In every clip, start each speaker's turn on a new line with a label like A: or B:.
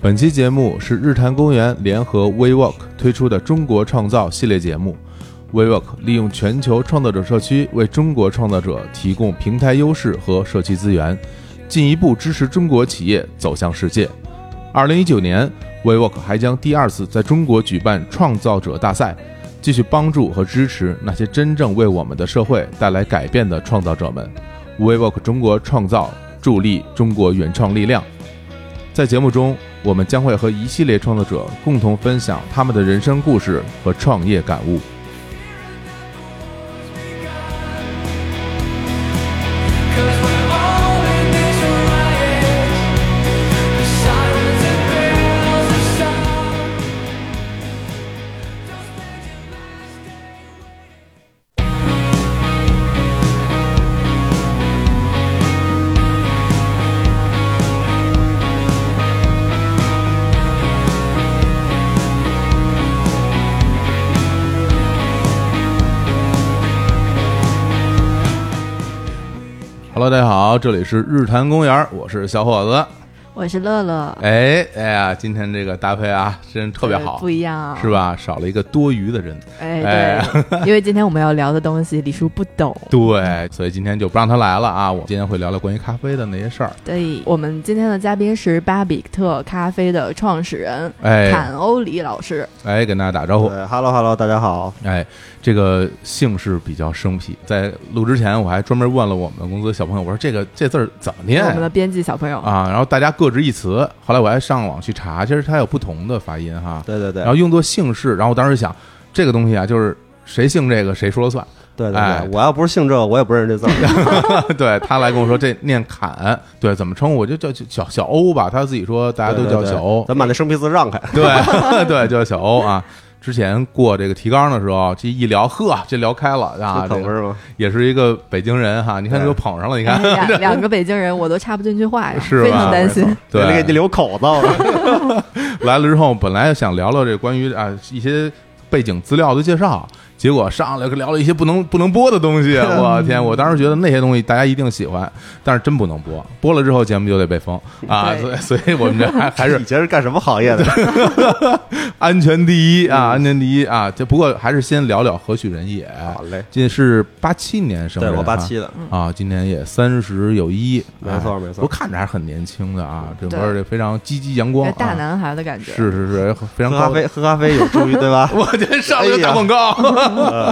A: 本期节目是日坛公园联合 WeWork 推出的“中国创造”系列节目。WeWork 利用全球创造者社区，为中国创造者提供平台优势和社区资源，进一步支持中国企业走向世界。二零一九年，WeWork 还将第二次在中国举办创造者大赛，继续帮助和支持那些真正为我们的社会带来改变的创造者们。WeWork 中国创造助力中国原创力量。在节目中，我们将会和一系列创作者共同分享他们的人生故事和创业感悟。
B: Cause we're all in this riot. The sirens and bells of sound.
A: Hello，大家好，这里是日坛公园，我是小伙子。
C: 我是乐乐，
A: 哎哎呀，今天这个搭配啊，真特别
C: 呃
A: 好
C: 不，一样啊，
A: 是？吧？少了一个多余的人，
C: 哎，对， 因为今天我们要聊的东西，李叔不懂。
A: 对，所以今天就不让他来了啊。我们今天会聊聊关于咖啡的那些事儿。
C: 对，我们今天的嘉宾是巴比特咖啡的创始人
A: 哎
C: 坎欧里老师。
A: 哎，跟大家打招呼。
C: 嗯
D: 对，Hello Hello，大家好。
A: 哎，这个姓氏比较生僻，在录之前我还专门问了我们公司的小朋友，我说这个这字儿怎么念
C: 我
A: 呀？
C: 们的编辑小朋友，
A: 啊，然后大家各执一词。后来我还上网去查，其实它有不同的发音哈。
D: 对对对，
A: 然后用作姓氏，然后我当时想，这个东西啊，就是谁姓这个谁说了算。
D: 对对
A: 哎
D: 对，我要不是姓这，我也不认识这 字儿。
A: 对他来跟我说这念侃，对怎么称呼，我就叫小小欧吧。他自己说大家都
D: 对对
A: 叫
D: 对
A: 小欧，
D: 咱把那生僻字让开。
A: 对 对，叫小欧啊。之前过这个提纲的时候，这一聊，呵，这聊开了啊，
D: 这可
A: 这
D: 不
A: 个
D: 是吗？
A: 也是一个北京人哈，你看
D: 对
A: 都捧上了，你
C: 哎
A: 看，
C: 两两个北京人，我都插不进去话呀，
A: 是吧
C: 非常担心。哎
A: 对，
D: 给你留口子啊了。
A: 来了之后，本来想聊聊这关于啊一些背景资料的介绍，结果上来聊了一些不能不能播的东西。我天！我当时觉得那些东西大家一定喜欢，但是真不能播，播了之后节目就得被封啊。所以
C: 对
A: 所以 我们这 还还是
D: 以前是干什么行业的？
A: 安全第一啊，安全第一啊。这不过还是先聊聊何许人也。
D: 好 嘞，
A: 这是八七年生
D: 对
A: 人啊，
D: 我八七的，
A: 啊，今年也三十有一，
D: 没错
A: 哎
D: 没
A: 不
D: 错
A: 过看着还是很年轻的啊，整个
C: 对
A: 这非常积极阳光
C: 哎
A: 啊，
C: 大男孩的感觉，
A: 是是是，非常
D: 喝
A: 高
D: 咖啡喝咖啡有助于
A: ？
D: 对吧 呃
A: 我这上来就打广告。哎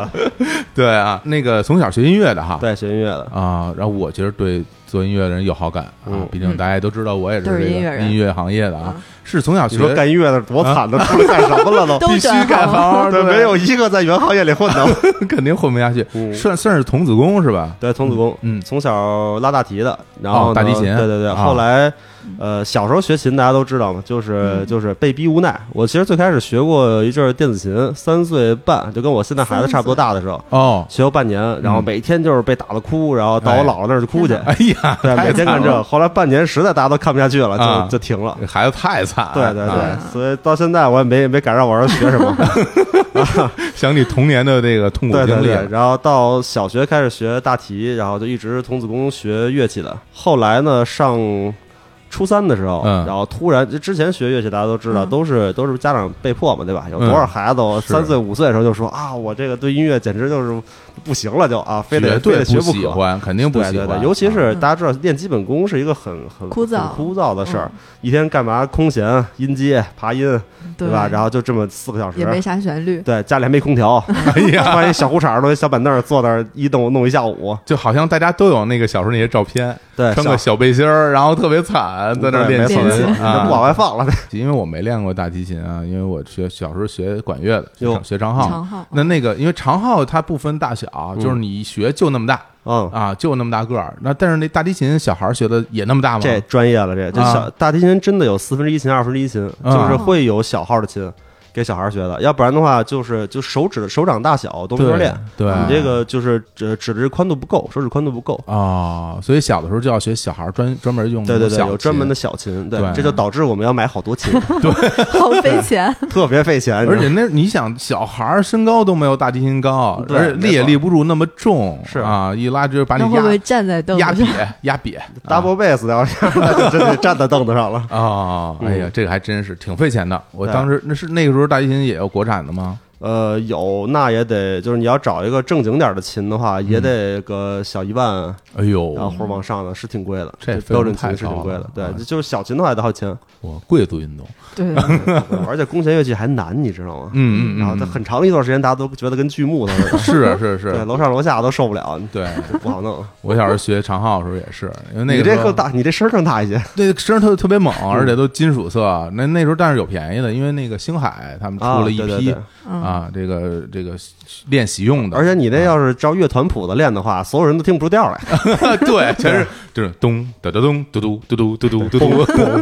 A: 对啊，那个从小学音乐的哈，
D: 对，学音乐的，
A: 啊，然后我其实对做音乐的人有好感啊
D: 嗯，
A: 毕竟大家也都知道我也是
C: 都是
A: 这
C: 音乐
A: 个
C: 人
A: 音乐行业的啊
C: 嗯，
A: 是从小
D: 你说
A: 学啊
D: 干音乐的多惨的，出来干什么了 都？
C: 都
A: 必须
C: 转
A: 干
C: 行
A: 行，
C: 了
D: 对，没有一个在原行业里混的。
A: 肯定混不下去，
D: 嗯
A: 算算是童子功是吧？
D: 对，童子功，
A: 嗯
D: 从小拉大提的，然后
A: 哦
D: 呢
A: 大提琴
D: 对对对。
A: 啊
D: 后来，呃，小时候学琴，大家都知道嘛，
A: 嗯
D: 就是就是被逼无奈。我其实最开始学过一阵儿电子琴，三岁半，就跟我现在孩子差不多大的时候。
A: 哦，
D: 学过半年，然后每天就是被打的哭，然后到我姥姥那儿去哭去，
A: 哎呀，
D: 对，
A: 太
D: 每天
A: 惨
D: 干
A: 了
D: 这。后来半年实在大家都看不下去了，
A: 啊
D: 就就停了。
A: 孩子太惨了，
D: 对对
A: 啊
D: 对，所以到现在我也没没敢让我儿子学什么。
A: 想起童年的那个痛苦
D: 对对
A: 经历
D: 对，
A: 了，
D: 然后到小学开始学大提，然后就一直童子功学乐器的。后来呢，上初三的时候，
A: 嗯
D: 然后突然之前学乐器，大家都知道，
C: 嗯
D: 都是都是家长被迫嘛，对吧？有
A: 嗯
D: 多少孩子，我
A: 是
D: 三岁五岁的时候就说啊，我这个对音乐简直就是不行了，就啊，非得
A: 绝
D: 非
A: 对
D: 得学
A: 不
D: 可
A: 喜。欢，肯定不
D: 对
A: 喜
D: 对
A: 欢，
D: 对，尤其
A: 啊
D: 是大家知道练基本功是一个很很
C: 枯燥嗯
D: 很枯燥的事儿，一天干嘛空弦、音阶、爬音，对吧？然后就这么四个小时，
C: 也没啥旋律，
D: 对，家里还没空调，
A: 哎 呀，
D: 穿一小裤衩儿，弄一小板凳儿，坐那儿一弄弄一下午。
A: 就好像大家都有那个小时候那些照片，
D: 对，
A: 穿个
D: 小
A: 小背心儿，然后特别惨，在那儿
D: 对
A: 练
D: 没
A: 琴
D: 错
C: 练
D: 没错，
A: 啊
D: 这不往外 放了。
A: 因为我没练过大提琴啊，因为我学小时候学管乐的，学
D: 哟
A: 长学长号。
C: 长号
A: 那那个，因为长号它不分大小，就是你一学就那么大
D: 嗯，
A: 啊，就那么大个儿。那但是那大提琴小孩儿学的也那么大吗？
D: 这专业了，这这
A: 啊
D: 小大提琴真的有四分之一琴、二分之一琴，
A: 啊
D: 就是会有小号的琴，给小孩儿学的，要不然的话就是就手指手掌大小都没法
A: 对
D: 练，
A: 对，
D: 你这个就是指指的宽度不够，手指宽度不够。
A: 啊，所以小的时候就要学小孩儿专专门用
D: 对对对，
A: 小
D: 有专门的
A: 琴，
D: 嗯小琴，对，啊
A: 对
D: 这就导致我们要买好多琴，
C: 好费钱。
D: 特别费钱，
A: 而
D: 你知
A: 且
D: 道吗
A: 那你想，小孩儿身高都没有大提琴高，啊
D: 对
A: 而且力也
D: 没错
A: 力不住那么重，
D: 是
A: 啊，一拉 就把
C: 那
A: 你
C: 会不会
A: 压
C: 站在凳
A: 压
C: 子上？
A: 瘪压瘪
D: double bass 要是那就真得站在凳子上了。
A: 啊！哎呀，这个还真是挺费钱的。我
D: 嗯对
A: 当时那是那个时候大提琴也有国产的吗？
D: 呃，有那也得就是你要找一个正经点儿的琴的话，也
A: 嗯
D: 得个小一万，
A: 哎呦，
D: 然后或者往上的，是挺贵的。
A: 这费
D: 标
A: 用
D: 准
A: 太
D: 琴是挺
A: 高
D: 贵
A: 了
D: 的，
A: 啊
D: 对，就是小琴的话也得 好几千，
A: 我贵族运动，
C: 对，
D: 而且弓弦乐器还难，你知道吗？
A: 嗯嗯嗯，
D: 然后它很长一段时间，大家都觉得跟锯木头 似
A: 是啊
D: 的，
A: 是
D: 对，
A: 是，
D: 楼上楼下都受不了，
A: 对。
D: 就不好弄。
A: 我小时候学长号的时候也是，因为 那
D: 你
A: 个
D: 这
A: 时候
D: 更大，你嗯这声儿更大一 些。
A: 对，声儿特特别猛，而且都金属色。那那时候但是有便宜的，因为那个星海他们出
D: 啊
A: 了一
D: 对对
A: 批
D: 对
C: 嗯
A: 啊，这个这个练习用的，
D: 而且你这要是照乐团谱子练的话，所有人都听不出调来，
A: 对，全是就是咚哒哒咚嘟嘟嘟嘟嘟嘟嘟嘟，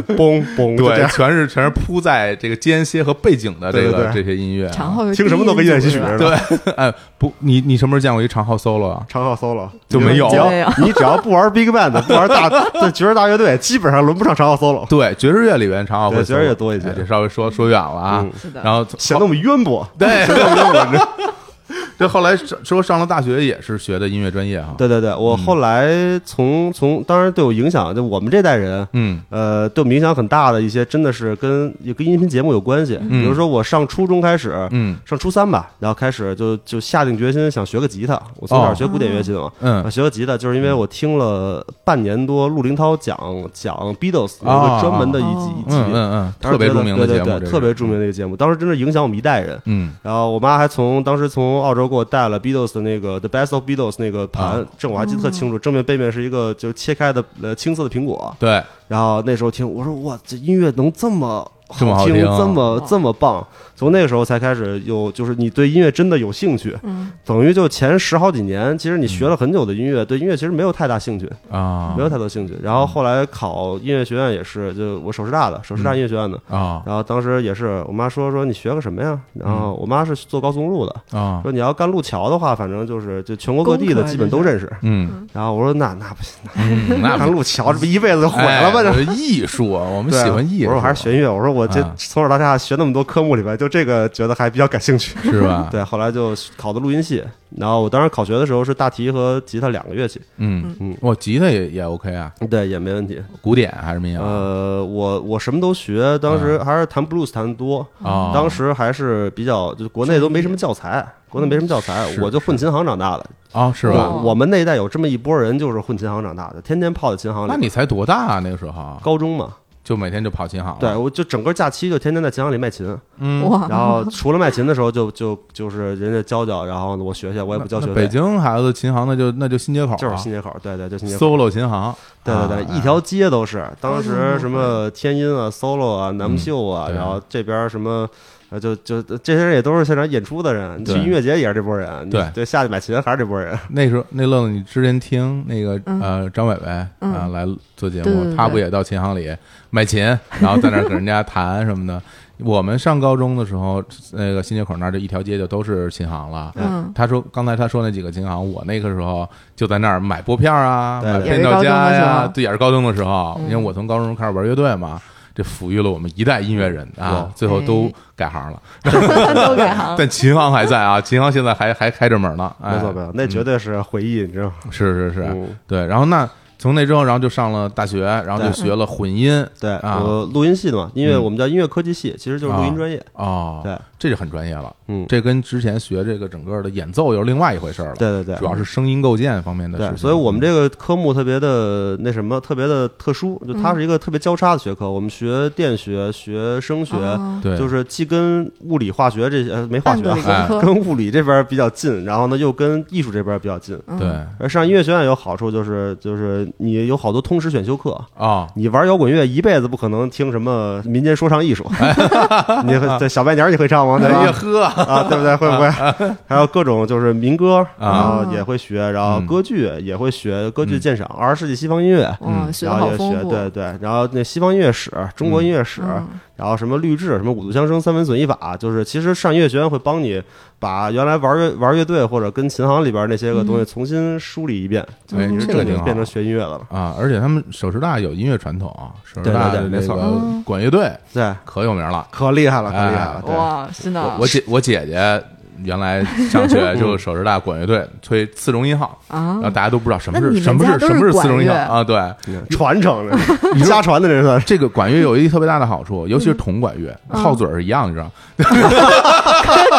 D: 嘣嘣嘣，就这
A: 对，
D: 样
A: 全是全是铺在这个间歇和背景的这
D: 对
A: 个
D: 对
A: 这
D: 对
A: 些音乐啊。
C: 长号是
D: 听什么都跟乐器曲似
C: 的。
D: 的。
A: 对，哎，不，你你什么时候见过一长号 solo 啊？
D: 长号 solo
A: 就没有
D: 你只
C: 就没有
D: 要 你只要不玩 big band，不玩 大对爵士大乐队，基本上轮不上长号 solo，
A: 对，爵士乐里边长号会
D: 对爵士乐多一些
A: 哎这稍微说说远了啊
D: 嗯。
C: 是的，
A: 然后
D: 显得我们渊博。
A: 对， 这后来上说上了大学也是学的音乐专业哈。
D: 对对对，
A: 嗯
D: 我后来从从当然对我影响，就我们这代人。
A: 嗯
D: 呃，对我们影响很大的一些，真的是跟也跟音频节目有关系。比如说，我上初中开始，
A: 嗯
D: 上初三吧，然后开始就就下定决心想学个吉他。我从
A: 哦
D: 小学古典乐器的嘛，
A: 嗯
D: 啊，学个吉他就是因为我听了半年多陆林涛讲讲 Beatles 有一
A: 啊
D: 个专门的一集
C: 哦
D: 一集，
A: 嗯嗯嗯，
D: 当
A: 特
D: 时
A: 别
D: 觉
A: 著
D: 得
A: 名的
D: 对
A: 节
D: 对
A: 目，
D: 对，特别著名的一个节目，当时真是影响我们一代人。
A: 嗯
D: 然后我妈还从当时从澳洲给我带了 Beatles 的那个 The Best of Beatles 那个盘
A: 啊，
D: 这我还记得特清楚，正面背面是一个就是切开的呃青色的苹果。
A: 对，
D: 然后那时候听，我说哇，这音乐能这么
A: 这么好
D: 好听，
A: 听啊
D: 这么这么棒。从那个时候才开始有，就是你对音乐真的有兴趣，
C: 嗯，
D: 等于就前十好几年，其实你学了很久的音乐，对音乐其实没有太大兴趣，
A: 啊，
D: 没有太多兴趣。然后后来考音乐学院也是，就我首师大
A: 嗯
D: 的，首师大音乐学院的。
A: 啊
D: 然后当时也是，我妈说说你学个什么呀？然
A: 嗯
D: 后我妈是做高速公路的，
A: 啊，
D: 说你要干路桥的话，反正就是就全国各地
C: 工
D: 的
C: 科
D: 基本
C: 这
D: 都
C: 是
D: 认识。
A: 嗯，
D: 然后我说那那不行，
A: 嗯 那
D: 干
A: 不
D: 路桥这不一辈子就毁了吗？
A: 哎
D: 这
A: 这艺术啊，我们
D: 对啊
A: 喜欢艺术，
D: 我说我还是学音乐，我说我这
A: 啊
D: 从小到大学那么多科目里边，就这个觉得还比较感 兴趣。
A: 是吧？
D: 对，后来就考的录音系，然后我当时考学的时候是大提和吉他两个乐器，
A: 嗯
D: 嗯，
A: 我吉他也也 OK 啊，
D: 对，也没问题。
A: 古典还是民谣啊
D: 呃，我我什么都学，当时还是弹 blues 弹的多，，
A: 嗯哦
D: 当时还是比较就国内都没什么教材，国内没什么教材，
A: 是
D: 我就混琴行长大的，
A: 啊是吧？
D: 我我们那一代有这么一拨人就是混琴行长大的，天天泡在琴行
A: 那
D: 里，
A: 你才多大啊？那个时候
D: 高中嘛，
A: 就每天就跑琴行了，
D: 对我就整个假期就天天在琴行里卖琴。
A: 嗯，
C: 哇，
D: 然后除了卖琴的时候就，就就是人家教教，然后我学学，我
A: 我
D: 也不交学
A: 北
D: 费，
A: 京孩子琴行那就那就新街口啊，
D: 就是新街口，对对，就新街口，
A: solo 琴行，
D: 对对
A: 啊
D: 对，一条街都是。当时什么天音啊、solo 啊、南木秀啊，
A: 嗯对
D: 然后这边什么。呃，就就这些人也都是现场演出的人，你去
A: 对
D: 音乐节也是这波人，你
A: 对
D: 对，下去买琴还是这波人，
A: 那时候那愣，你之前听那个
C: 嗯
A: 呃张伟伟
C: 嗯
A: 啊来做节
C: 对对
A: 目，
C: 对
A: 他不也到琴行里买琴，然后在那儿给人家弹什么的。我们上高中的时候，那个新街口那儿就一条街就都是琴行了。
C: 嗯，
A: 他说刚才他说那几个琴行，我那个时候就在那儿买拨片啊，
D: 对
A: 买
D: 对
A: 变道家
C: 也是高中的时
A: 呀，
C: 候
A: 对，也是高中的时候，
C: 嗯
A: 因为我从高中开始玩乐队嘛。这抚育了我们一代音乐人啊
D: 哇，
A: 最后都
C: 哎
A: 改行了，
C: 都 改行了。
A: 但琴行还在啊，琴行现在还还开着门呢。哎
D: 没错没错，那绝对是回忆，你知道吗？
A: 是是啊是，
D: 嗯
A: 对，然后那从那之后，然后就上了大学，然后就
D: 对
A: 学了混音，
D: 对，
A: 啊
D: 我录音系的嘛，因为
A: 嗯
D: 我们叫音乐科技系，其实就是录
A: 啊
D: 音专业，
A: 哦，
D: 对，
A: 这就很专业了。
D: 嗯，
A: 这跟之前学这个整个的演奏又是另外一回事儿了，
D: 对对对，
A: 主要是声音构建方面的事
D: 对，
A: 情。
D: 所以我们这个科目特别的那什么，特别的特殊，就
C: 嗯
D: 它是一个特别交叉的学科。我们学电学、学声学，
C: 哦
A: 对
D: 就是既跟物理、化学这些呃没化学
C: 半个
D: 啊
C: 理，
A: 哎
C: 工 科，
D: 跟物理这边比较近，然后呢又跟艺术这边比较近。
C: 嗯
A: 对
D: 而上音乐学院有好处就是，就是你有好多通识选修课。
A: 哦，
D: 你 玩摇滚乐一辈子不可能听什么民间说唱艺术，你会对小白鸟你会唱吗？对
A: 哎呀
D: 吧？
A: 呵，
D: 啊，对不对？会 不会？还有各种就是民歌
A: 啊
D: 也会学，然后
A: 嗯
D: 歌剧也会学，歌剧鉴赏，二十世纪西方音乐，
C: 哇，
A: 嗯
C: 学的
D: 然后
C: 好
D: 也
C: 丰
D: 学，
C: 富，
D: 对对，然后那西方音乐史、中国音乐史，
C: 嗯
D: 然后什么律制、什么五度相生、三文损一法，就是其实上音乐学院会帮你把原来玩乐玩乐队或者跟琴行里边那些个东
C: 嗯
D: 西重新梳理一遍，就是你是
A: 哎这个
D: 正
A: 挺
D: 经
A: 好
D: 变成学音乐的了。
A: 啊，而且他们首师大有音乐传统啊，首师
D: 对对
A: 大
D: 对
A: 的
D: 没
A: 那
D: 错
A: 个
C: 嗯
A: 管乐队
D: 对，
A: 可有名了。
D: 可厉害了，可厉害
A: 哎
D: 了。对
C: 哇，真
D: 啊
C: 的，
A: 我姐我姐姐原来上 学就是
D: 嗯
A: 首师大管乐队吹次中音号，
C: 啊
A: 然后大家都不知道什么
C: 那你
A: 是什
C: 们
A: 么
C: 家
A: 是
C: 都
A: 什
C: 是
A: 么是次
C: 管
A: 中音号
C: 乐
A: 啊，对。
D: 传承的，家传的这算是。
A: 这个管乐有一个特别大的好处，尤其是铜管乐，号嘴儿是一样，你知道吗？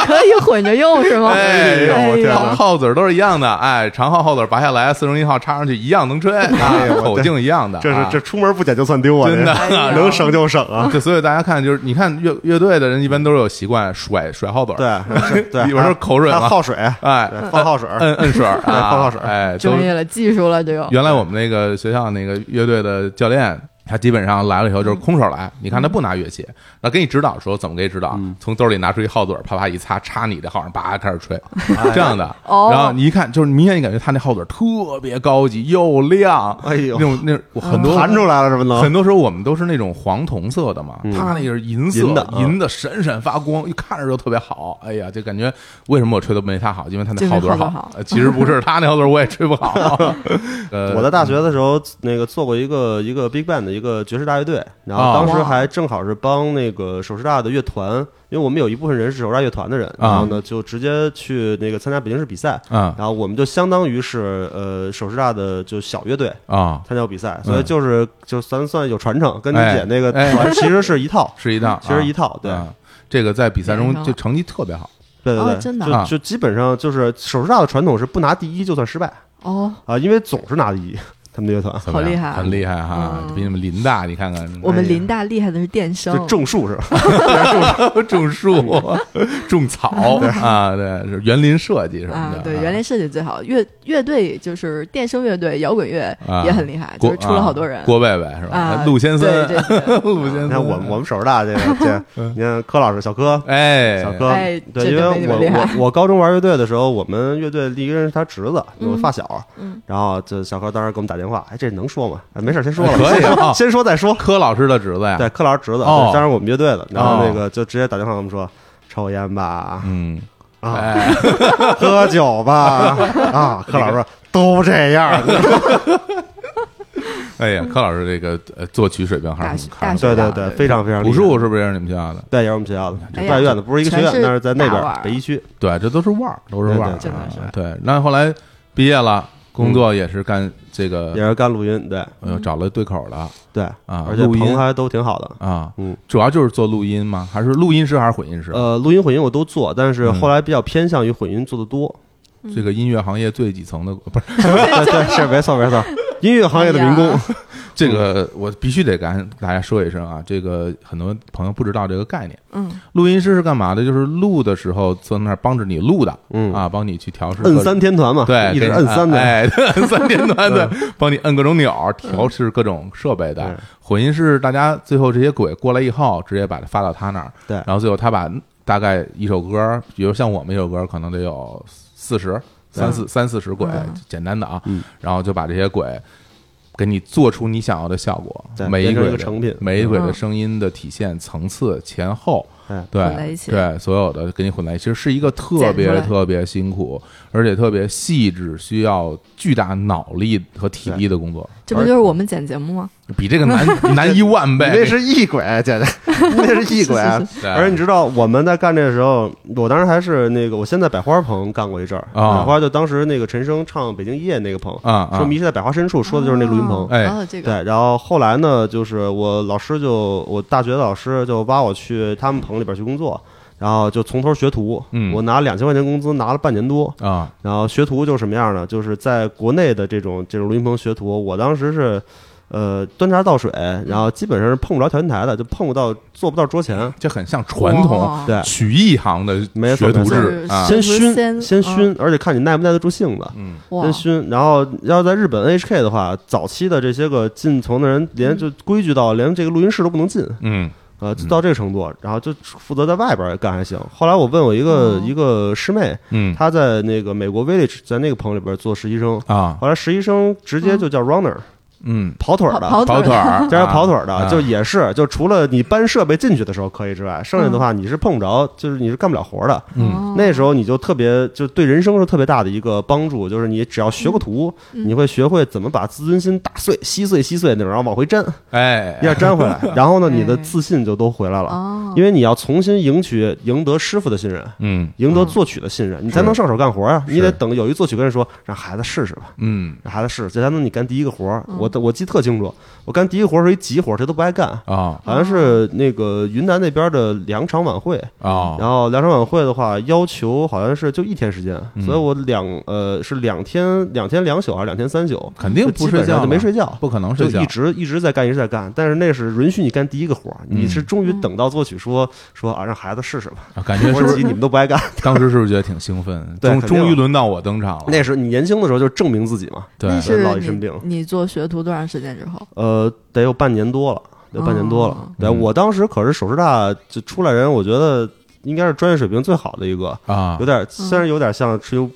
C: 可以混着用 是吗？
A: 呦
D: 哎呦我天
A: 号
D: 哪！
A: 号嘴儿都是一样的，哎，长号号嘴儿拔下来，四中音号插上去一样能吹，啊
D: 哎呦我
A: 口径一样的，
D: 这
A: 啊
D: 是这出门不捡就算丢啊！
A: 真的
D: 这
C: 哎 呀
D: 能省就省 啊！
A: 对，所以大家看，就是你看乐乐队的人一般都是有习惯甩甩号嘴儿，
D: 对是对，
A: 有时候口水
D: 还
A: 嘛，
D: 耗水，
A: 哎，
D: 对放耗水，
A: 摁摁水儿，
D: 对
A: 啊
D: 放号水儿
A: 哎，都
C: 专业了，技术了，这个
A: 原来我们那个学校那个乐队的教练，他基本上来了以后就是
D: 嗯
A: 空手来，你看他不拿乐器，那给你指导说怎么给你指导，
D: 嗯
A: 从兜里拿出一号嘴，啪啪一擦，插你的号上，叭开始 吹，
D: 哎
A: 这样的。
C: 哦
A: 然后你一看，就是明显你感觉他那号嘴特别高级又亮，
D: 哎呦
A: 那种那种我很多
D: 弹出来了，这不能
A: 嗯很多时候我们都是那种黄铜色的嘛，它那个是银色
D: 嗯银的嗯
A: 银的闪闪发光，一看着就特别好。哎呀，就感觉为什么我吹的没他好，因为他那
C: 就
A: 号
C: 是
A: 嘴
C: 号嘴
A: 好
C: 好。
A: 呃其实不是，他那号嘴我也吹不 好。呃，
D: 我在大学的时候，那个做过一个一个 big band 的一个爵士大乐队，然
A: 啊
D: 后当时
C: 哇
D: 还正好是帮那个首师大的乐团，因为我们有一部分人是首师大乐团的人，然后
A: 啊
D: 呢就直接去那个参加北京市比赛，
A: 嗯
D: 然后我们就相当于是呃首师大的就小乐队
A: 啊，
D: 参加比赛，所以就是就算算有传承，跟你
A: 哎
D: 姐那个
A: 哎
D: 团其实是一套，
A: 是一档，
D: 嗯其实一
A: 啊
D: 套，对
A: 啊这个在比赛
C: 连
A: 中
C: 上
A: 就
C: 了
A: 成绩特别好。
D: 对对
C: 哦
D: 对，
C: 真的
A: 啊
D: 就就基本上就是首师大的传统是不拿第一就算失败
C: 哦，
D: 啊，因为总是拿第一， 他们乐团
A: 怎么
C: 好厉
A: 样
C: 害
A: 很厉害哈！
C: 嗯
A: 就比你们林大，你看看
C: 我们
D: 哎呀
C: 林大厉害的是电声
D: 就，种树是吧？
A: 种 树、种草啊，对，是园林设计什么
C: 啊
A: 的。，
C: 对，
A: 啊
C: 园林设计最好，乐乐队就是电声乐队、摇滚乐
A: 啊
C: 也很厉害，就
A: 郭
C: 是出了好多人
A: 啊郭贝贝是吧？
C: 啊，
A: 陆先生，
C: 对对 对
A: 陆先生，
D: 你看 我们我们首师大这个 这，你看柯老师小柯。
A: 嗯哎，
D: 小柯，
C: 哎这
D: 对，因
C: 就
D: 为
C: 没你
D: 我
C: 们厉害
D: 我我高中玩乐队的时候，我们乐队第一个人是他侄子，我发小，
C: 嗯
D: 然后就小柯当时给我们打电话，哎，这能说吗？哎，没事儿，先说了，
A: 可以
D: 先
A: 啊
D: 先说再说。
A: 柯老师的侄子呀，
D: 对，柯老师侄子，
A: 哦
D: 对当时我们乐队的，然后那
A: 哦
D: 个就直接打电话跟我们说，抽烟吧，
A: 嗯，
D: 啊，
A: 哎，
D: 喝酒吧，啊，柯老师说都这样，
A: 哎呀，柯老师这个呃作曲水平还
C: 大
A: 是
C: 学
A: 很
C: 大
A: 看
C: 学
D: 对对
C: 的
D: 对，非常非常厉害
A: 武术是不是也是你们学校的？
D: 对，也是我们学校的，
C: 哎
D: 是
C: 呀
D: 外院的，不是一个学院
C: 全，是
D: 但是在那
C: 大
D: 边
C: 腕
D: 儿
C: 儿
D: 北一区，
A: 对，这都是腕儿，都是腕儿，
C: 对
D: 对嗯
C: 真的是
A: 啊对。然后后来毕业了，工作也是干这个
D: 也，是干录音，对
A: 呃，找了对口的
D: 对
A: 嗯啊
D: 而且
A: 录音
D: 棚还都挺好的。
A: 啊，
D: 嗯，
A: 主要就是做录音吗？还是录音师还是混音师？
D: 呃，录音混音我都做，但是
A: 嗯
D: 后来比较偏向于混音做的多。
A: 这个音乐行业最底层的 不是
D: 对对，是没错没错，音乐行业的民
C: 哎
D: 工
C: 呀，
A: 这个，我必须得跟大家说一声啊，这个很多朋友不知道这个概念。
C: 嗯，
A: 录音师是干嘛的？就是录的时候坐在那儿帮着你录的，
D: 嗯
A: 啊，帮你去调试各
D: 摁三天团嘛，
A: 对，
D: 一
A: 给
D: 直
A: 你
D: 摁三的。
A: 哎，对摁三连团的，帮你摁各种钮儿，调试各种设备的
D: 嗯。
A: 混音是大家最后这些轨过来以后，直接把它发到他那儿，
D: 对
A: 然后最后他把大概一首歌，比如像我们一首歌，可能得有四十、三四、三四十轨
C: 嗯，
A: 简单的啊
D: 嗯，
A: 然后就把这些轨。给你做出你想要的效果，
D: 对
A: 每一
D: 变成
A: 轨
D: 一个
A: 的
D: 成品
A: 每一轨的
C: 嗯
A: 声音的体现层次前后，
D: 哎
A: 对，
C: 混在一起
A: 对，所有的给你混在一起，其实是一个特
C: 剪出
A: 别
C: 来
A: 特别辛苦，而且特别细致，需要巨大脑力和体力的工作，
C: 这不就是我们剪节目吗？
A: 比这个 难难一万
D: 你
A: 倍。
D: 那是异轨，
C: 啊
D: 姐 姐，你那是异轨。
C: 是啊
A: 对
D: 而且你知道，我们在干这个时候，我当时还是那个，我先在百花棚干过一阵儿。
A: 啊
D: 百花就当时那个陈升唱《北京一夜》那个棚，
A: 啊啊
D: 说迷失在百花深处，说的就是那录音棚。
A: 哎
C: 哦，这个
D: 对，然后后来呢，就是我老师就我大学的老师就挖我去他们棚里边去工作，然后就从头学徒。
A: 嗯
D: 我拿两千块钱工资，拿了半年多。
A: 啊，
D: 然后学徒就是什么样呢？就是在国内的这种这种录音棚学徒，我当时是。呃，端茶倒水，然后基本上是碰不着调音台的，就碰不到，坐不到桌前。
A: 这很像传统
C: 哇
D: 对，
A: 曲艺行的
D: 没错
A: 学徒
D: 没错
A: 制
C: 就是
A: 啊
C: 是
D: 先熏，
C: 先
D: 先熏
C: 嗯，
D: 而且看你耐不耐得住性子。
A: 嗯
C: 哇
D: 先熏，然后要在日本 HK 的话，早期的这些个进棚的人，连就规矩到连这个录音室都不能进，
A: 嗯
D: 呃，就到这个程度，然后就负责在外边干还行。后来我问我一个、一个师妹，
A: 嗯
D: 她在那个美国 Village 在那个棚里边做实习生，
A: 啊，
D: 后来实习生直接就叫 runner、
A: 嗯，
D: 跑腿儿的，
C: 跑
A: 跑腿儿，
D: 加上跑腿儿
A: 啊
D: 的，就也是，就除了你搬设备进去的时候可以之外，剩下的话你是碰不着，就是你是干不了活的。
A: 嗯
C: 哦
D: 那时候你就特别，就对人生是特别大的一个帮助，就是你只要学个图，你会学会怎么把自尊心打碎、稀碎、稀碎那种，然后往回粘，
A: 哎
D: 一，下粘回来，然后呢，
C: 哎
D: 你的自信就都回来了，
C: 哦，
D: 因为你要重新赢取、赢得师傅的信任。
A: 嗯
D: 赢得作曲的信任，你才能上手干活啊！
A: 是
D: 你得等有一作曲跟人说，让孩子试试吧。
A: 嗯
D: 让孩子试，这才能你干第一个活儿。我我记得特清楚，我干第一个活儿是一急活儿，谁都不爱干。
A: 啊
D: 好像是那个云南那边的两场晚会，
A: 啊
D: 然后两场晚会的话，要求好像是就一天时间，
A: 嗯
D: 所以我两呃是两天两天两宿还是两天三宿，
A: 肯定不
D: 就基
A: 睡
D: 本
A: 觉
D: 上
A: 了
D: 就没睡觉，
A: 不可能
D: 就
A: 睡觉
D: 一，直一直在干一直在干，但是那是允许你干第一个活儿，
A: 嗯
D: 你是终于等到作曲说说啊让孩子试试吧，
A: 啊感觉
D: 我
A: 是不
D: 说
A: 是
D: 你们都不爱干，
A: 当时是不是觉得挺兴奋？
D: 对
A: 终
D: 肯定
A: 终于轮到我登场了，
D: 那时候你年轻的时候就证明自己嘛，
A: 对
C: 那
D: 老一
C: 是
D: 身
C: 你
D: 病
C: 你做学徒多长时间之后？
D: 呃，得有半年多了，得半年多了。
C: 哦
D: 对、
A: 嗯
D: 我当时可是首师大就出来人，我觉得应该是专业水平最好的一个，
A: 啊
D: 有，点虽然有点像吃油，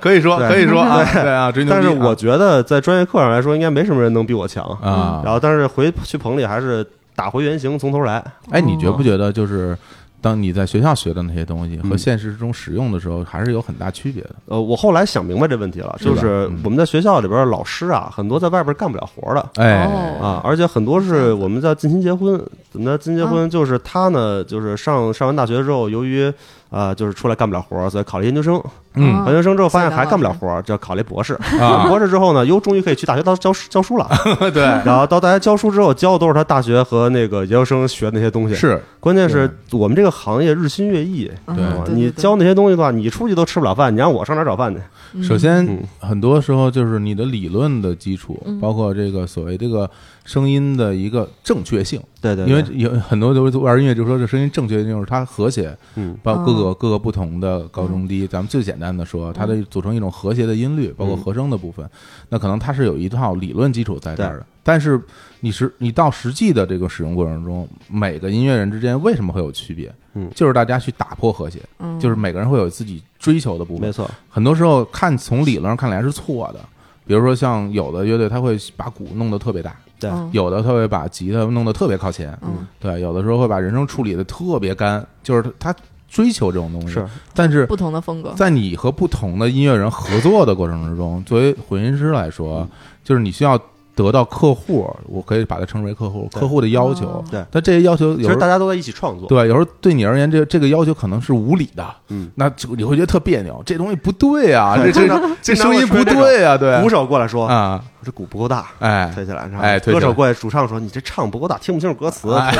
A: 可以说
D: 对
A: 可以说啊，对啊，追牛逼啊，
D: 但是我觉得在专业课上来说，应该没什么人能比我强。
A: 啊，
D: 嗯然后，但是回去棚里还是打回原形，从头来。
A: 哎，你觉不觉得就是当你在学校学的那些东西和
D: 嗯
A: 现实中使用的时候，还是有很大区别的？
D: 呃，我后来想明白这问题了，
A: 是吧
D: 就是
A: 嗯
D: 我们在学校里边，老师啊，很多在外边干不了活的。
A: 哎
C: 哦，
D: 啊，而且很多是我们叫近亲结婚，怎么叫近亲结婚？就是他呢，就是上上完大学之后，由于啊、呃就是出来干不了活儿，所以考了研究生。
A: 嗯
C: 啊
D: 完研究生之后发现
C: 想到
D: 还干不了
C: 了
D: 活儿，就要考了一博士。
A: 啊，
D: 博士之后呢，哟，终于可以去大学当教师教书 了。
A: 对，
D: 然后到大学教书之后，教的都是他大学和那个研究生学的那些东西。，
A: 是
D: 关键是我们这个行业日新月异，
C: 嗯
A: 对
D: 啊
C: 对
D: 你
C: 对对
D: 教那些东西的话，你出去都吃不了饭，你让我上哪儿找饭去？
C: 嗯
A: 首先
D: 嗯，
A: 很多时候就是你的理论的基础，包括这个所谓这个声音的一个正确性，
D: 对对，
A: 因为
D: 对
A: 有很多都玩音乐就说这声音正确性就是它和谐，
D: 嗯，
A: 包括各个各个不同的高中低，咱们最简单的说，它
D: 嗯
A: 的组成一种和谐的音律，包括和声的部分，那可能它是有一套理论基础在这儿的。但是你实你到实际的这个使用过程中，每个音乐人之间为什么会有区别？
D: 嗯
A: 就是大家去打破和谐，
C: 嗯
A: 就是每个人会有自己追求的部分
D: 没。错，
A: 很多时候看从理论上看来是错的，比如说像有的乐队，他会把鼓弄得特别大，
D: 对，
C: 嗯
A: 有的他会把吉他弄得特别靠前，
C: 嗯
A: 对，有的时候会把人声处理的特别干，就是他他追求这种东西。
D: 是，
A: 但是
C: 不同的风格，
A: 在你和不同的音乐人合作的过程之中，作为混音师来说，
D: 嗯
A: 就是你需要得到客户，我可以把它称为客户，
D: 对
A: 客户的要求
C: 哦。
D: 对
A: 但这些要求
D: 其
A: 有
D: 实
A: 时
D: 大
A: 候
D: 家都在一起创作。
A: 对，有时候对你而言，这这个要求可能是无理的，
D: 嗯，
A: 那就你会觉得特别扭，这东西不对啊，这
D: 对
A: 这
D: 经常
A: 这
D: 经常
A: 声音
D: 会
A: 不
D: 出现这种
A: 对啊，对
D: 鼓手过来说，
A: 啊，
D: 我这鼓不够大。
A: 哎，
D: 推起来，然后
A: 哎推起来
D: 歌手过来，主唱说：“你这唱不够大，听不清楚歌词。
A: 哎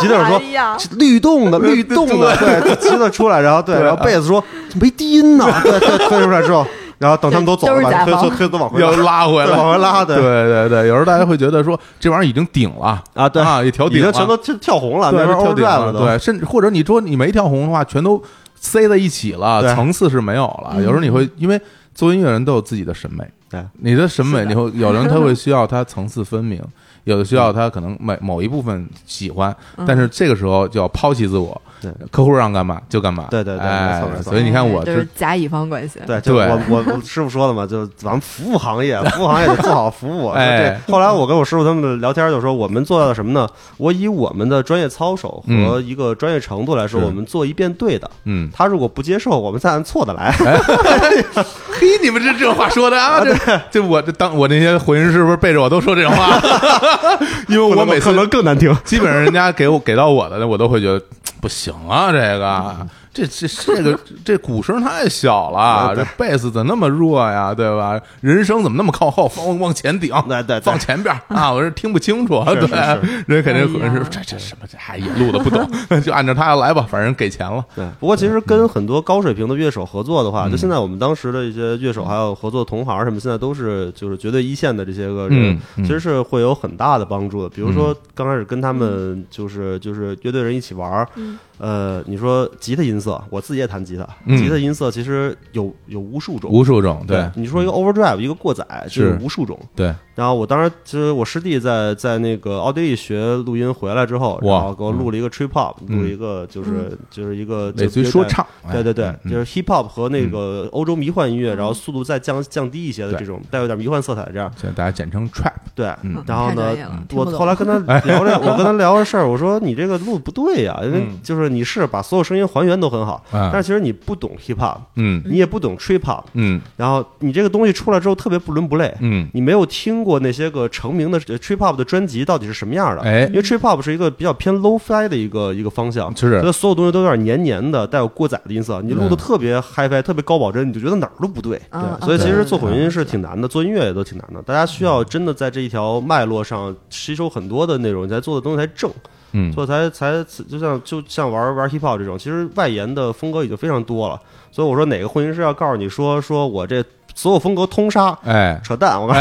D: 吉他手
C: 哎呀
D: 说：“这 律动的，律动的。”对，吉他出来，然后对，
A: 对啊
D: 然后贝斯说：“这没低 音呢。”对对，推出来之后，然后等他们都走了，
C: 都是
D: 把
C: 甲
D: 推
C: 方
D: 推推都往回
A: 要拉
D: 拉，
A: 回
D: 对
A: 来，
D: 往回拉，
A: 对对对，有时候大家会觉得说这玩意儿已经顶了
D: 啊，对
A: 啊，也调
D: 已
A: 顶
D: 经
A: 了，
D: 全都跳跳红了，
A: 对
D: 没法
A: 跳
D: overdrive
A: 顶
D: 了都。
A: 对，甚至或者你说你没调红的话，全都塞在一起了，
D: 对嗯
A: 层次是没有了。有时候你会因为作为音乐人都有自己的审美，
D: 对
A: 你的审美你会有人他会需要他层次分明， 有的需要他可能某某一部分喜欢，但是这个时候就要抛弃自我
D: 嗯对，
A: 客户让干嘛就干嘛，
D: 对对对
A: 哎
D: 没错没错
A: 所以你看我
C: 就是
A: 这
C: 甲乙方关系，
D: 对，就
A: 对
D: 我我我师傅说的嘛，就咱们服务行业，服务行业得做好服务。 说
A: 哎
D: 这后来我跟我师傅他们聊天就说，我们做到什么呢？我以我们的专业操守和一个专业程度来
A: 嗯
D: 说，
A: 是
D: 我们做一遍对的。
A: 嗯，
D: 他如果不接受，我们再按错 的来。
A: 嘿，你们这这话说的啊，这这我这当我那些混音师不是背着我都说这种话，因为我每次
D: 更难 听。
A: 基本上人家给我给到我的，我都会觉得不行啊，这个这这这个这鼓声太小了，这贝斯怎么那么弱呀，对吧？人声怎么那么靠后，放往前顶，
D: 对对对
A: 放前边啊，我这听不清楚，
D: 是是
A: 对，人肯定可能
C: 哎
A: 是
C: 呀
A: 这这什么这哎也录的不懂， 就按照他来吧，反正给钱了，
D: 对，不过其实跟很多高水平的乐手合作的话，
A: 嗯
D: 就现在我们当时的一些乐手，还有合作同行啊什么，现在都是就是绝对一线的这些个人
A: 嗯，嗯
D: 其实是会有很大的帮助的。比如说刚开始跟他们就是就是乐队人一起玩儿，呃，你说吉他音色，我自己也弹吉他，
A: 嗯
D: 吉他音色其实有有无数种。
A: 无数种，对
D: 你说一个 overdrive，一个过载，这
A: 是
D: 有无数种。
A: 对，
D: 然后我当时其实我师弟在在那个奥地利学录音回来之后，
A: 哇
D: 然后给我录了一个 trip hop，
A: 嗯
D: 录一个就是
C: 嗯
D: 就是一个
A: 类似于说，唱，
D: 对对对
A: 哎，嗯
D: 就是 hip hop 和那个欧洲迷幻音
C: 嗯
D: 乐，然后速度再降降低一些的
A: 对
D: 这种带有点迷幻色彩的这样。
A: 现在大家简称 trap，
D: 对
A: 嗯，
D: 然后
C: 太专
D: 呢
C: 业了，听
D: 我
C: 不懂
D: 后来跟 他聊这，我跟他聊这事儿，我说你这个路不对呀，因为
A: 嗯
D: 就是你是把所有声音还原都很好，
A: 啊
D: 但是其实你不懂 hip hop，
A: 嗯
D: 你也不懂 trip hop，
A: 嗯
D: 然后你这个东西出来之后特别不伦不类，
A: 嗯，
D: 你没有听过那些个成名的呃 trip hop 的专辑到底是什么样的。
A: 哎嗯
D: 因，为 trip hop 是一个比较偏 low fi 的一个一个方向，
A: 是
D: 觉得所有东西都有点黏黏的，带有过载的音色。你录的
A: 嗯
D: 特别 hi fi，特别高保真，你就觉得哪儿都不对。
C: 啊
D: 所以其
A: 嗯
D: 实做
C: 对
D: 混音是挺难的，做音乐也都挺难的。大家需要真的在这一条脉络上吸收很多的内容，你才做的东西才正，
A: 嗯
D: 做才才就像就像玩玩 hip hop 这种，其实外延的风格已经非常多了。所以我说哪个混音师要告诉你说说我这所有风格通杀，
A: 哎，
D: 扯淡，我们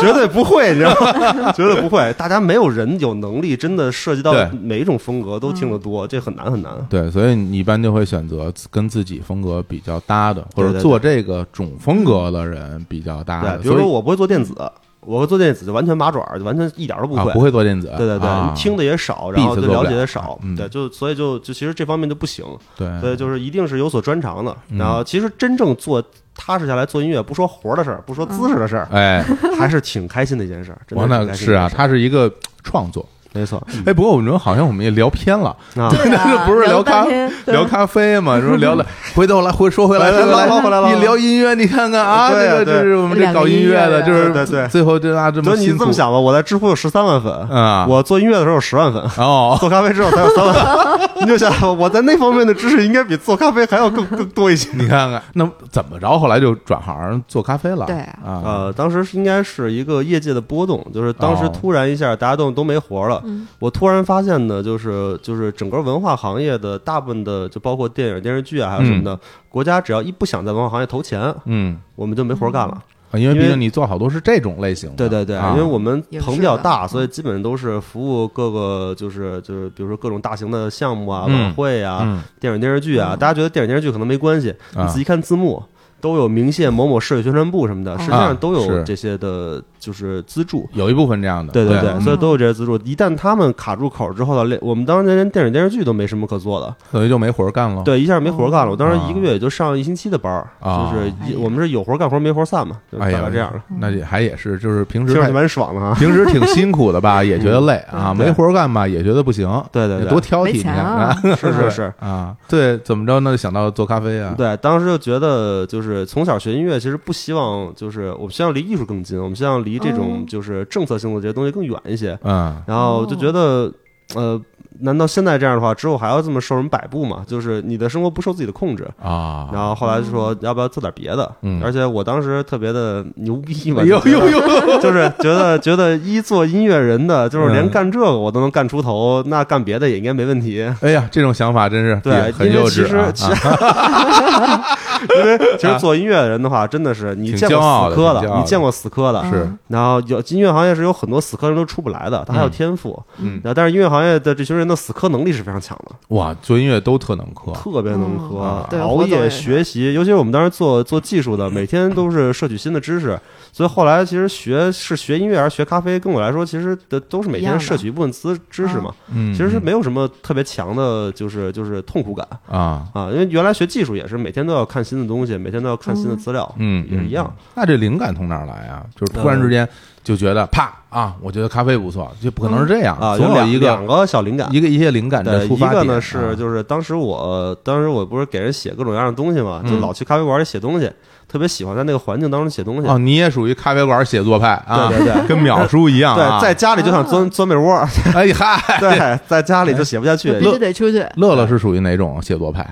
D: 绝对不会，你知 道吗？ 绝对不会，大家没有人有能力真的涉及到
A: 对啊
D: 每一种风格都听得多，这很难很难。
A: 对，所以你一般就会选择跟自己风格比较搭的，或
D: 对
A: 者
D: 对
A: 做这个种风格的人比较搭的。
D: 对，比如
A: 所以
D: 说我不会做电子，我做电子就完全麻爪，就完全一点都不
A: 啊
D: 会。，
A: 不会做电子，
D: 对对对，
A: 啊
D: 你听的也少，然
A: Beat
D: 后对
A: 做不
D: 了解
A: 了
D: 的少，
A: 嗯
D: 对，就所以就就其实这方面就不行，
A: 对，
D: 所以就是一定是有所专长的。
A: 嗯
D: 然后其实真正做踏实下来做音乐，不说活儿的事儿，不说姿势的事儿，
A: 哎，
D: 还是挺开心的一件事儿。真
A: 我
D: 的
A: 那
D: 挺开心
A: 是
D: 的一嗯
A: 啊，
D: 件事儿
A: 它是一个创作。
D: 没错
A: 哎，不过我们好像我们也聊偏了，
D: 啊。
C: 对啊
A: 不是
C: 聊
A: 聊
C: 了
A: 咖
C: 半天对
A: 聊咖啡嘛，说聊了， 回头来回说回来，
D: 来来
A: 说
D: 来啊回来
A: 一
D: 来
A: 聊音乐，你看看啊，
D: 对
A: 这个
D: 啊
A: 这
D: 对
A: 是我们这搞音乐的，
C: 两个音乐人
A: 就是
D: 对对对
A: 最后这啊这
D: 所
A: 么
D: 以
A: 辛
D: 你
A: 苦
D: 这么想吧，我在知乎有十三万粉
A: 啊
D: 我做音乐的时候有十万粉，
A: 哦，
D: 做咖啡之后才有三万。你就想我在那方面的知识应该比做咖啡还要更更多一些。
A: 你看啊看，那怎么着？后来就转行做咖啡了，
C: 对
A: 啊，
D: 呃，当时是应该是一个业界的波动，就是当时
A: 哦
D: 突然一下大家都都没活了。我突然发现呢，就是就是整个文化行业的大部分的，就包括电影、电视剧啊，还有什么的，国家只要一不想在文化行业投钱，
A: 嗯，
D: 我们就没活干了。
A: 啊因为
D: 因
A: 毕
D: 为
A: 竟你做好多是这种类型的，
D: 对对对，
A: 啊
D: 因为我们
C: 影视
D: 棚比较
C: 的
D: 大，所以基本都是服务各个就是就是比如说各种大型的项目啊、
A: 嗯
D: 晚会啊、
A: 嗯
D: 电影电视剧啊。大家觉得电影电视剧可能没关系，
A: 啊
D: 你仔细看字幕。都有明谢某某市委宣传部什么的，实际
A: 啊
D: 上都有
A: 是
D: 这些的，就是资助。
A: 有一部分这样的，
D: 对
A: 对嗯
D: 对，所以都有这些资助。一旦他们卡住口之后呢，我们当时连电影电视剧都没什么可做的，
A: 等于就没活儿干了，
D: 对，一下没活干了。我当时
A: 啊
D: 一个月也就上一星期的班儿，
A: 啊
D: 就是
C: 哎
D: 一
C: 呀
D: 我们是有活干活，没活散嘛，就大
A: 哎呀
D: 概这样的。
C: 嗯
A: 那也还也是，就是平时
D: 听着
A: 太
D: 就蛮爽的啊 哈。
A: 平时挺辛苦的吧，也觉得累 啊，
D: 嗯
A: 没活儿干吧，也觉得不行，
D: 对对对，
A: 多挑剔，
C: 没
A: 你
C: 钱
A: 看
C: 啊
A: 啊，
D: 是是是。
A: 啊，对，怎么着呢？想到做咖啡啊，
D: 对，当时就觉得就是从小学音乐，其实不希望就是我们希望离艺术更近，我们希望离这
A: 哦
D: 种就是政策性的这些东西更远一些。
A: 嗯，
D: 然后就觉得，呃，难道现在这样的话，之后还要这么受人摆布吗？就是你的生活不受自己的控制。
A: 啊，
D: 然后后来就说要不要做点别的，
A: 嗯
D: 而且我当时特别的 牛逼嘛，
A: 哎呦
D: 就觉得
A: 呦呦，
D: 就是觉得觉得一做音乐人的，就是连
A: 嗯
D: 干这个我都能干出头，那干别的也应该没问题。
A: 哎呀，这种想法真是
D: 对
A: 也，很
D: 因
A: 幼
D: 为其
A: 稚
D: 实
A: 啊
D: 其实， 因为其实做音乐的人的话，真的是你
A: 挺
D: 见
A: 骄
D: 过
A: 傲
D: 死
A: 的
D: 磕
A: 挺骄傲
D: 你见过死磕的
C: 嗯
A: 啊，，是
D: 然后有音乐行业是有很多死磕人都出不来的，他还有
A: 嗯
D: 天赋，
A: 嗯
D: 然后但是音乐行业的这群人的死磕能力是非常强的，
A: 哇，做音乐都特能磕，
D: 特别能
C: 嗯
D: 磕，
A: 啊
C: 对
D: 熬
C: 活动
D: 夜
C: 也
D: 学习，尤其是我们当时做做技术的，每天都是摄取新的知识，所以后来其实学是学音乐还是学咖啡，跟我来说其实的都是每
C: 一样
D: 天
C: 的
D: 摄取一部分知知识嘛，
A: 嗯，
D: 其实是没有什么特别强的，就是就是痛苦感。
A: 啊，
D: 啊，因为原来学技术也是每天都要看新的东西，每天都要看新的资料，
A: 嗯，
D: 也是一样。
A: 嗯。那这灵感从哪儿来啊？就是突然之间就觉得啪啊，我觉得咖啡不错，就不可能是这样，
D: 啊，
A: 嗯总
D: 有
A: 有
D: 两
A: 一
D: 两
A: 个
D: 个小灵感。
A: 一个一些灵感的
D: 对，
A: 出
D: 一
A: 发
D: 个
A: 点
D: 呢
A: 啊
D: 是就是当时我当时我不是给人写各种各样的东西嘛，
A: 嗯
D: 就老去咖啡馆里写东西，特别喜欢在那个环境当中写东西
A: 哦，。你也属于咖啡馆写作派啊，
D: 对对对
A: 跟淼叔一样啊，
D: 对，在家里就想钻钻被窝，
A: 哎嗨，
D: 对，在家里就写不下去。
C: 必须得出去。
A: 乐乐是属于哪种写作派？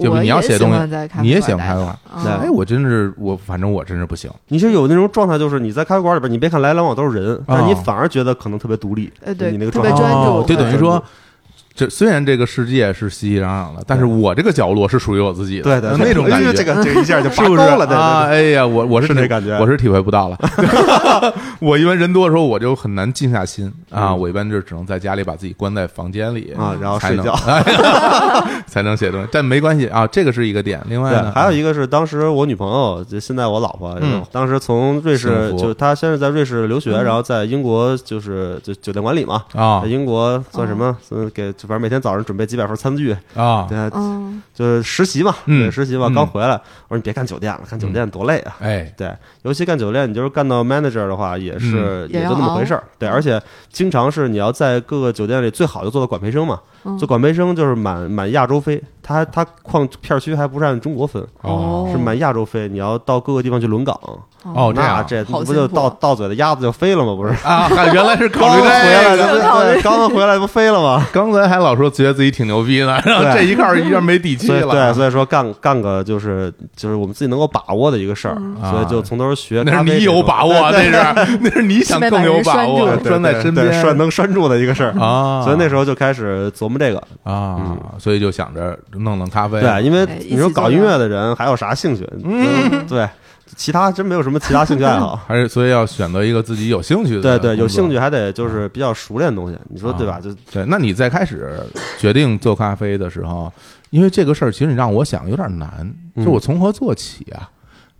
A: 就
C: 我
A: 是你
C: 也
A: 要写
C: 喜
A: 东
C: 欢在
A: 西，
C: 咖
A: 你
C: 啡
A: 也
C: 馆
A: 喜欢
C: 待
A: 开
C: 着
A: 馆。
C: 嗯
A: 哎，我真是我，反正我真是不行。
D: 你是有那种状态，就是你在咖啡馆里边，你别看来来往都是人，但
A: 哦
D: 你反而觉得可能特别独立。
C: 呃对
D: 你那个
C: 特
D: 状
C: 别
D: 态
C: 专注
A: 哦就等于
D: 对
A: 说，这虽然这个世界是熙熙攘攘的，但是我这个角落是属于我自己的，
D: 对对，
A: 哦
D: 哎
A: 那种感觉，
D: 这个这个一下就是 拔
A: 不是啊
D: 高了，对对对
A: 啊？哎呀，我我
D: 是
A: 体
D: 这感觉
A: 我是体会不到了。 我一般人多的时候，我就很难静下心啊，我一般就只能在家里把自己关在房间里
D: 嗯啊然后
A: 才能
D: 睡
A: 才能写东西。但没关系啊，这个是一个点。另外
D: 对
A: 呢，，
D: 还有一个是当时我女朋友，就现在我老婆，
A: 嗯
D: 当时从瑞士，
A: 幸福嗯
D: 就她先是在瑞士留学，然后在英国就是就酒店管理嘛，
A: 啊
D: 在英国算什
C: 哦
D: 么？嗯，给就反正每天早上准备几百份餐具，
A: 啊，
D: 对，
C: 嗯，
D: 就是实习嘛，
A: 嗯
D: 对，实习嘛，
A: 嗯
D: 刚回来，我说你别干酒店了，干酒店多累啊。
A: 哎，
D: 对，尤其干酒店，你就是干到 manager 的话，也
A: 嗯
D: 是、
C: 也
D: 也
C: 要嗯
D: 就那么回事儿。对，而且经常是你要在各个酒店里最好就做到管培生嘛，
C: 嗯
D: 做管培生就是满满亚洲飞，它它矿片区还不是按中国分，
A: 哦
D: 是满亚洲飞，你要到各个地方去轮岗。
A: 哦这样
D: 那这
C: 好
D: 不就
C: 辛苦
D: 到到嘴的鸭子就飞了吗？不是，
A: 啊，原来是啊 考
D: 刚
A: 虑这
D: 回哦
A: 个。
D: 来就对，刚回来不飞了 吗？
A: 刚才还老说觉得自己挺牛逼 的，然后这
D: 对
A: 一块一下没底气
D: 所以对，
A: 了。啊
D: 所以说干干个就是就是我们自己能够把握的一个事儿，所以就从头
A: 嗯
D: 学
A: 那
D: 咖
A: 是
D: 啡这种。
A: 你有把握，那是 那是你想更有把握
C: 是被把人拴，住
A: 拴在身
D: 对
A: 边，
D: 拴能拴住的一个事儿。
A: 啊。
D: 所以那时
A: 候
D: 候就开始琢磨这个，
A: 啊，所以就想着弄弄咖啡，。
D: 对，因为
C: 哎一起
D: 你说搞
C: 做
D: 音乐的人还有啥兴趣？嗯，对，其他真没有什么其他兴趣爱好
A: 还是所以要选择一个自己有兴趣的，
D: 对对，有兴。趣还得就是比较熟练的东西，你说
A: 啊
D: 对吧？就
A: 对，那你在开始决定做咖啡的时候，因为这个事儿，其实你让我想有点难，就
D: 嗯
A: 我从何做起啊？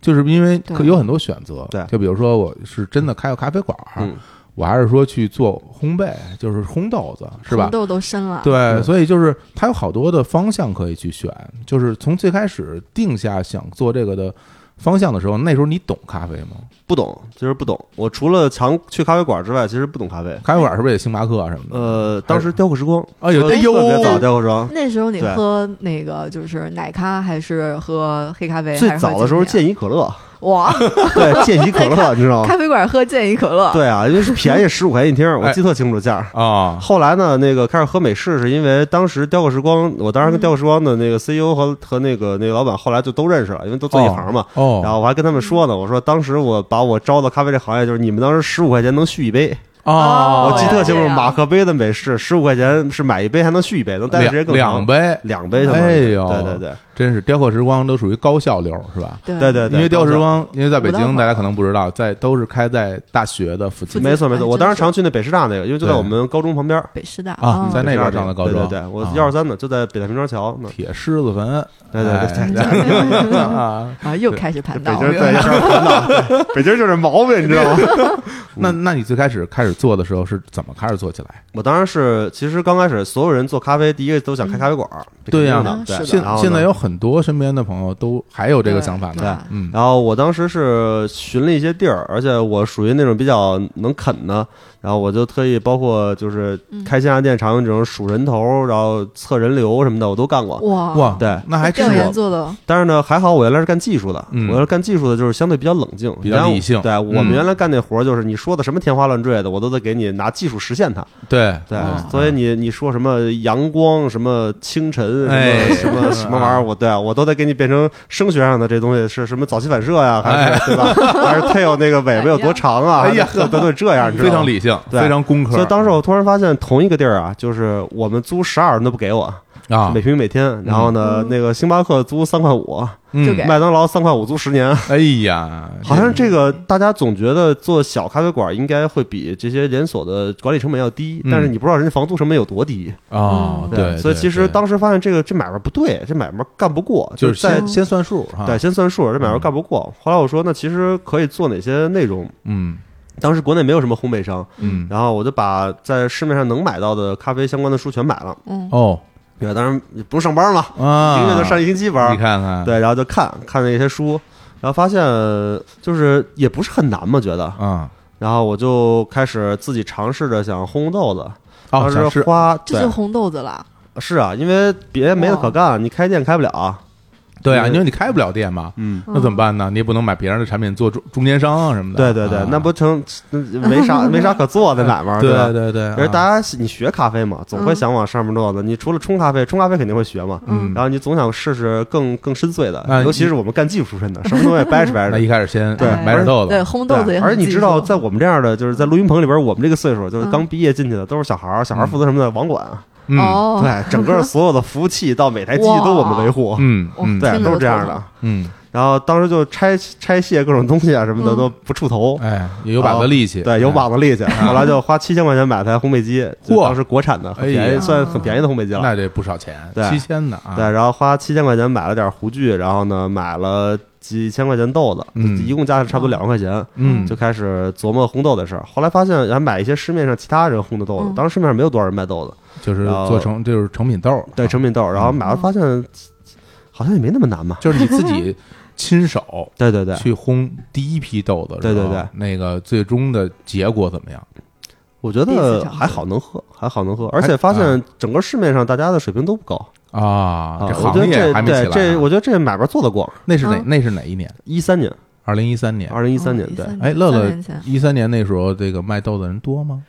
A: 就是因为
C: 对
A: 可有很多选择，
D: 对
A: 就比如说我是真的开个咖啡馆儿，
D: 嗯
A: 我还是说去做烘焙，就是烘豆子，是吧
C: 红？豆都深了，
A: 对，
D: 对
A: 所以就是它有好多的方向可以去选，就是从最开始定下想做这个的方向的时候，那时候你懂咖啡吗？
D: 不懂，就是不懂。我除了常去咖啡馆之外，其实不懂咖啡。
A: 咖啡馆是不是也星巴克啊什么的？
D: 呃，当时雕刻时光，
A: 哎呦，
D: 特
A: 哎呦，
D: 别早雕刻时光。
C: 那时候你
D: 对
C: 喝那个就是奶咖还是喝黑咖啡？
D: 哎最
C: 还是喝
D: 早的时候
C: 精
D: 健怡可乐，
C: 品哇，
D: 对，健怡可乐，你知道吗？
C: 咖啡馆喝健怡可乐，
D: 哦对啊，因为是便 宜十五块钱一听，
A: 哎
D: 我记得特清楚价儿。
A: 啊
D: 后来呢，那个开始喝美式，是因为当时雕刻时光，我当时跟雕刻时光的那个 CEO 和和那个那个老板后来就都认识了，因为都做一行嘛。
A: 哦，
D: 然后我还跟他们说呢，我说当时我把我招到咖啡这行业，就是你们当时十五块钱能续一杯，
A: 哦，
C: 哦
D: 我记得特清
C: 这
D: 楚，
C: 样
D: 马克杯的美式十五块钱是买一杯还能续一杯，能待的时间更
A: 两两，
D: 长
A: 杯，
D: 两杯相当
A: 哎
D: 于
A: 呦
D: 对对对
A: 真是雕刻时光都属于高校流是吧？
C: 对
D: 对对对，
A: 因为雕时光，因为在北
C: 我倒
A: 京，
C: 好
A: 大家可能不知道，在都是开在大学的附近
D: 没错没错，
C: 哎
D: 我当时
C: 真是
D: 常去那北师大那个，因为就在
A: 对
D: 我们高中旁边儿，
C: 北师大
A: 啊在那边上的高中
D: 对对对，我
A: 啊
D: 幺二三呢，就在北太平庄桥那儿，
A: 铁狮子坟，
D: 对对对
A: 哎
D: 对
A: 啊，
C: 啊又开始盘
D: 北
C: 道
D: 京
C: 了，
D: 对，有点烦恼。北京就是毛病，你知道吗？
A: 那那你最开始开始做的时候是怎么开始做起来？
D: 我当然是，其实刚开始所有人做咖啡，第一个都想开咖啡馆儿，
A: 对呀
D: 呀、
C: 嗯
D: 对。
C: 是的
A: 现
D: 然后呢
A: 现在有很多身边的朋友都还有这个
C: 对
A: 想法
C: 对
A: 呢，嗯
D: 然后我当时是寻了一些地儿，而且我属于那种比较能啃的，然后我就特意包括就是开线下店常用这种数人头，然后测人流什么的，我都干过。
A: 哦
C: 哇
A: 哇，
D: 对
A: 那还真
C: 调
A: 是
C: 研做的
D: 但是呢，还好我原来是干技术的，
A: 嗯
D: 我要是干技术的，就是相对比较冷静，
A: 比较
D: 你像
A: 理性
D: 对我
A: 嗯
D: 们原来干那活儿，就是你说的什么天花乱坠的，我都得给你拿技术实现它。
A: 对
D: 对，
C: 嗯
D: 所以你你说什么阳光、什么清晨、什么、
A: 哎
D: 什么什么玩意 儿，我对啊，我都得给你变成声学上的这东西是什么早期反射呀，还是、对吧？还是 tail 那个尾巴有多长啊？
A: 哎呀
D: 还得都都得这样，你知道
A: 非
D: 吗
A: 常。理性，
D: 对
A: 非常工科。
D: 所以当时我突然发现，同一个地儿啊，就是我们租十二人都不给我，
A: 啊
D: 每，平米每天。然后呢，那个星巴克租三块五，
A: 嗯
C: 就给
D: 麦当劳三块五租十年。
A: 哎呀，
D: 好像这个大家总觉得做小咖啡馆应该会比这些连锁的管理成本要低，
A: 嗯
D: 但是你不知道人家房租成本有多低。
A: 啊，
C: 嗯
A: 对，
D: 所以
A: 对
D: 其实
A: 对
D: 当时发现这个这买卖不对，这买卖干不过，
A: 就是
D: 在
A: 先先算数哈，
D: 对先算数，这买卖干不过。后来我说，那其实可以做哪些内容？
A: 嗯
D: 当时国内没有什么烘焙商，
A: 嗯，
D: 然后我就把在市面上能买到的咖啡相关的书全买了。
C: 嗯
A: 哦
D: 对，当然也不用上班嘛，
A: 啊，
D: 一个月就上一星期
A: 你
D: 班，
A: 看看，
D: 对，然后就看看那些书，然后发现就是也不是很难嘛，觉得。
A: 啊，
D: 然后我就开始自己尝试着想烘豆子，
A: 哦，
D: 当时
A: 想吃
D: 花
C: 这
D: 对
C: 就红豆子了，
D: 是啊，因为别没得可干，你开店开不了啊。
A: 对啊，
D: 就是
A: 因为你开不了店嘛，
D: 嗯，
A: 那怎么办呢？你也不能买别人的产品做中中间商啊什么的。
D: 对对对
A: 啊，
D: 那不成没啥没啥可 做的买卖儿，
A: 对
D: 吧？
A: 对对，
D: 而
A: 啊
D: 大家你学咖啡嘛，总会
C: 嗯
D: 想往上面做的。你除了冲咖啡，冲咖啡肯定会学嘛，
A: 嗯啊
D: 然后你总想试试更更深邃的
A: 那，
D: 尤其是我们干技术出身的，什么东西掰扯掰扯
A: 嗯那。一开始先
D: 对
A: 买点豆
C: 对
A: 子，
C: 烘
D: 对
C: 豆子也很
D: 而且你
C: 技
D: 知道，
C: 术
D: 在我们这样的，就是在录音棚里边，我们这个岁数，就是
C: 嗯
D: 刚毕业进去的，都是小孩儿，小孩儿负责什么的网管，啊
A: 嗯
C: 哦
D: 对，整个所有的服务器到每台机器都我们维护，
A: 嗯
C: 哇
A: 嗯
D: 对，
C: 听着
D: 都
C: 都
D: 是这样
C: 头
D: 的
C: 疼。
A: 嗯，
D: 然后当时就拆拆卸各种东西啊什么的
C: 嗯
D: 都不出头，
A: 哎，也有把子力气，
D: 哦
A: 哎
D: 对，有膀子力气。后来就花七千块钱买台烘焙机，就
A: 嚯
D: 当时国产的，很
A: 哎
D: 便
A: 呀
D: 宜，算很便宜的烘焙机
A: 哎
D: 了。
A: 那得不少钱，
D: 对
A: 七千呢啊，
D: 对，然后花七千块钱买了点壶具，然后呢买了几千块钱豆子，
A: 嗯
D: 就一共加起来差不多两万块钱。
A: 嗯，
D: 就开始琢磨烘豆的事儿。后来发现，还买一些市面上其他人烘的豆子，
C: 嗯
D: 当时市面上没有多少人卖豆子，
A: 就是
D: 然后
A: 做成就是成品豆儿，啊
D: 对成品豆，然后买了发现好像也没那么难嘛。
A: 就是你自 己亲手
D: 对对对，
A: 去烘第一批豆子，
D: 对对
A: 然后
D: 对
A: 那个最终的结果怎么样？
D: 我觉
C: 第一次
D: 得
C: 尝试
D: 还好能喝，还好能喝，而且发现整个市面上大家的水平都不高
A: 啊，
D: 啊。
A: 这
D: 我觉
A: 行
D: 得
A: 业
D: 这
A: 还没起来啊
D: 对
A: 呢。
D: 这，我觉得这买卖做得广。
A: 那是哪
C: 嗯
A: 那是哪一年？
D: 一三年，
A: 二零一三年。
D: 二零哦一三年，对，
A: 哎，乐
C: 三
A: 乐
C: 年前，
A: 一三年那时候，这个卖豆的人多吗？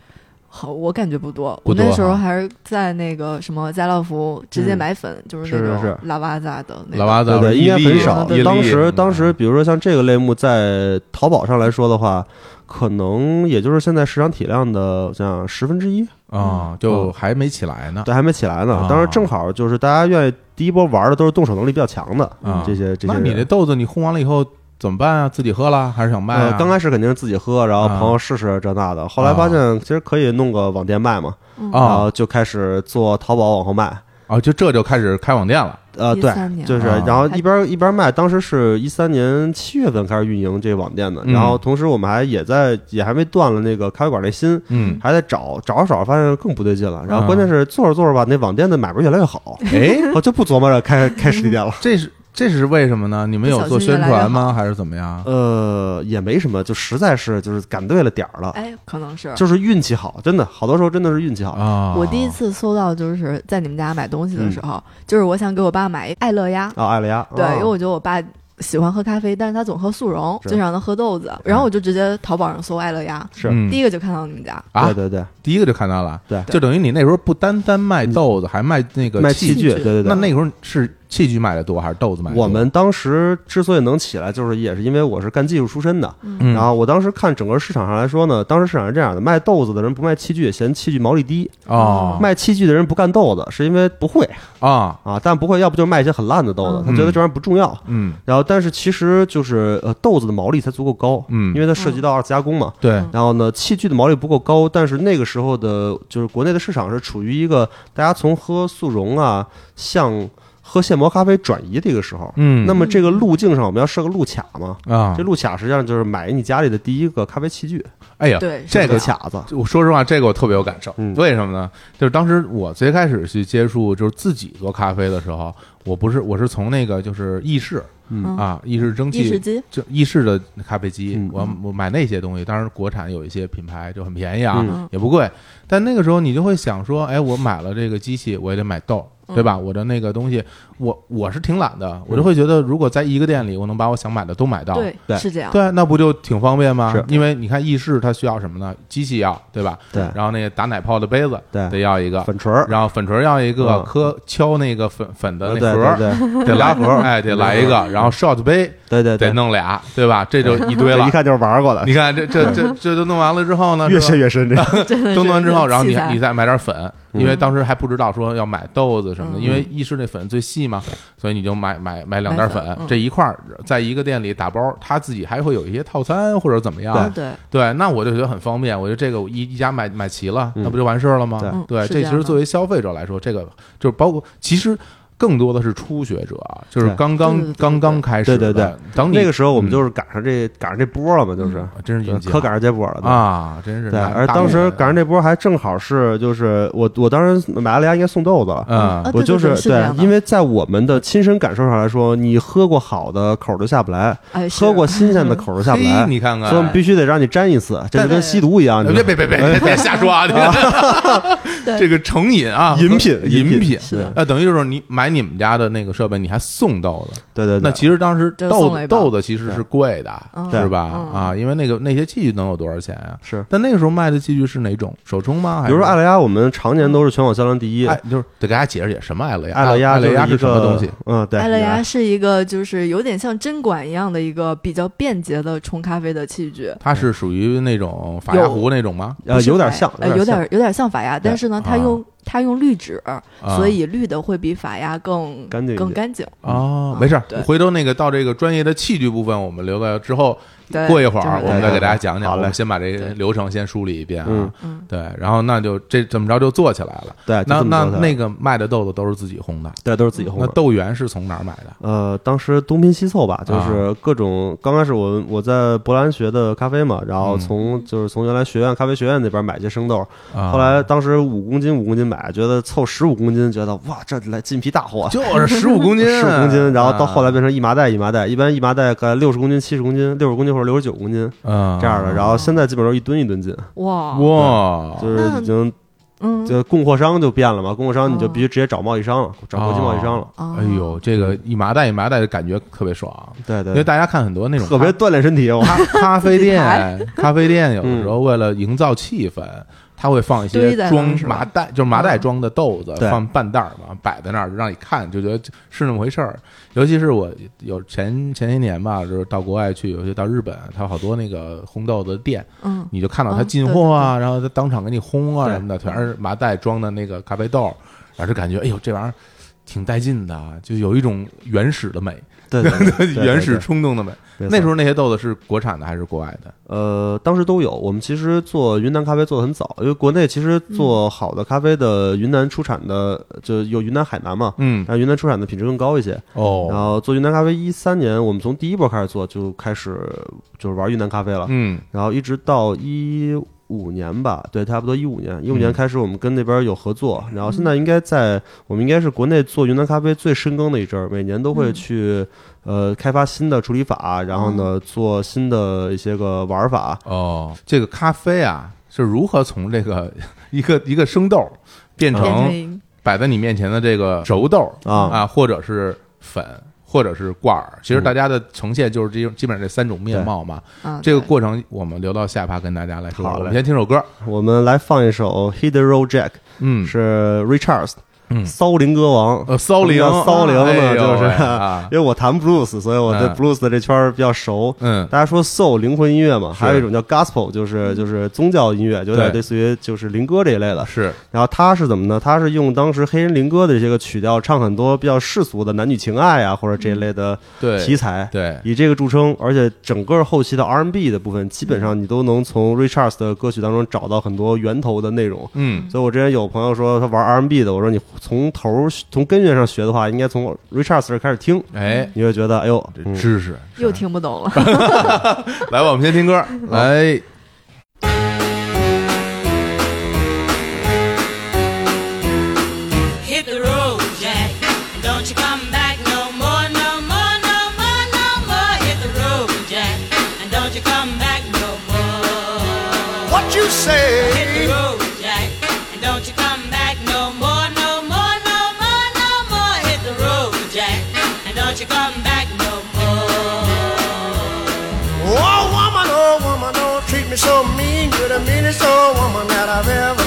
C: 好，我感觉不多，
A: 不
C: 我
A: 多
C: 那时候
A: 哈
C: 还是在那个什么家乐福直接买粉，就是
D: 是
C: 那
D: 嗯是
C: 种
D: 是
C: 拉瓦扎的那
A: 拉
C: 种
A: 瓦子
D: 对对，应该很少。
A: 啊
C: 一粒
D: 当时当，
A: 一
D: 时，
A: 粒
D: 比如说像这个类目，在淘宝上来说的话，可能也就是现在市场体量的，像十分之一，
A: 嗯啊，就还没起来呢。
D: 对，还没起来呢
A: 啊。
D: 当时正好就是大家愿意第一波玩的都是动手能力比较强的
A: 啊
D: 这些这些
A: 那你这
D: 人。
A: 豆子你烘完了以后怎么办啊？自己喝啦，还是想卖
D: 呃
A: 啊？，
D: 刚开始肯定是自己喝，然后
A: 啊
D: 朋友试试这那的。后来发现其实可以弄个网店卖嘛，
C: 嗯
D: 然
A: 啊
D: 后就开始做淘宝往后卖。
A: 啊，就这就开始开网店了。
D: 呃，对
C: 13，年
D: 就是
A: 啊
D: 然后一边一边卖，当时是一三年七月份开始运营这个网店的，
A: 嗯
D: 然后同时我们还也在也还没断了那个咖啡馆那心，
A: 嗯，
D: 还在找找着找着发现更不对劲了。然
A: 啊
D: 后关键是做着做着吧，那网店的买卖越来越好，
A: 哎，
D: 我就不琢磨着 开开实体店了。
A: 这是这是为什么呢？你们有做宣传吗？还是怎么样？
D: 呃，也没什么，就实在是就是赶对了点儿了，
C: 哎，可能是。
D: 就是运气好，真的，好多时候真的是运气好。
A: 啊，
C: 呃我第一次搜到就是在你们家买东西
A: 嗯
C: 的时候，就是我想给我爸买一爱乐鸭，
D: 啊，艾丽亚，
A: 哦
C: 对，
D: 啊
C: 因为我觉得我爸喜欢喝咖啡，但是他总喝速溶，
D: 是
C: 经常能喝豆子，然后我就直接淘宝上搜爱乐鸭，
D: 是，
A: 嗯
C: 第一个就看到你们家，
A: 啊
D: 对，对对，
A: 第一个就看到了，
D: 对嗯
A: 就等于你那时候不单单卖豆子，还卖那个
D: 卖
A: 器
D: 器具，对对对。
A: 那那时候是器具卖的多还是豆子卖的多？
D: 我们当时之所以能起来，就是也是因为我是干技术出身的。
A: 嗯
D: 然后我当时看整个市场上来说呢，当时市场是这样的：卖豆子的人不卖器具，嫌器具毛利低；
A: 哦
D: 卖器具的人不干豆子，是因为不会
A: 啊
D: 啊。但不会，要不就卖一些很烂的豆子，他觉得这玩意儿不重要。
A: 嗯
D: 然后，但是其实就是呃，豆子的毛利才足够高，
A: 嗯
D: 因为它涉及到二次加工嘛。
A: 对
D: 然后呢，器具的毛利不够高，但是那个时候的，就是国内的市场是处于一个大家从喝速溶啊向喝现磨咖啡转移的一个时候。
A: 嗯
D: 那么这个路径上，我们要设个路卡嘛？
A: 啊
D: 这路卡实际上就是买你家里的第一个咖啡器具，
A: 哎呀，
C: 对，
A: 这
C: 是
A: 个
C: 样
D: 卡子。
A: 我说实话，这个我特别有感受。
D: 嗯
A: 为什么呢？就是当时我最开始去接触就是自己做咖啡的时候，我不是我是从那个就是意式
C: 嗯
A: 啊，意式蒸
C: 意式
A: 汽。
C: 机，
A: 就意式的咖啡机
D: 嗯，
A: 我我买那些东西，当然国产有一些品牌就很便宜啊，
C: 嗯
A: 也不贵。但那个时候你就会想说，哎，我买了这个机器，我也得买豆，
D: 嗯
A: 对吧？我的那个东西，我我是挺懒的，我就会觉得，如果在一个店里，我能把我想买的都买到，
C: 对，
D: 对
C: 是这样，
A: 对，那不就挺方便吗
D: 是？
A: 因为你看意式它需要什么呢？机器要，对吧？
D: 对
A: 然后那个打奶泡的杯子，
D: 对
A: 得要一个，
D: 粉锤儿，
A: 然后粉锤要一个，
D: 嗯
A: 磕敲那个粉粉的
D: 对
A: 那
D: 对
A: 盒儿，
D: 对
A: 得来
D: 拉盒儿
A: 哎，得来一个，然后 shot 杯
D: 对对
A: 得
D: 对，
A: 弄俩，对吧？这就一堆
D: 这
A: 了
D: 一。看就是玩过的，
A: 你看这这 这这都弄完了之后呢，
D: 越
A: 是吧
D: 陷越深这个。
C: 真的是
A: 蒸完之后，然后你
C: 器材
A: 你再买点粉，因为
D: 嗯
A: 当时还不知道说要买豆子什么的，
C: 嗯
A: 因为意式那粉最细嘛，所以你就买买买两袋
C: 买
A: 粉
C: 粉，嗯
A: 这一块儿在一个店里打包，他自己还会有一些套餐或者怎么样
C: 嗯。对，
A: 对，那我就觉得很方便，我觉得这个我一一家买买齐了，
D: 嗯
A: 那不就完事儿了吗？对，
C: 对嗯是
A: 这
C: 这
A: 其
C: 样
A: 实
C: 的
A: 作为消费者来说，这个就是包括其实更多的是初学者啊，就是
D: 对
A: 刚刚
C: 对对对
A: 刚刚开始的，
D: 对对对
A: 等你嗯
D: 那个时候我们就是赶上这赶上这波了嘛，就是
A: 啊真是运气
D: 可赶上这波了。对
A: 啊，真是
D: 对，
A: 拿
D: 而
A: 大
D: 当时
A: 运
D: 赶上这波还正好是就是我我当时买了俩应该送豆子了。
A: 啊
C: 啊，
D: 我
C: 对
D: 就
C: 对对是这样的
D: 因为在我们的亲身感受上来说，你喝过好的口儿都下不来，
C: 哎，是
D: 喝过新鲜的口儿都下不
A: 嘿
D: 来，
A: 你哎看看呃
D: 所以我们必须得让你沾一次，这就跟吸毒一样。你
A: 别别别别别别瞎说啊！
C: 对
A: 这个成瘾啊，
D: 饮品饮
A: 饮
D: 品
A: 品
C: 是的，
A: 那等于就是你买你们家的那个设备，你还送豆子。
D: 对对对，
A: 那其实当时
C: 就
A: 豆
C: 送了
A: 子
C: 一包
A: 豆子其实是贵的，
C: 对
A: 是吧？
C: 嗯
A: 啊，因为那个那些器具能有多少钱啊？
D: 是，
A: 但那个时候卖的器具是哪种？手冲吗？还
D: 比
A: 是
D: 如说艾乐鸭，我们常年都是全网销量第一。
A: 哎，就是得给大家解释解释什么爱乐
D: 艾
A: 压。
D: 乐鸭
A: 爱乐压
D: 就是一
A: 什么
D: 个
A: 东西？？
D: 嗯，对，
C: 爱乐
D: 你
C: 芽
D: 来
C: 是一个，就是有点像针管一样的一个比较便捷的冲咖啡的器具，
A: 它是属于那种法压壶那种吗？
D: 呃
C: 不是
D: 有点
C: 白
D: 像，
C: 呃，有
D: 点像
C: 点有点像法压，但是呢，它
A: 啊
C: 用它用滤纸，
A: 啊
C: 所以滤的会比法压更
D: 干净一些
C: 更干净。
A: 啊，没事儿
C: 嗯对，
A: 回头那个到这个专业的器具部分，我们留到之后，
C: 对
A: 过一会
C: 就
A: 儿啊
C: 是
A: 我们再给大家讲
D: 对对对
A: 讲。
D: 好
A: 我
D: 嘞
A: 们先把这个流程先梳理一遍啊
D: 嗯。
C: 嗯，
A: 对，然后那就这怎么着就做起来了。
D: 对，就
A: 那
D: 这么
A: 那
D: 做的
A: 那个卖的豆子都是自己烘的，
D: 对都是自己烘
A: 那
D: 的。
A: 豆源是从哪儿买的？
D: 呃，当时东拼西凑吧，
A: 啊
D: 就是各种。刚开始我我在博兰学的咖啡嘛，然后
A: 嗯
D: 从就是从原来学院咖啡学院那边买一些生豆，
A: 啊
D: 后来当时五公斤五公斤买，觉得凑十五公斤，觉得哇这来进批大货，
A: 就是十五公斤，
D: 十五公斤，然后到
A: 啊
D: 后来变成一麻袋一麻袋，一般一麻袋大概六十公斤、七十公斤、六十公斤或者六十九公斤
A: 嗯
D: 这样的，然后现在基本上一吨一吨进，
C: 哇，
A: 哇，
D: 就是已经
C: 嗯，
D: 就供货商就变了嘛，供货商你就必须直接找贸易商了，找国际贸易商了，
C: 哦
A: 哎呦，这个一麻袋一麻袋的感觉特别爽，
D: 对
A: 因为
D: 对，
A: 大家看很多那种
D: 特别锻炼身体，我
A: 咖咖啡店，咖啡店有的
D: 嗯
A: 时候为了营造气氛，他会放一些
C: 堆在那儿
A: 装
C: 是吧嗯
A: 麻袋，就是麻袋装的豆子，
D: 对
A: 放半袋儿嘛，摆在那儿让你看，就觉得是那么回事儿。尤其是我有前前些年吧，就是到国外去，尤其到日本，它有好多那个烘豆子的店，
C: 嗯，
A: 你就看到他
C: 嗯
A: 进
C: 对
A: 货啊，然后他当场给你烘啊
D: 对
A: 什么的，全是麻袋装的那个咖啡豆，然后就感觉哎呦这玩意儿挺带劲的，就有一种原始的美，
D: 对对对对对
A: 原始冲动的美。
D: 没错
A: 那时候那些豆子是国产的还是国外的？
D: 呃，当时都有。我们其实做云南咖啡做的很早，因为国内其实做好的咖啡的云南出产的，就有云南、海南嘛，
A: 嗯，
D: 但云南出产的品质更高一些。然
A: 哦，
D: 后做云南咖啡，一三年我们从第一波开始做，就开始就是玩云南咖啡了，
A: 嗯
D: 然后一直到一。五年吧，对，差不多一五年，一五
A: 嗯
D: 年开始我们跟那边有合作，然后现在应该在我们应该是国内做云南咖啡最深耕的一阵儿，每年都会去、
A: 嗯
D: 呃开发新的处理法，然后呢做新的一些个玩法，
A: 哦，这个咖啡啊是如何从这个 一个一个生豆变
C: 变成
A: 成
C: 一
A: 摆在你面前的这个熟豆
D: 啊
A: 啊，或者是粉。或者是挂耳，其实大家的呈现就是这基本上这三种面
D: 嗯对
A: 貌嘛。
C: 啊
A: 这个
C: 对
A: 过程我们留到下趴跟大家来说。
D: 好嘞
A: 我们先听首歌，
D: 我们来放一首《Hidden Road Jack》，
A: 嗯，
D: 是 Richards，
A: 嗯
D: 骚灵歌王。
A: 呃，骚灵，
D: 什么叫骚灵呢
A: 哎呦
D: 就是
A: 喂 啊，
D: 因为我弹 blues，所以我对
A: 嗯
D: blues 的这圈儿比较熟。
A: 嗯，
D: 大家说 soul 灵魂音乐嘛，
A: 是嗯
D: 还有一种叫 gospel，就是就是宗教音乐，有点
A: 对
D: 类似于就是灵歌这一类的。
A: 是
D: 然后他是怎么呢？他是用当时黑人灵歌的这些个曲调，唱很多比较世俗的男女情爱啊，或者这一类的
A: 嗯对，
D: 题材，
A: 对，
D: 以这个著称。而且整个后期的 R&B 的部分，基本上你都能从 Richards 的歌曲当中找到很多源头的内容。
A: 嗯，
D: 所以我之前有朋友说他玩 R&B 的，我说你从头儿从根源上学的话，应该从 Richards 这儿开始听，
A: 哎，
D: 你会觉得哎呦，
A: 这
D: 嗯
A: 知识，
C: 又听不懂了。
A: 来吧，我们先听歌，来，
E: Hit the road, Jack. Don't you come back no more, no more, no more, no more. Hit the road, Jack. And don't you come back no more.
F: What you
E: Hit the
F: say?
E: road, Jack. And don't you come back no more, no more, no more, no more. Hit the road, Jack. And don't you come back no more.
F: Oh, woman, oh, woman, oh, treat me so mean. You're the meanest old woman that I've ever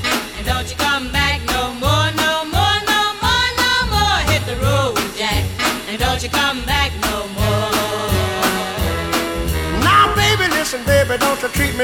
E: And don't you come back no more, no more, no more, no more. Hit the road, Jack. And don't you come back no more.
F: Now, baby, listen, baby, don't you treat me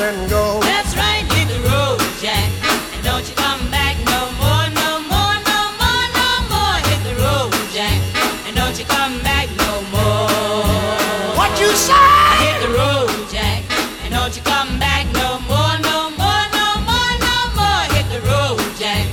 F: and go.
E: That's right, hit the road, Jack. And don't you come back no more, no more, no more, no more. Hit the road, Jack. And don't you come back no more.
F: What you say?
E: Hit the road, Jack. And don't you come back no more, no more, no more, no more. Hit the road, Jack.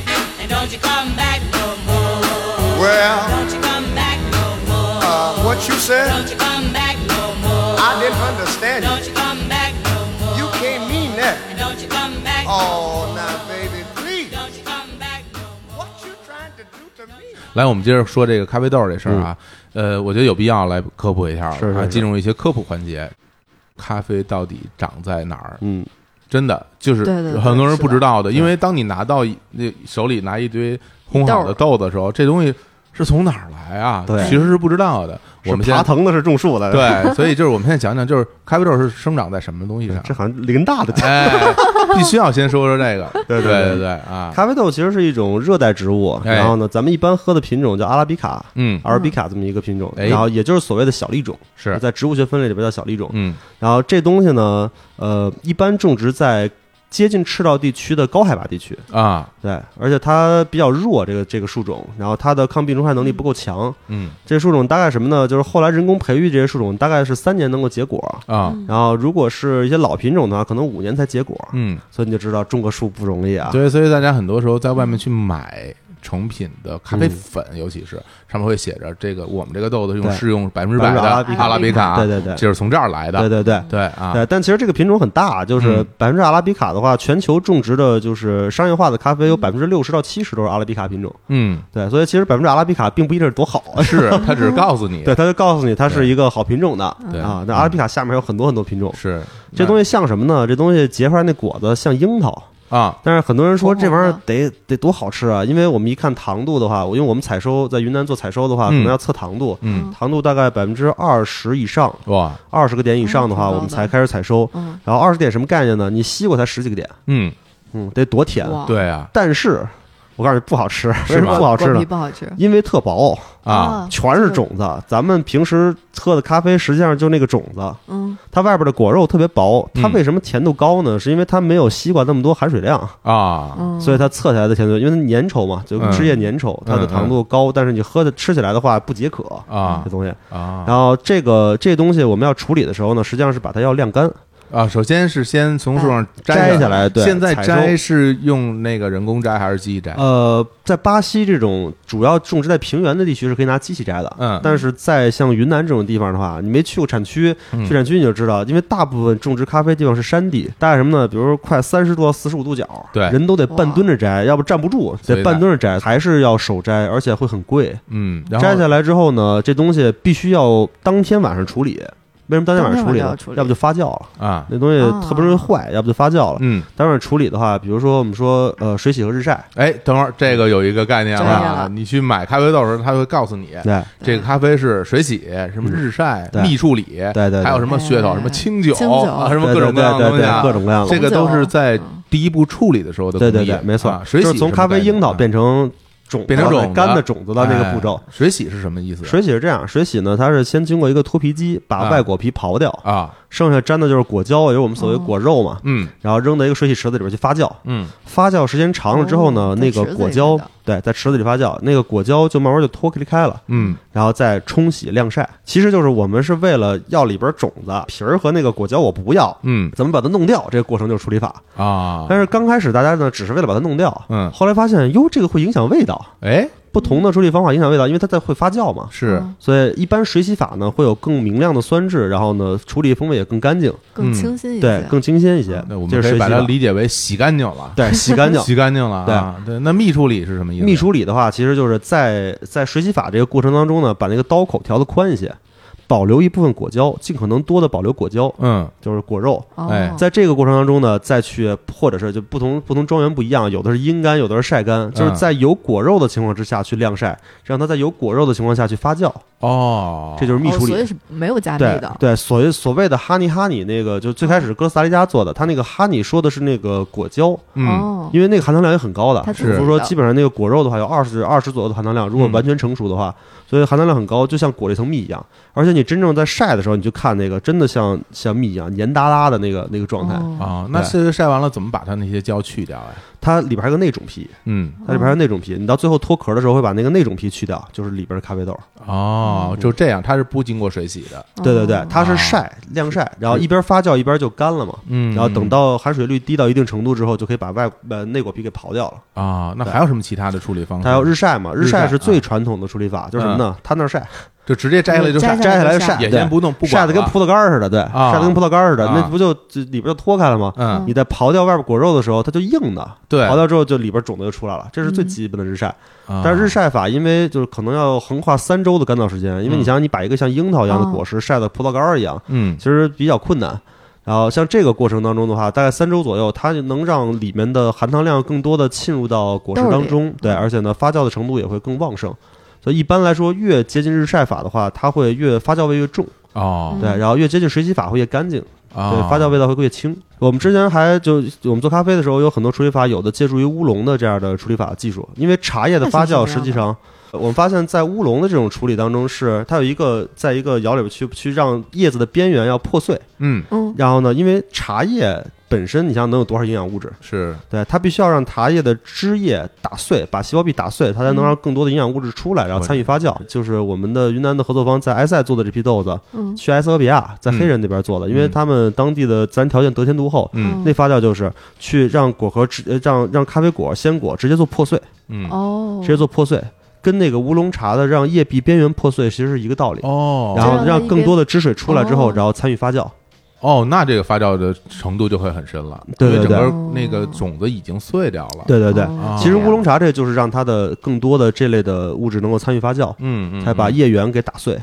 E: And don't you come back no more.
F: Well,
E: Don't you come back no more.
F: uh, what you said?
E: Don't you come back no more.
F: I didn't understand
E: Don't
F: it.
E: you come back no more.
F: You can't mean that.
E: And don't you come back.
F: Oh, now, baby, please.
E: Don't you come back no more.
F: What you trying to do to me?
A: 来，我们接着说这个咖啡豆这事儿啊，呃，我觉得有必要来科普一下了
D: 嗯是是
A: 啊，
D: 是
A: 进入一些科普环节。咖啡到底长在哪儿？
D: 嗯，
A: 真的就是
C: 对对对
A: 很多人不知道的，
D: 是的
A: 因为当你拿到一那手里拿一堆烘好的
C: 豆
A: 豆的时候，这东西是从哪儿来啊？
D: 对
A: 其实是不知道的。我们
D: 是
A: 现
D: 爬
A: 在
D: 藤的是种树的，，
A: 对，所以就是我们现在讲讲，就是咖啡豆是生长在什么东西上
D: 这？好像林大的家。
A: 哎，必须要先说说这个。 对
D: 对对对
A: 对啊，
D: 咖啡豆其实是一种热带植物，
A: 哎
D: 然后呢，咱们一般喝的品种叫阿拉比卡，
A: 嗯
D: 阿拉比卡这么一个品种，
A: 哎
D: 然后也就是所谓的小粒种，
A: 是，
D: 在植物学分类里边叫小粒种。
A: 嗯
D: 然后这东西呢，呃，一般种植在接近赤道地区的高海拔地区，
A: 啊，
D: 对，而且它比较弱，这个这个树种，然后它的抗病虫害能力不够强。
A: 嗯
D: 这树种大概什么呢？就是后来人工培育这些树种，大概是三年能够结果。
A: 啊，
D: 然后，如果是一些老品种的话，可能五年才结果，
A: 嗯，
D: 所以你就知道种个树不容易啊。
A: 所以所以大家很多时候在外面去买成品的咖
D: 嗯
A: 啡粉，尤其是上面会写着这个我们这个豆子用
D: 对
A: 是用百分之百的
D: 百分
C: 之百
A: 阿拉比卡，
D: 对对对，
A: 就是啊从这儿来的。
D: 对对对。
A: 对啊，
D: 对，但其实这个品种很大，啊就是
A: 嗯
D: 百分之阿拉比卡的话，全球种植的就是商业化的咖啡有百分之六十到七十都是阿拉比卡品种。
A: 嗯，
D: 对，所以其实百分之阿拉比卡并不一定是多好，
A: 是他只是告诉你，
D: 对，他就告诉你它
A: 哎对
D: 是一个好品种的
A: 对
D: 啊。那阿拉比卡下面还有很多很多品种，
A: 是
D: 这东西像什么呢？这东西结出来那果子像樱桃，
A: 啊，
D: 但是很多人说
C: 红红
D: 这玩意儿
C: 的
D: 得得多好吃啊！因为我们一看糖度的话，我因为我们采收在云南做采收的话，可
A: 嗯
D: 能要测糖度，
A: 嗯，
D: 糖度大概百分之二十以上，
A: 哇，
D: 二十个点以上的
C: 哦
D: 话，
C: 挺高的
D: 我们才开始采收。
C: 嗯，
D: 然后二十点什么概念呢？你西瓜才十几个点，
A: 嗯，
D: 嗯，得多甜。
C: 哇，
A: 对啊，
D: 但是我告诉你不好吃，
A: 是
D: 为什
A: 吧
D: 么不好吃
C: 果
D: 呢
C: 皮？不好吃
D: 因为特薄，
A: 啊，
D: 全是种子。咱们平时喝的咖啡实际上就那个种子，
C: 嗯，
D: 它外边的果肉特别薄。它
A: 嗯
D: 为什么甜度高呢？是因为它没有西瓜那么多含水量。
A: 啊，
C: 嗯，
D: 所以它测下来的甜度，因为它粘稠嘛，就
A: 嗯
D: 汁液粘稠，它的糖度高，但是你喝的吃起来的话不解渴
A: 啊
D: 这东西。
A: 啊
D: 嗯然后这个这东西我们要处理的时候呢，实际上是把它要晾干，
A: 啊！首先是先从树上摘
D: 摘下来。对，
A: 现在
D: 采收
A: 摘是用那个人工摘还是机器摘？
D: 呃，在巴西这种主要种植在平原的地区是可以拿机器摘的，
A: 嗯
D: 但是在像云南这种地方的话，你没去过产区，
A: 嗯
D: 去产区你就知道，因为大部分种植咖啡地方是山地，大概什么呢？比如说快三十度到四十五度角，
A: 对
D: 人都得半
C: 哇
D: 蹲着摘，要不站不住，
A: 所以
D: 得
A: 呢
D: 半蹲着摘，还是要手摘，而且会很贵。
A: 嗯，然后
D: 摘下来之后呢，这东西必须要当天晚上处理。为什么当天晚上处理
C: 当天晚上要？
D: 呢
C: 处理
D: 要不就发酵了，
A: 啊，
D: 那东西特别容易
C: 啊
D: 坏；要不就发酵了。
A: 嗯，
D: 当晚处理的话，比如说我们说呃水洗和日晒，
A: 哎，等会儿这个有一个概念了
C: 专业
A: 啊，
C: 嗯了
A: 你去买咖啡豆的时候，他会告诉你。
D: 对
A: 这个咖啡是水洗、什么日晒、
D: 对
A: 蜜处理，对
D: 对对
A: 还有什么噱头，
C: 嗯哎
A: 什么清酒
C: 清酒
A: 啊，什么各种各
D: 对
A: 样的
D: 对
A: 东
D: 对
A: 西
D: 对
A: 啊，
D: 各种各样的
A: 这个都是在
C: 嗯
A: 第一步处理的时候的
D: 对
A: 工
D: 对
A: 艺
D: 对，没错
A: 啊，水
D: 就
A: 洗
D: 是从
A: 什么
D: 咖啡
A: 概念
D: 樱桃
A: 啊
D: 变成种子
A: 变成种子
D: 干的种子的那个步骤
A: 哎。水洗是什么意思？
D: 水洗是这样，水洗呢，它是先经过一个脱皮机
A: 啊
D: 把外果皮刨掉，
A: 啊，
D: 剩下粘的就是果胶，也就是我们所谓
C: 哦
D: 果肉嘛，
A: 嗯
D: 然后扔到一个水洗池子里边去发酵。
A: 嗯
D: 发酵时间长了之后呢，
C: 哦
D: 那
C: 在
D: 个
C: 池子里
D: 果胶
C: 面的
D: 对，在池子里发酵，那个果胶就慢慢就脱离开了，
A: 嗯
D: 然后再冲洗晾晒。其实就是我们是为了要里边种子啊皮儿和那个果胶，我不要，
A: 嗯
D: 怎么把它弄掉？这个过程就是处理法。
A: 啊，
D: 但是刚开始大家呢，只是为了把它弄掉，
A: 嗯
D: 后来发现哟，这个会影响味道，
A: 哎
D: 不同的处理方法影响味道，因为它在会发酵嘛。
A: 是
C: 嗯
D: 所以一般水洗法呢会有更明亮的酸质，然后呢处理风味也更干净，
C: 更
A: 嗯
C: 清新一些，
D: 对，更清新一些。
A: 啊那我
D: 这
A: 们
D: 是
A: 可以
D: 水洗
A: 把它
D: 法，
A: 理解为洗干净了，
D: 对，洗干净。
A: 洗干净了啊。对，那蜜处理是什么意思？
D: 蜜处理的话，其实就是在在水洗法这个过程当中呢，把那个刀口调的宽一些，保留一部分果胶，尽可能多的保留果胶，
A: 嗯
D: 就是果肉。
C: 哦
A: 哎
D: 在这个过程当中呢，再去或者是就不同不同庄园不一样，有的是阴干，有的是晒干，就是在有果肉的情况之下去晾晒，让它在有果肉的情况下去发酵，
A: 哦，
D: 这就是蜜处
C: 哦，
D: 理。
C: 所以是没有加密
D: 对
C: 的，
D: 对，所谓所谓的哈尼哈尼那个，就最开始哥斯达黎加做的，它那个哈尼说的是那个果胶，
A: 嗯
C: 哦，
D: 因为那个含糖量也很高的，
C: 它
A: 是
D: 比如说基本上那个果肉的话有二十二十左右的含糖量，如果完全成熟的话，所以含糖量很高，就像裹了一层蜜一样。而且你真正在晒的时候，你就看那个真的像像蜜一样黏哒哒的那个那个状态，
C: 哦
D: 嗯
A: 啊，那是晒完了怎么把它那些胶去掉呀？
D: 它里边还有个内种皮，
A: 嗯
D: 它里边还有内种皮，你到最后脱壳的时候会把那个内种皮去掉，就是里边的咖啡豆。
A: 哦，
D: 嗯
A: 就这样，它是不经过水洗的。
D: 对对对
C: 哦，
D: 它是晒晾晒，然后一边发酵一边就干了嘛。
A: 嗯
D: 然后等到含水率低到一定程度之后，就可以把外呃内果皮给刨掉了。
A: 啊，那还有什么其他的处理方式？
D: 它要日晒嘛，
A: 嗯日晒
D: 晒是最传统的处理法，就是什么呢？它那儿晒，
A: 就直接摘下来就
C: 摘
A: 晒，
C: 下
D: 摘下来
C: 来
D: 就
C: 就
D: 晒，
C: 晒
A: 也
D: 对
A: 先不弄，不管
D: 晒得跟
A: 了
D: 葡萄干儿似的，对，
A: 啊
D: 晒得跟葡萄干儿似的，
A: 啊
D: 那不就就里边就脱开了吗？
A: 嗯
D: 你再刨掉外边果肉的时候，它就硬的，
A: 对
D: 刨掉之后就里边种子就出来了，这是最基本的日晒。
A: 啊
D: 但是日晒法，因为就是可能要横跨三周的干燥时间，因为
A: 嗯
D: 你想想，你把一个像樱桃一样的
C: 哦
D: 果实晒到葡萄干儿一样，
A: 嗯
D: 其实比较困难。然后像这个过程当中的话，大概三周左右，它就能让里面的含糖量更多的浸入到果实
C: 豆里嗯
D: 当中，对，而且呢发酵的程度也会更旺盛。所以一般来说，越接近日晒法的话，它会越发酵味越重，
A: 哦
C: 嗯
D: 对，然后越接近水洗法会越干净。
A: 啊，
D: 嗯对，发酵味道会越轻。我们之前还就我们做咖啡的时候，有很多处理法，有的借助于乌龙的这样的处理法技术，因为茶叶的发酵实际上。我们发现，在乌龙的这种处理当中是，它有一个在一个窑里边去去让叶子的边缘要破碎，
A: 嗯
C: 嗯，
D: 然后呢，因为茶叶本身，你想能有多少营养物质？
A: 是
D: 对，它必须要让茶叶的枝叶打碎，把细胞壁打碎，它才能让更多的营养物质出来，然后参与发酵。就是我们的云南的合作方在埃塞做的这批豆子，
C: 嗯
D: 去埃塞俄比亚，在黑人那边做的，因为他们当地的自然条件得天独厚。
A: 嗯
D: 那发酵就是去让果核直，呃让让咖啡果、鲜果直接做破碎，
A: 嗯
C: 哦
D: 直，接做破碎，跟那个乌龙茶的让叶壁边缘破碎其实是一个道理。
A: 哦，
D: 然
C: 就
D: 后
C: 让它
D: 让更多的汁水出来之后，
C: 哦
D: 然后参与发酵。
A: 哦，那这个发酵的程度就会很深了，
D: 对
A: 因为
D: 对
A: 整个
C: 对
A: 那个种子已经碎掉了。，
D: 对对对，
C: 哦
D: 其实乌龙，茶这就是让它的更多的这类的物质能够参与发酵，
A: 嗯嗯，
D: 才把
A: 嗯
D: 叶缘给打碎。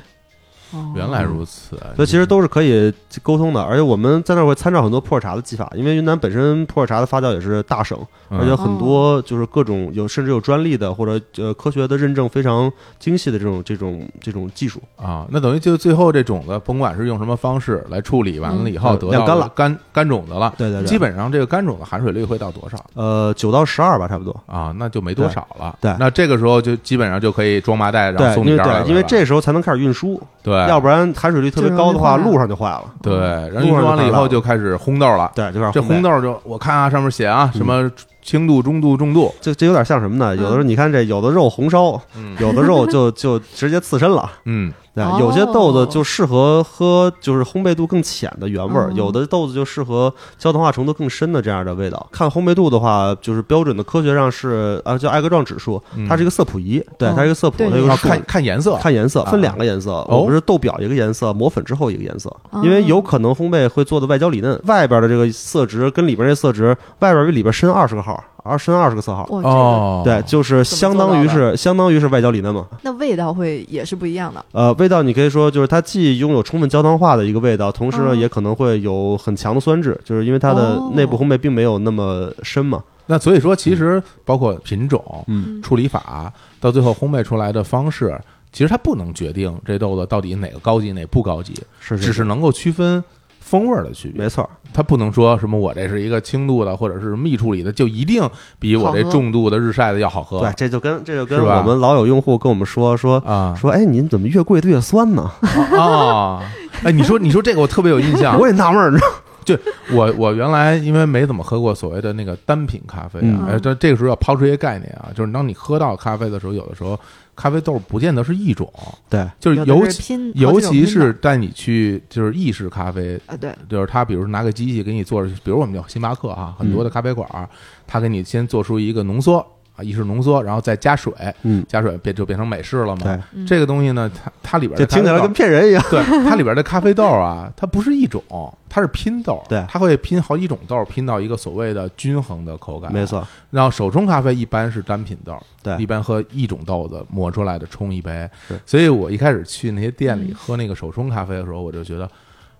C: 哦
A: 原来如此，
D: 所以其实都是可以沟通的，而且我们在那儿会参照很多普洱茶的技法，因为云南本身普洱茶的发酵也是大省，
A: 嗯
D: 而且很多就是各种有甚至有专利的或者呃科学的认证非常精细的这种这种这种技术。
A: 啊，那等于就最后这种子，甭管是用什么方式来处理完了以后，
D: 嗯
A: 得到
D: 晾干
A: 的
D: 了
A: 干干种子了，
D: 对对对
A: 基本上这个干种子含水率会到多少
D: 呃，九到十二吧，差不多。
A: 啊？那就没多少了。
D: 对对
A: 那这个时候就基本上就可以装麻袋，然后
D: 对，
A: 送
D: 因
A: 你
D: 为
A: 这儿来了
D: 对，因为
A: 吧
D: 这时候才能开始运输，
A: 对，
D: 要不然含水率特别高的话，
C: 就容易坏
D: 路上就坏了。
A: 对，然后
D: 路
A: 运
D: 上
A: 完了
D: 就
A: 以
D: 看到
A: 后
D: 了
A: 就开始烘豆了。
D: 对，就开始
A: 这
D: 烘嗯
A: 烘豆就我看啊，上面写啊，什么轻度、中度、重度，
D: 这这有点像什么呢？有的时候你看这，有的肉红烧，有的肉就 就直接刺身了。
A: 嗯，
D: 对，
C: 哦
D: 有些豆子就适合喝，就是烘焙度更浅的原味儿；
C: 哦
D: 有的豆子就适合焦糖化程度更深的这样的味道。看烘焙度的话，就是标准的科学上是啊叫艾格壮指数，它是一个色谱仪，对，
C: 哦
D: 它是一个色谱，
C: 对
D: 它有
A: 要
D: 个
A: 嗯
D: 数。
A: 看看颜色，啊哦
D: 看颜色，分两个颜色，我们是豆表一个颜色，磨粉之后一个颜色，
C: 哦
D: 因为有可能烘焙会做的外焦里嫩，外边的这个色值跟里边这色值，外边比里边深二十个号，而深二十个色号，
C: 哇，这个
A: 哦，
D: 对，就是
C: 怎么
D: 相
C: 做
D: 当于
C: 到
D: 是相当于是外焦里嫩嘛，
C: 那味道会也是不一样的。
D: 呃，味道你可以说就是它既拥有充分焦糖化的一个味道，同时呢、
C: 哦
D: 也可能会有很强的酸质，就是因为它的
C: 哦
D: 内部烘焙并没有那么深嘛。
A: 那所以说，其实包括品种、
D: 嗯
A: 处理法，到最后烘焙出来的方式，其实它不能决定这豆子到底哪个高级，哪个不高级，
D: 是
A: 只是能够区分风味儿的区别。
D: 没错儿，
A: 它不能说什么我这是一个轻度的，或者是密处理的，就一定比我这
C: 好喝
A: 重度的日晒的要好喝。
D: 对，这就跟这就跟
A: 是吧
D: 我们老有用户跟我们说说。
A: 啊
D: 说，哎，您怎么越贵的越酸 呢？
A: 啊！哎，你说你说这个我特别有印象，
D: 我也纳闷 儿，你知道吗
A: 就我我原来因为没怎么喝过所谓的那个单品咖啡啊
D: 嗯，
A: 哎，这这个时候要抛出一个概念啊，就是当你喝到咖啡的时候，有的时候咖啡豆不见得是一种，
D: 对，
A: 就是
C: 有
A: 尤
C: 的是
A: 其
C: 拼
A: 尤
C: 好几种
A: 其
C: 拼的
A: 是带你去就是意式咖啡，
C: 啊，对，
A: 就是他比如拿个机器给你做，比如我们叫星巴克啊，很
D: 嗯
A: 多的咖啡馆儿，他给你先做出一个浓缩啊，意式浓缩，然后再加水，
D: 嗯，
A: 加水变就变成美式了嘛
D: 对。
A: 这个东西呢，它它里边
D: 就
A: 的
D: 听起来
A: 咖啡
D: 跟
A: 豆
D: 骗人一样。
A: 对它里边的咖啡豆啊，它不是一种，它是拼豆，
D: 对
A: 它会拼好几种豆，拼到一个所谓的均衡的口感。
D: 没，错，
A: 然后手冲咖啡一般是单品豆，
D: 对嗯
A: 一般喝一种豆子磨出来的冲一杯
D: 哎是。
A: 所以我一开始去那些店
C: 嗯
A: 里喝那个手冲咖啡的时候，我就觉得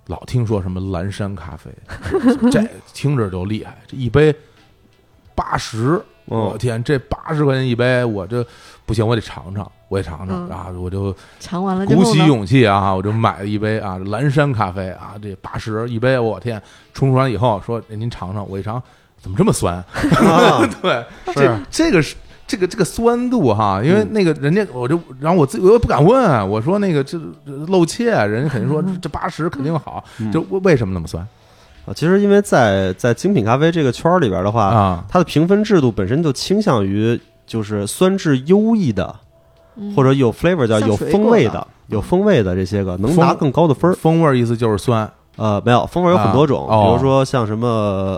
A: 老听说什么蓝山咖 啡，这听着就厉害，这一杯八十。
D: 嗯
A: 我天，这八十块钱一杯，我这不行，我得尝尝，我也尝尝
C: 嗯
A: 啊！我就
C: 尝完了之
A: 鼓
C: 后
A: 起
C: 呢，
A: 勇气啊，我就买了一杯啊蓝山咖啡啊，这八十一杯，我天！冲出来以后说哎您尝尝，我一尝怎么这么酸？
D: 啊嗯
A: 对，这这个是。这个这个酸度哈，因为那个人家我就，然后我自己我又不敢问，啊我说那个这这漏怯，啊人家肯定说
D: 嗯
A: 这这八十肯定好，就为为什么那么酸
D: 啊其实因为在在精品咖啡这个圈儿里边儿的话，
A: 啊？
D: 它的评分制度本身就倾向于就是酸质优异的，或者有 flavor 叫
C: 嗯像
D: 有
C: 水
D: 风
C: 果
D: 味
C: 的
D: 的、有风味的这些个能
A: 风
D: 拿更高的分儿。
A: 风味儿意思就是酸，
D: 呃，没有风味有很多种，
A: 啊哦
D: 比如说像什么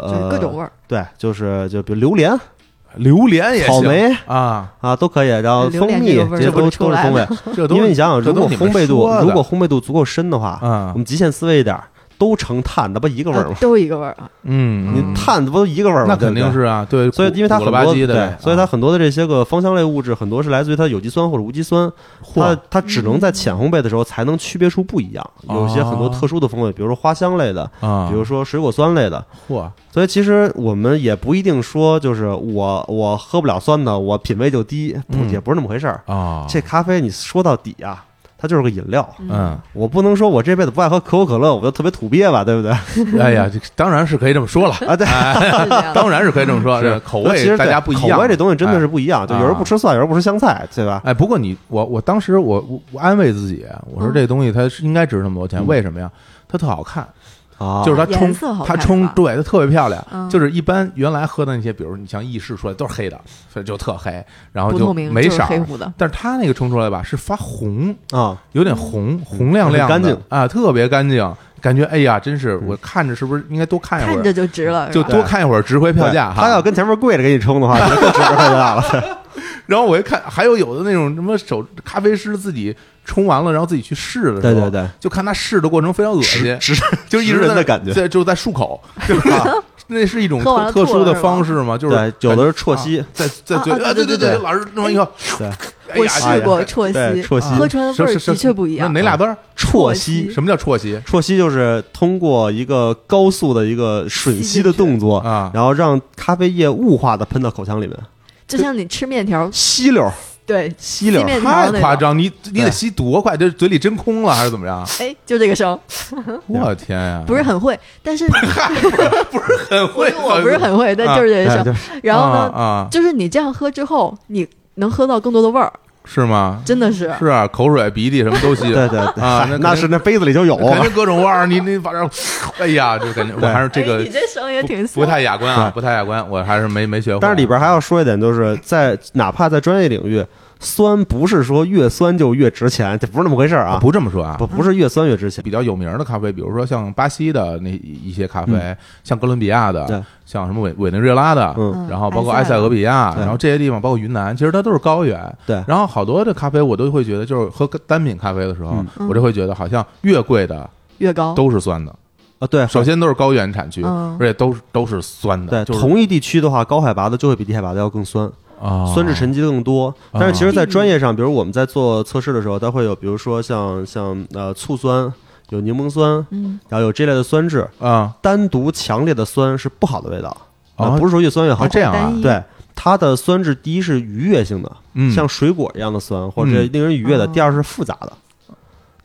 C: 就
D: 呃
C: 是各种味儿，
D: 对，就是就比如榴莲
A: 榴莲也行
D: 草莓
A: 啊，
D: 啊都可以，然后
C: 榴
D: 蜂
C: 莲
D: 蜜
C: 这个味儿
D: 些
C: 就不
D: 都
C: 出
D: 都是
C: 来
D: 风味。
A: 这都
D: 因为你想想，
A: 这
D: 如
A: 都
D: 果
A: 你们
D: 烘焙度
A: 说的
D: 如果烘焙度足够深的话，
A: 啊
D: 我们极限思维一点儿，都成碳，那不一个味儿
C: 啊
D: 吗？
C: 都一个味儿啊。
A: 嗯，
D: 你碳不都一个味儿吗？
A: 那
D: 对
A: 肯
D: 不对
A: 定是啊，对，
D: 所以，因为它
A: 苦
D: 很
A: 了
D: 多
A: 吧唧的，啊
D: 对，所以它很多的这些个芳香类物质，很多是来自于它的有机酸或者无机酸，它它只能在浅烘焙的时候才能区别出不一样，有一些很多特殊的风味，比如说花香类的，
A: 哦啊，
D: 比如说水果酸类的。
A: 嚯，
D: 所以其实我们也不一定说就是我我喝不了酸的，我品味就低，不
A: 嗯
D: 也不是那么回事儿。
A: 啊，
D: 这咖啡你说到底啊，它就是个饮料。
A: 嗯，
D: 我不能说我这辈子不爱喝可口可乐，我就特别土鳖吧，对不对？
A: 哎呀，这当然是可以这么说了，
D: 啊，对，
C: 是这样的
A: 当然是可以这么 说，这口
D: 其实
A: 味大
D: 对
A: 家不一样，
D: 口味这东西真的是不一样，就有人
A: 啊
D: 不吃蒜，有人不吃香菜，对 吧？
A: 哎，不过你我我当时我我我安慰自己，我说
C: 嗯
A: 这东西它是应该值那么
D: 嗯
A: 多钱，为什么呀？它特好看，
D: 啊
A: 就是它
C: 颜
A: 冲
C: 色好
A: 它
C: 看
A: 冲
C: 吧
A: 对它特别漂亮，
C: 嗯
A: 就是一般原来喝的那些，比如你像意式出来都是黑的，所以就特黑，然后
C: 不
A: 就
C: 透明
A: 没
C: 就是
A: 色儿
C: 黑乎的，
A: 但是它那个冲出来吧是发红，
D: 啊，
A: 有点
C: 嗯
A: 红红亮
D: 很
A: 亮的，
D: 干净嗯
A: 啊，特别干净，感觉哎呀，真是我看着是不是应该多看一会
C: 看
A: 儿，
C: 着就值了，
A: 就是
C: 吧
A: 多看一会儿值回票价哈。
D: 他要跟前面跪着给 你冲的话，你就更值回票价了。
A: 然后我一看，还有有的那种什么手咖啡师自己冲完了，然后自己去试的时候，
D: 对对对，
A: 就看他试的过程非常恶心，
D: 值
A: 就一直在
D: 人的感觉。
A: 对，就在漱 口，对吧？那是一种
C: 喝完
A: 特特
C: 了吐
A: 殊
C: 了
A: 的
C: 是吧
A: 方式嘛，就是
D: 对，有的是啜吸，
A: 在在嘴
C: 啊啊
A: 啊，对
C: 对对
A: 对，
C: 对
A: 老师弄完以后，
D: 对，
A: 哎
C: 我
A: 呀
C: 试过啜
D: 对，
C: 吸，
D: 啜吸，
C: 喝出来的
A: 什
C: 味儿
A: 什什
C: 的确不一样
A: 那。哪俩字儿？
D: 啜
C: 吸
A: 什么叫啜吸？
D: 啜吸就是通过一个高速的一个吮吸的动作
A: 啊
D: 然后让咖啡液雾化的喷到口腔里面，
C: 就像你吃面条，
D: 吸溜儿，
C: 对，
D: 吸溜儿。
C: 面条
A: 太
C: 那
A: 夸
C: 种，
A: 张！你你得
D: 对
A: 吸多快？这嘴里真空了还是怎么样？
C: 哎，就这个声，
A: 我天呀！
C: 不是很会，但是
A: 很会，
C: 我不是很会，但就是这
D: 哎
C: 个
D: 就
C: 声。
D: 是
C: 然后呢，
A: 啊，啊
C: 就是你这样喝之后，你能喝到更多的味儿，
A: 是吗？
C: 真的是。
A: 是啊，口水、鼻涕什么都吸。
D: 对对
A: 啊那
D: 嗨那
A: 肯定
D: 是那杯子里就 有，
A: 肯定各种味儿，你你反正， 哎呀，就感觉我
D: 对
A: 还是这
C: 哎
A: 个
C: 你这声也挺
A: 不
C: 像
A: 太雅观啊，
D: 对
A: 不太雅观，我还是没没学会。
D: 但是里边还要说一点，就是在哪怕在专业领域，酸不是说越酸就越值钱，这不是那么回事儿
A: 我
D: 啊，
A: 不这么说啊，
D: 不不是越酸越值钱。
A: 比较有名的咖啡，比如说像巴西的那一些咖啡，像哥伦比亚的
D: 嗯对，
A: 像什么委委内瑞拉的，
D: 嗯
C: 嗯
A: 然后包括埃
C: 埃塞
A: 塞
C: 俄
A: 俄比亚，
D: 对
A: 然后这些地方包括云南，其实它都是高原。
D: 对
A: 然后好多的咖啡我都会觉得，就是喝单品咖啡的时
D: 嗯
A: 候，我就会觉得好像越贵的
C: 越高，
A: 都是酸的，
D: 啊，对，
A: 首先都是高原产区，
C: 嗯
A: 而且都是都是酸的，
D: 对，
A: 就是
D: 同一地区的话，高海拔的就会比低海拔的要更酸，
A: 啊
D: 酸质沉积的更多。
A: 哦
D: 但是其实，在专业上，比如我们在做测试的时候，它会有，比如说像像呃醋酸，有柠檬酸，
C: 嗯，
D: 然后有这类的酸质。
A: 啊
D: 单独强烈的酸是不好的味道，
A: 哦
D: 啊，不是说越酸越好
A: 啊。这样啊
C: 单，一
D: 对，它的酸质第一是愉悦性的，
A: 嗯
D: 像水果一样的酸或者
A: 嗯
D: 令人愉悦的；
C: 哦
D: 第二是复杂的。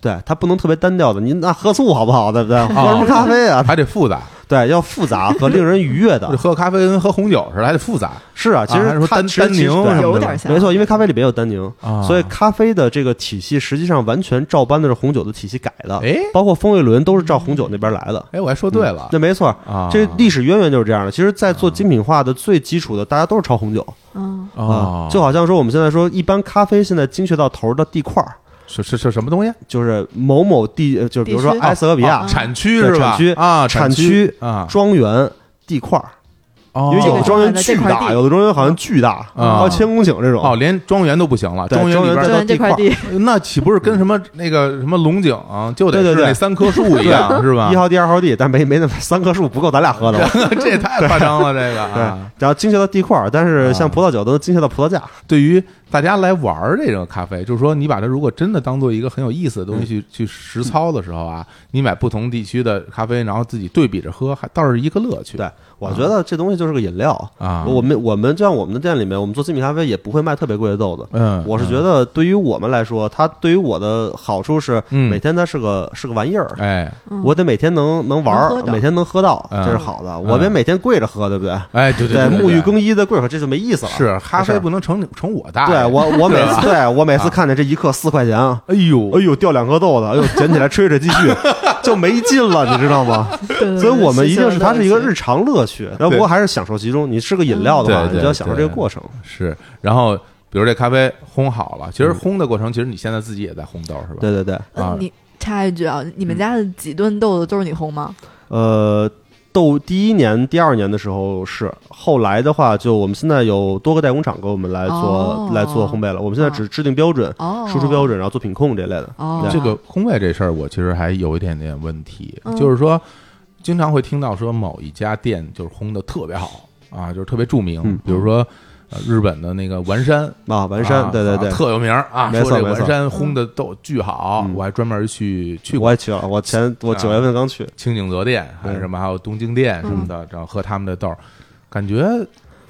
D: 对，它不能特别单调的，您那喝醋好不好？对不对？
A: 哦
D: 喝什么咖啡啊？
A: 还得复杂，
D: 对，要复杂和令人愉悦 的
A: 就。喝咖啡跟喝红酒似的，还得复杂。
D: 是啊，其实
A: 还是说
D: 它
A: 单
D: 其实
A: 单宁
D: 其实
A: 什么
D: 对
A: 的
C: 有点像，
D: 没错，因为咖啡里边有单宁
A: 啊，
D: 所以咖啡的这个体系实际上完全照搬的是红酒的体系改的
A: 哎，
D: 包括风味轮都是照红酒那边来的。
A: 哎，我还说对了，
D: 那没错
A: 啊，
D: 这历史渊源就是这样的。其实，在做精品化的最基础的，大家都是抄红酒
C: 嗯，
A: 哦
D: 啊，，就好像说我们现在说，一般咖啡现在精确到头儿的地块儿，
A: 是是是什么东西？
D: 就是某某地，呃就比如说
C: 地区哦
D: 埃塞俄比亚
A: 啊产区是
D: 对
A: 吧？
D: 产区
A: 啊，产
D: 区
A: 啊，
D: 庄园地块儿，
A: 哦
D: 因为有的庄园
C: 这个
D: 巨
C: 这块
D: 大，
C: 地
D: 有的庄园好像巨大，
A: 啊
D: 还有千公顷这
A: 哦，
D: 种。
A: 连庄园都不行了，
D: 对
A: 庄园里
D: 庄园
A: 边
D: 在
C: 就
D: 到
C: 按这
D: 地
C: 块
D: 块
C: 地，
A: 那岂不是跟什么那个什么龙井啊就得
D: 对
A: 是
D: 对对
A: 那三棵树一样是吧
D: 一？号地、二号地，但没没那么三棵树不够咱俩喝的了。
A: 这也太夸张了，这个
D: 对
A: 啊！，
D: 然后精确到地块儿，但是像葡萄酒都能精确到葡萄架。
A: 对于大家来玩儿这种咖啡，就是说你把它如果真的当做一个很有意思的东西
D: 嗯
A: 去去实操的时候啊，你买不同地区的咖啡，然后自己对比着喝，还倒是一个乐趣。
D: 对，我觉得这东西就是个饮料
A: 啊
D: 我们我们就像我们的店里面，我们做精品咖啡也不会卖特别贵的豆子。
A: 嗯
D: 我是觉得对于我们来说，它对于我的好处是，
A: 嗯
D: 每天它是个是个玩意儿。
A: 哎
D: 我得每天能能玩
C: 嗯能
D: 儿
C: 喝，着
D: 每天能喝到，
A: 嗯
D: 这是好的。
A: 嗯
D: 我别每天跪着喝，对不对？
A: 哎，对
D: 对，
A: 对，
D: 沐浴
A: 更
D: 更衣的跪着喝，这就没意思了。
A: 是咖啡
D: 是
A: 不能成你成我大爷。
D: 对我我每
A: 对吧 啊
D: 次对我每次看见这一克四块钱啊，
A: 哎呦
D: 哎呦掉两颗豆子，哎呦捡起来吹吹继 续，就没劲了，你知道吗？
A: 嗯
C: 对
D: 所以我们一定是它是一个，
C: 对对
D: 日常乐趣，然后
A: 对
D: 不过还是享受其中。你是个饮料的话，
A: 对对
D: 你就要享受这个过程。
A: 是，然后比如这咖啡烘好了，其实烘的过程，其实你现在自己也在烘豆是吧？
D: 嗯对对对，
C: 对对
A: 啊
C: 嗯你插一句啊，你们家的几顿豆子都是你烘吗？
D: 呃，斗第一年、第二年的时候是，后来的话，就我们现在有多个代工厂给我们来做、
C: 哦
D: 来做烘焙了。我们现在只制定标准、
C: 哦
D: 输出标准，然后做品控这类的。
C: 哦，
A: 这个烘焙这事儿，我其实还有一点点问题，就是说，经常会听到说某一家店就是烘的特别好啊，就是特别著名，
D: 嗯
A: 比如说、呃日本的那个丸山，
D: 啊，完山，
A: 啊
D: 对对对，
A: 特有名儿啊，
D: 没
A: 说
D: 错
A: 这
D: 没
A: 丸
D: 错
A: 山烘的都巨好，
D: 嗯
A: 我还专门去去过
D: 我也去了，我前我
A: 啊
D: 九月份刚去，
A: 清景泽店，还有什么，还有东京店什么
D: 嗯
A: 的，然后喝他们的豆儿，感觉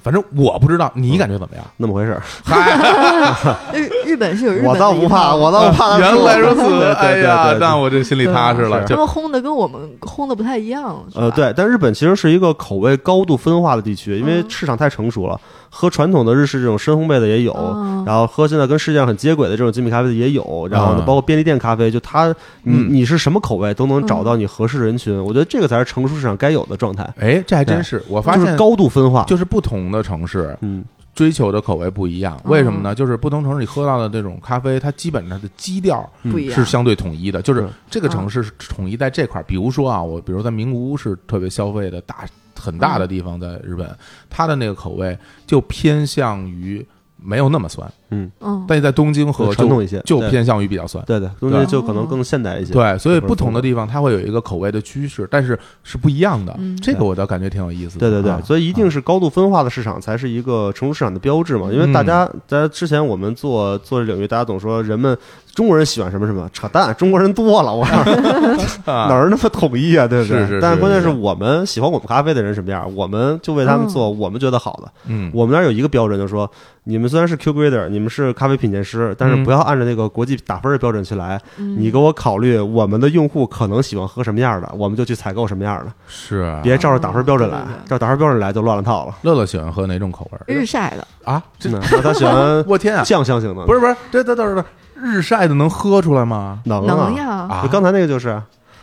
A: 反正我不知道，你感觉怎么样？
D: 那么回事儿。
A: 嗨，
C: 日日本是有日本
D: 我
C: 的
D: 倒
C: 一
D: 不怕，
C: 套
D: 我倒不怕他 说
A: 原
D: 我。
A: 来如
D: 对啊
A: 此，哎呀，那。我这心里
C: 对
A: 踏实了。
C: 他
A: 就
C: 们烘的跟我们烘的不太一样，是
D: 对对对呃，
C: 吧，
D: 对，但日本其实是一个口味高度分化的地区，因
C: 嗯
D: 为市场太成熟了，喝传统的日式这种深烘焙的也有，
C: 嗯
D: 然后喝现在跟世界上很接轨的这种精品咖啡的也有，然后呢
A: 嗯，
D: 包括便利店咖啡，就它，你
A: 嗯
D: 你是什么口味都能找到你合适的人群，
C: 嗯
D: 我觉得这个才是成熟市场该有的状态，
A: 哎，这还真是，我发
D: 就是
A: 现
D: 高度分化。
A: 就是不同的城市
D: 嗯，
A: 追求的口味不一样，为什么呢？就是不同城市你喝到的这种咖啡，它基本上的基调
C: 不一样
A: 是相对统一的，就是
D: 嗯
A: 这个城市是统一在这块儿。比如说啊，我比如在名古屋是特别消费的大很大的地方，在日本，它的那个口味就偏向于没有那么酸，
C: 嗯，
A: 但是在东京喝
D: 传统
A: 就
D: 一些
A: 就
D: 对
A: 偏向于比较酸。
D: 对对，东
A: 对
D: 西就可能更现代一些。
A: 对，所以
D: 这块儿
A: 不同的地方它会有一个口味的趋势，但是是不一样的。
C: 嗯
A: 这个我倒感觉挺有意思的。
D: 对对对
A: 啊，
D: 所以一定是高度分化的市场才是一个成熟市场的标志嘛。
A: 嗯
D: 因为大家，大家之前我们做做这领域，大家总说人们中国人喜欢什么什么，扯淡，中国人多了，我
A: 啊
D: 哪儿那么统一啊，对不对？
A: 是是是
D: 但关键
A: 是
D: 是我们喜欢我们咖啡的人什么样，我们就为他们做我们觉得好的。
A: 嗯，
D: 我们那儿有一个标准，就是说你们虽然是 Q grader，你们是咖啡品鉴师，但是
A: 嗯
D: 不要按照那个国际打分的标准去来。
C: 嗯
D: 你给我考虑我们的用户可能喜欢喝什么样的，我们就去采购什么样的，
A: 是啊
D: 别照着打分标准来
C: 哦对对，
D: 照打分标准来就乱了套 了。
A: 乐乐喜欢喝哪种口味
C: 日晒的，
A: 儿啊？这
D: 真的，那他 喜欢
A: 我天啊！
D: 酱香型的，
A: 不是不是，这这这这日晒的能喝出来吗？
D: 能啊
C: 能呀，
A: 啊
D: 就刚才那个就是，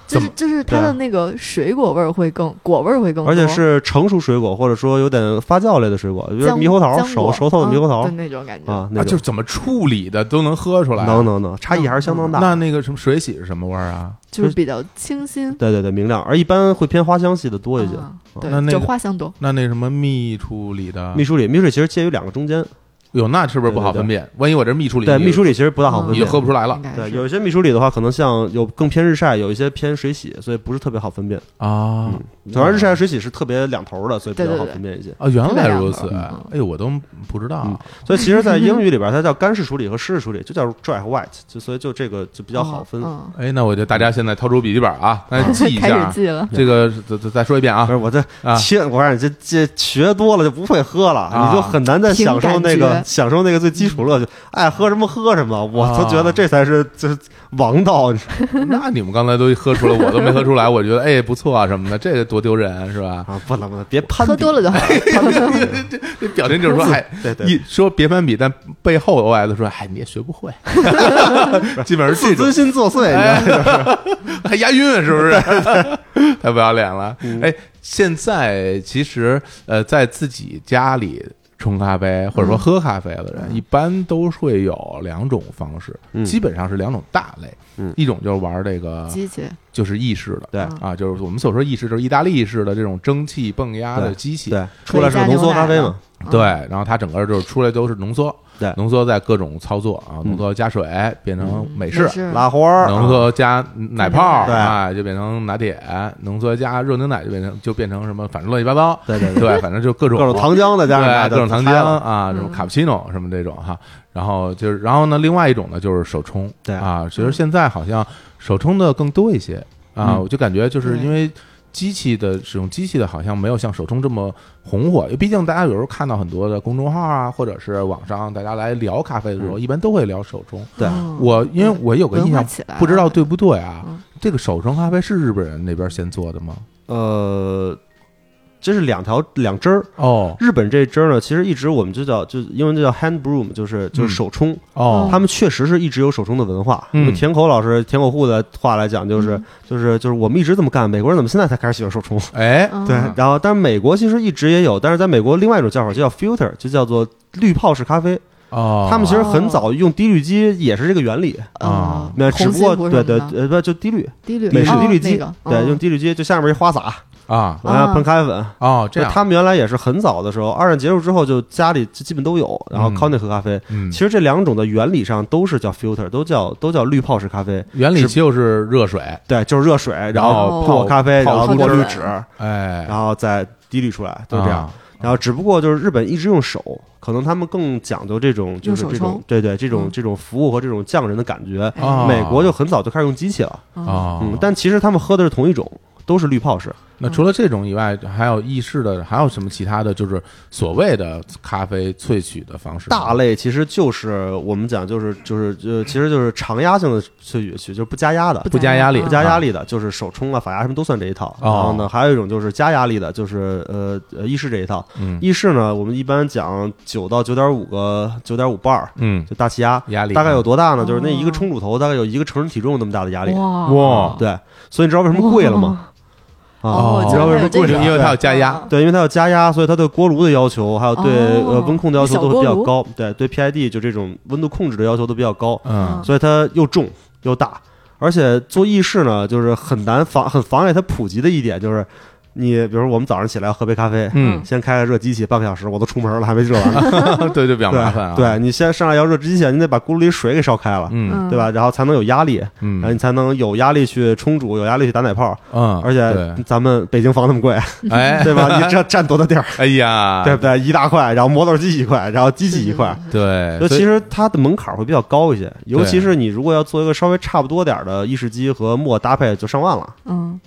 C: 就是就是它
D: 对
C: 的
D: 啊
C: 那个水果味儿会更果味儿会更多，
D: 而且是成熟水果，或者说有点发酵类的水果，比如
C: 浆
D: 猕猴桃、
C: 浆
D: 熟
C: 果
D: 熟透的猕猴桃
C: 嗯对那种感觉，
D: 啊，
A: 啊，
D: 那
A: 就是
D: 种
A: 怎么处理的都能喝出来。啊
D: 能能能，差异还是相
C: 嗯
D: 当大。
A: 那那个什么水洗是什么味儿啊？
C: 就是比较清新，
D: 对对对，明亮，而一般会偏花香系的多一些。
C: 啊
D: 啊
A: 那那
C: 对，
A: 个
C: 就花香多，
A: 那那什么蜜处理的
D: 蜜，处理，蜜处理其实介于两个中间。
A: 哟，那是不是不好
D: 对对对
A: 分辨？万一我这蜜处理，
D: 对，蜜处理其实不大好
C: 嗯
D: 分
A: 你
D: 辨
A: 就。喝不出来了
C: 应该
D: 对，
C: 是
D: 有一些蜜处理的话，可能像有更偏日晒，有一些偏水洗，所以不是特别好分辨。
A: 啊
D: 反正日晒和水洗是特别两头的，所以比较
C: 嗯对对
D: 好
C: 对
D: 分辨一些。
A: 啊！原来如此，
C: 特别两个
A: 哎呦，我都不知道
D: 嗯所以其实，在英语里边，它叫干式处理和湿式处理，就叫 dry 和 wet，就所以就这个就比
C: 比
D: 较好分。
C: 嗯，
A: 哎，那我就大家现在掏出笔记本 啊，大家记一
C: 开
A: 下
C: 始。记了，
A: 这个再再再说一遍啊
D: 不是我这
A: 啊！
D: 切，我让你这这学多了就不会喝了，
A: 啊
D: 你就很难再享受那
C: 凭
D: 个
C: 感觉啊
D: 享受那个最基础乐趣，爱喝什么喝什么。我都觉得这才是就是王道，
A: 那你们刚才都喝出来，我都没喝出来，我觉得哎不错啊什么的，这个多丢人是吧？
D: 啊！不能不能，别攀比
C: 喝多了就好了，
A: 这表情就是说，哎，
D: 对对
A: 一说别攀比，但背后 OS 说，哎，你也学不 会，基本上是这种
D: 自尊，心作祟，你
C: 哎
D: 知道吗
A: 还押韵，是不是？ 太不要脸了。
D: 嗯
A: 哎，现在其实呃，在自己家里。冲咖啡或者
D: 嗯
A: 说喝咖啡的人，一般都会有两种方式，基本上是两种大类，
D: 嗯
A: 一种就是玩这个
C: 机器，嗯
A: 就是意式的，
D: 对
A: 啊，就是我们所说意式，就是意大利式的这种蒸汽泵压的
D: 对
A: 机器，
D: 对，出来是浓缩咖啡嘛，
A: 对，
C: 嗯
A: 然后它整个就是出来都是浓缩，
D: 嗯对嗯
A: 浓缩在各种操作啊，浓缩加水变
C: 嗯
A: 成嗯美式，
C: 是
D: 拉花儿，啊嗯
A: 浓缩加奶泡
D: 对
A: 啊就变成拿铁，浓缩加热牛奶就变成就变成什么，反正乱七八糟，
D: 对 对对，
A: 对，反正就各种
D: 各种糖浆再加上大
A: 对，
D: 家就
A: 各种糖
D: 嗨
A: 浆
D: 了
A: 啊，什
C: 嗯
A: 么卡布奇诺什么这种哈。然后就是，然后呢，另外一种呢就是手冲，
D: 对
A: 啊，其
C: 嗯
A: 实现在好像手冲的更多一些
D: 嗯
A: 啊，我就感觉就是因为。机器的使用机器的，好像没有像手冲这么红火。因为毕竟大家有时候看到很多的公众号啊，或者是网上大家来聊咖啡的
D: 嗯
A: 时候，一般都会聊手冲。
D: 对，
C: 嗯
A: 我因为我有个印
C: 文
A: 象
C: 化
D: 嗯
C: 起来，了
A: 不知道对不对啊
C: 嗯？
A: 这个手冲咖啡是日本人那边先做的吗？
D: 呃，这是两条两汁儿。
A: 哦
D: 日本这汁儿呢，其实一直我们就叫就英文就叫 hand brew，就是就是手冲。
A: 哦，
D: 他们确实是一直有手冲的文化。
A: 嗯
D: 因为田口老师田口户的话来讲，就是
C: 嗯
D: 就是就是我们一直这么干，美国人怎么现在才开始喜欢手冲？
A: 哎，
C: 嗯
D: 对，然后但是美国其实一直也有，但是在美国另外一种叫法就叫 filter，就叫做滤泡式咖啡。
A: 哦，
D: 他们其实很早用滴滤机也是这个原理，
A: 啊
C: 啊
D: 那，
C: 红
D: 只不
C: 心
D: 过
C: 不是
D: 对
C: 什么
D: 对
C: 的
D: 呃不就滴滤，
C: 滴滤
D: 美式
C: 哦
D: 滴滤
C: 那
D: 机
C: 个，
D: 对，
C: 嗯
D: 用滴滤机就下面一花洒，
A: 啊
D: 我要喷咖啡粉。
A: 哦，这
D: 就
A: 样
D: 他们原来也是很早的时候，二战结束之后就家里就基本都有，然后
A: 嗯
D: 康内喝咖啡。
A: 嗯
D: 其，实这两种的原理上都是叫 filter，都叫都叫滤泡式咖啡。
A: 原理就是热水，
D: 对，就是热水，然
A: 后
D: 后泡咖啡，
A: 哦泡
D: 然后
C: 出
D: 过
C: 汁儿
D: 滤
C: 来
D: 纸，
A: 哎，
D: 然后再滴滤出来，就这样。
A: 啊
D: 然后只不过就是日本一直用手，可能他们更讲究这种就是
C: 用手
D: 这种
C: 冲
D: 对对这种
C: 嗯
D: 这种服务和这种匠人的感觉。
A: 啊
D: 美国就很早就开始用机器了，
A: 啊，
D: 嗯，但其实他们喝的是同一种，都是滤泡式。
A: 那除了这种以外，还有意式的，还有什么其他的就是所谓的咖啡萃取的方式吗？
D: 大类其实就是我们讲就是就是就其实就是常压性的萃取，就是不加压的。
A: 不加压力，
C: 不
D: 不加压力的，就是手冲啊、法压什么都算这一套。然后呢，还有一种就是加压力的，就是呃呃意式这一套。
A: 嗯
D: 意式呢，我们一般讲九到九点五个九点五瓣儿，
A: 嗯，
D: 就大气压。
A: 压力
D: 大概有多大呢？就是那
C: 哦
D: 一个冲煮头大概有一个成人体重那么大的压力。
C: 哇
A: 哇
D: 对，所以你知道为什么贵了吗？啊，
A: 哦
C: 哦，
A: 知道为
D: 什么贵
C: 就是有
D: 了
C: 这
A: 因
C: 个
A: 为它有加压，
D: 对，因为它要加压，所以它对锅炉的要求，还有对
C: 哦
D: 呃温控的要求
C: 小
D: 都会比
C: 锅
D: 较
C: 炉
D: 高。对，对 PID 就这种温度控制的要求都比较高，
A: 嗯
D: 所以它又重又大，而且做意式呢，就是很难防很妨碍它普及的一点就是，你比如说我们早上起来要喝杯咖啡，
A: 嗯，
D: 先开个热机器半个小时，我都出门了还没热 完呢，
A: 对，就比较
D: 对
A: 麻烦啊，，
D: 对你先上来要热机器，你得把锅炉里水给烧开了，
A: 嗯
D: 对吧？然后才能有压力，然后
A: 嗯
D: 你才能有压力去冲煮，有压力去打奶泡，
A: 嗯，
D: 哎而且咱们北京房那 么贵，
A: 对哎，
D: 对吧？你这占多大地儿，
A: 哎呀，
D: 对不对？一大块，然后磨豆机一块，然后机器一块，
A: 对，
D: 就
A: 哎所
D: 其
A: 以
D: 实它的门槛会比较高一些，尤其是你如果要做一个稍微差不多点儿的意式机和墨搭配，就上万了。
C: 嗯，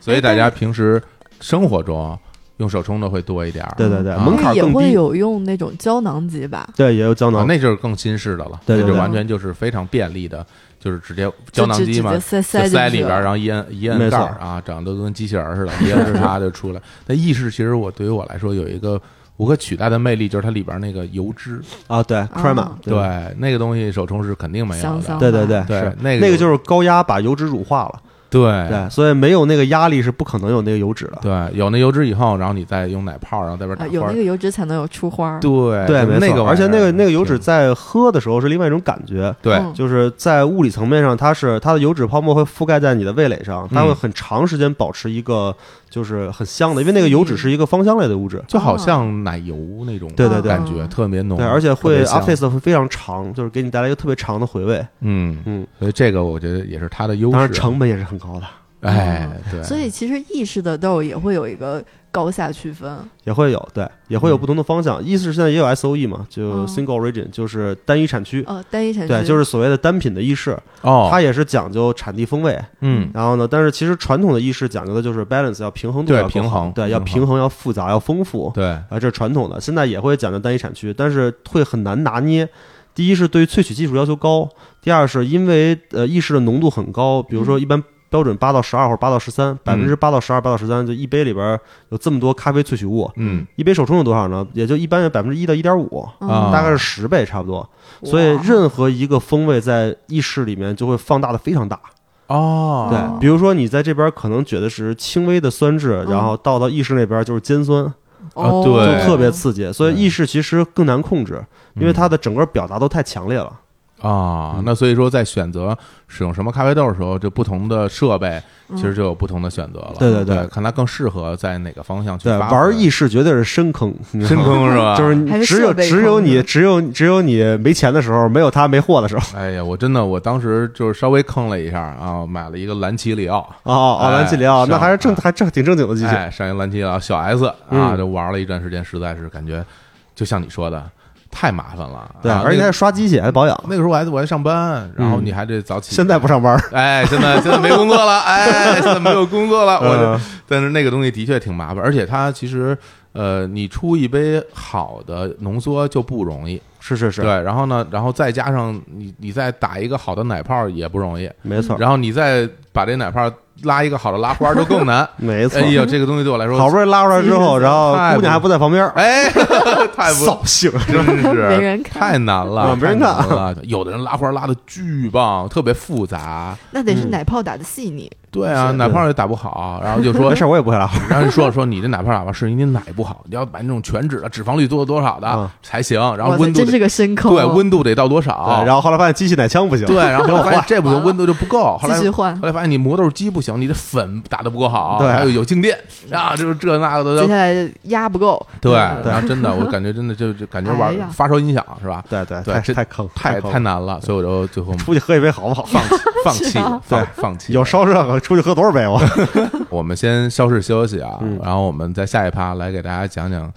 A: 所以大家平时生活中用手冲的会多一点儿，
D: 对对对，
A: 啊
D: 门槛
C: 也
D: 更
C: 会
D: 低。
C: 有用那种胶囊机吧？
D: 对，也有胶
A: 啊
D: 囊，
A: 那就是更新式的了，
D: 对
A: 那
D: 对
A: 就
D: 对
A: 完全就是非常便利的，就是直接胶囊
C: 就
A: 机嘛
C: 直，接塞
A: 就塞
C: 塞进去
A: 里边儿，然啊后一摁一摁
D: 没
A: 盖
D: 错
A: 儿啊，长得都跟机器人儿似的，一摁是它就出来。 但意式其实我对于我来说有一个无可取代的魅力，就是它里边儿那个油脂，
D: 啊，对 c r e m a
A: 对那个东西手冲是肯定没有
C: 香
A: 的
C: 香，
D: 对对对，
A: 对
D: 是
A: 那个哎
D: 那个就是高压把油脂乳化了，
A: 对
D: 对，所以没有那个压力是不可能有那个油脂的。
A: 对，有那油脂以后，然后你再用奶泡，然后在边
C: 啊
A: 打
C: 有
A: 花
C: 那
A: 儿，
C: 个油脂才能有出花儿。
A: 对
D: 对，没
A: 那
D: 错。
A: 个
D: 而且那个那个油脂
A: 挺
D: 在喝的时候是另外一种感觉，
A: 对
C: 嗯
D: 就是在物理层面上，它是它的油脂泡沫会覆盖在你的味蕾上，它会
A: 嗯
D: 很长时间保持一个就是很香的，因为那个油脂是一个芳香类的物质，
A: 就
C: 哦
A: 好像奶油那种
D: 对对对
A: 感觉，特别浓，
D: 对，而且
A: 特别
D: 会
A: 香
D: aftertaste 会非常长，就是给你带来一个特别长的回味。
A: 嗯
D: 嗯，
A: 所以这个我觉得也是它的优
D: 当然
A: 势，
D: 成本嗯也是很高的，
A: 哎，对，
C: 嗯所以其实意式的豆也会有一个高下区分。
D: 也会有对，也
A: 嗯
D: 会有不同的方向。意思是现在也有 SOE 嘛，就
C: 嗯
D: single origin，就是单一产区。
C: 呃，单一产区
D: 对，就是所谓的单品的意式，
A: 哦，
D: 它也是讲究产地风味。
A: 嗯
D: 然后呢，但是其实传统的意式讲究的就是 balance，要平衡度
A: 对
D: 要够
A: 平衡
D: 好对，要
A: 平衡
D: 平衡，要复杂，要丰富。
A: 对。
D: 啊，这是传统的，现在也会讲究单一产区，但是会很难拿捏。第一是对于萃取技术要求高，第二是因为呃意式的浓度很高，比如说一般标准八到十二或者八到十三，百分之八到十二、八到十三，就一杯里边儿有这么多咖啡萃取物，
A: 嗯
D: 一杯手冲有多少呢？也就一般有百分之一到一点五，
A: 啊
D: 大概是十倍差不多。所以
C: 嗯哇
D: 任何一个风味在意式里面就会放大的非常大。
A: 哦，
D: 对，比如说你在这边可能觉得是轻微的酸质，然后到到意式那边就是尖酸，
A: 啊
C: 哦，
A: 对
D: 就特别刺激，所以
A: 对嗯
D: 意识其实更难控制，因为它的整个表达都太强烈了。嗯
A: 啊，那所以说在选择使用什么咖啡豆的时候，就不同的设备
C: 嗯
A: 其实就有不同的选择了。
D: 对对
A: 对
D: 对
A: 看它更适合在哪个方向去
D: 对，
A: 发挥
D: 玩意识绝对是深坑，你知
A: 深
D: 道吗，
A: 坑是 吧？
D: 就是你
C: 还是
D: 只有
C: 设备
D: 只有
C: 坑
D: 你
C: 是吧
D: 只有只有你没钱的时候，没有它没货 的时候。
A: 哎呀，我真的我当时就是稍微坑了一下啊，买了一个蓝奇里奥，
D: 哦哦，
A: 哎
D: 哦，兰奇里奥
A: 是啊
D: 那还是正还正挺正经的机器。
A: 哎，上一个蓝奇里奥小 S 啊，
D: 嗯
A: 就玩了一段时间，实在是感觉就像你说的太麻烦了。
D: 对，
A: 啊
D: 而且还
A: 那嗯
D: 是刷机器，还保养。
A: 那个时候我还我还上班，然后
D: 嗯
A: 你还得早起，
D: 现在不上班，
A: 哎，现在现在没工作了， 哎，现在没有工作了，我
D: 嗯
A: 就，但是那个东西的确挺麻烦，而且它其实，呃，你出一杯好的浓缩就不容易，
D: 是是是
A: 对，，然后呢，然后再加上你你再打一个好的奶泡也不容易，
D: 没错，，
A: 然后你再把这奶泡拉一个好的拉花就更难
D: 没错
A: 哎。呦，这个东西对我来说，
D: 好不容易拉出来之后，然后
A: 太不
D: 姑娘还不在旁边，
A: 哎， 太不
D: 扫兴。
A: 真是
C: 没人看
A: 太难了，
D: 啊没人
A: 太难
D: 看
A: 了。有的人拉花拉的巨棒，特别复杂，
D: 嗯
C: 那得是奶泡打的细腻，
A: 对啊，
D: 是
A: 哪泡也打不好，然后就说
D: 没事，我也不会拉花儿。
A: 然后说说你这奶泡喇叭是因为你奶不好，你要把那种全脂的脂肪率做到多少的
D: 嗯
A: 才行，然
C: 哇
A: 后
C: 塞
A: 温度
C: 真是
A: 得
C: 个深坑哦，
A: 对温度得到多少，
D: 对，然后后来发现机器奶枪不行。
A: 哦对，然后后来 发现这不
C: 完
A: 行，
C: 了
A: 温度就不够，后来
C: 继续换
A: 后来发现你磨豆机不行，你的粉打的不够好，
D: 对
A: 还有有静电啊，就是这那个的
C: 接下
A: 都。
C: 来压不够，
A: 对，
D: 对
A: 然后真的，我感觉真的就就感觉玩
C: 哎呀
A: 发烧音响是吧？
D: 对对
A: 对
D: 太
A: 这
D: 太坑，
A: 太
D: 坑
A: 太难了，所以我就最后
D: 出去喝一杯好不好？放弃。
A: 放弃了，
D: 对
A: 放放弃了。
D: 有烧这个，出去喝多 少杯我？
A: 我们先稍事休息啊，
D: 嗯
A: 然后我们在下一趴来给大家讲讲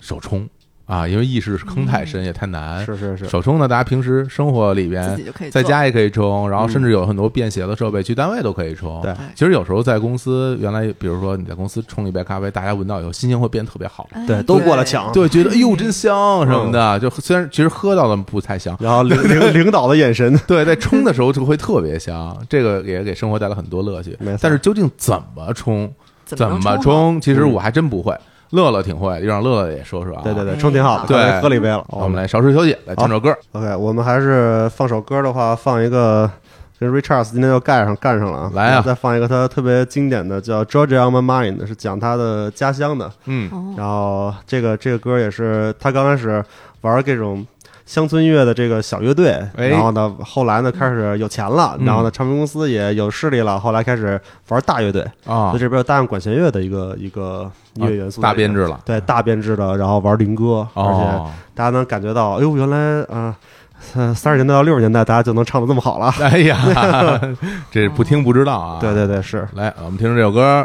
A: 手冲啊，因为意识坑太深也太难。
D: 嗯是是是，
A: 手冲呢，大家平时生活里边
C: 自己就可以
A: 在
C: 做
A: 家也可以冲，然后甚至有很多便携的设备，去单位都可以冲。
D: 嗯对，
A: 其实有时候在公司，原来比如说你在公司冲一杯咖啡，大家闻到以后心情会变得特别好，
C: 哎
D: 对，都过来抢。
A: 对，觉得哎呦真香什么
D: 嗯
A: 的。就虽然其实喝到了不太香，
D: 然后领领领导的 眼神，
A: 对，在冲的时候就会特别香，这个也给生活带来很多乐趣
D: 没错。
A: 但是究竟怎么冲，
C: 怎
A: 怎
C: 么
A: 么
C: 能啊？
A: 冲，其实我还真不会。乐乐挺会，就让乐乐也说说啊。
D: 嗯对对哦对，冲挺好的，
A: 对
D: 刚才喝了一杯了。哦
A: 好，我们来稍事休息，来听首歌。
D: OK，我们还是放首歌的话，放一个跟 Richards 今天又干上干上了啊，
A: 来啊
D: 再放一个他特别经典的叫《Georgia on My Mind》，是讲他的家乡的。
A: 嗯，
C: 哦
D: 然后这个这个歌也是他刚开始玩这种乡村乐的这个小乐队，
A: 哎
D: 然后呢，后来呢开始有钱了，
A: 嗯
D: 然后呢唱片公司也有势力了，后来开始玩大乐队，
A: 啊
D: 所以，这边有大量管弦乐的一个一个音乐元素在里面、
A: 大编制了。
D: 对大编制的，然后玩民歌，而且
A: 哦，
D: 大家能感觉到，哎呦，原来啊，三三十年代到六十年代，大家就能唱的这么好了。
A: 哎 呀，这不听不知道啊。
D: 对对对，是
A: 来，我们听听这首歌。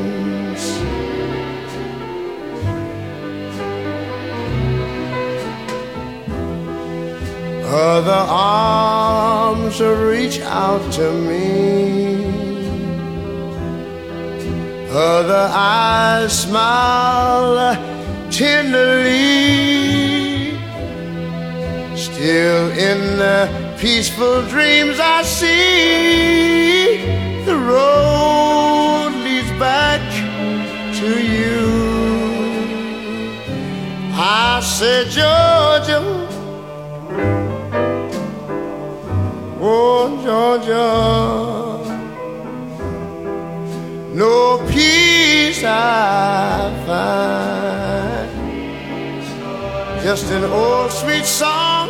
F: Other arms reach out to me. Other eyes smile tenderly. Still in the peaceful dreams I see. The road leads back to you. I said, Georgia. Oh, Georgia, no peace I find. Just an old sweet song.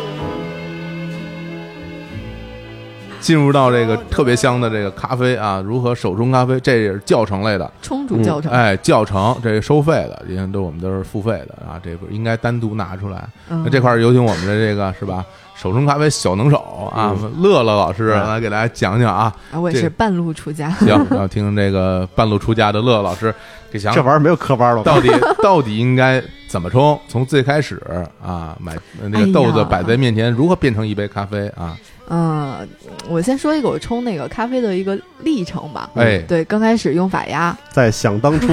A: 进入到这个特别香的这个咖啡啊，如何手冲咖啡，这也是教程类的。
C: 冲煮教程，
A: 哎，教程这收费的，因为都我们都是付费的啊，这不应该单独拿出来。
C: 嗯
A: 那这块儿有请我们的这个是吧，手冲咖啡小能手啊，
D: 嗯
A: 乐乐老师来给大家讲讲啊。
C: 啊，我也
A: 这
C: 是半路出家，
A: 行，然后听这个半路出家的乐乐老师给讲
D: 这玩意儿没有科班了吧？
A: 到 底到底应该怎么冲？从最开始啊，买呃那
C: 哎
A: 个
C: 呀
A: 豆子摆在面前，如何变成一杯咖啡啊？
C: 嗯，我先说一个我冲那个咖啡的一个历程吧。
A: 哎
C: 对，刚开始用法压，
D: 在想当 初，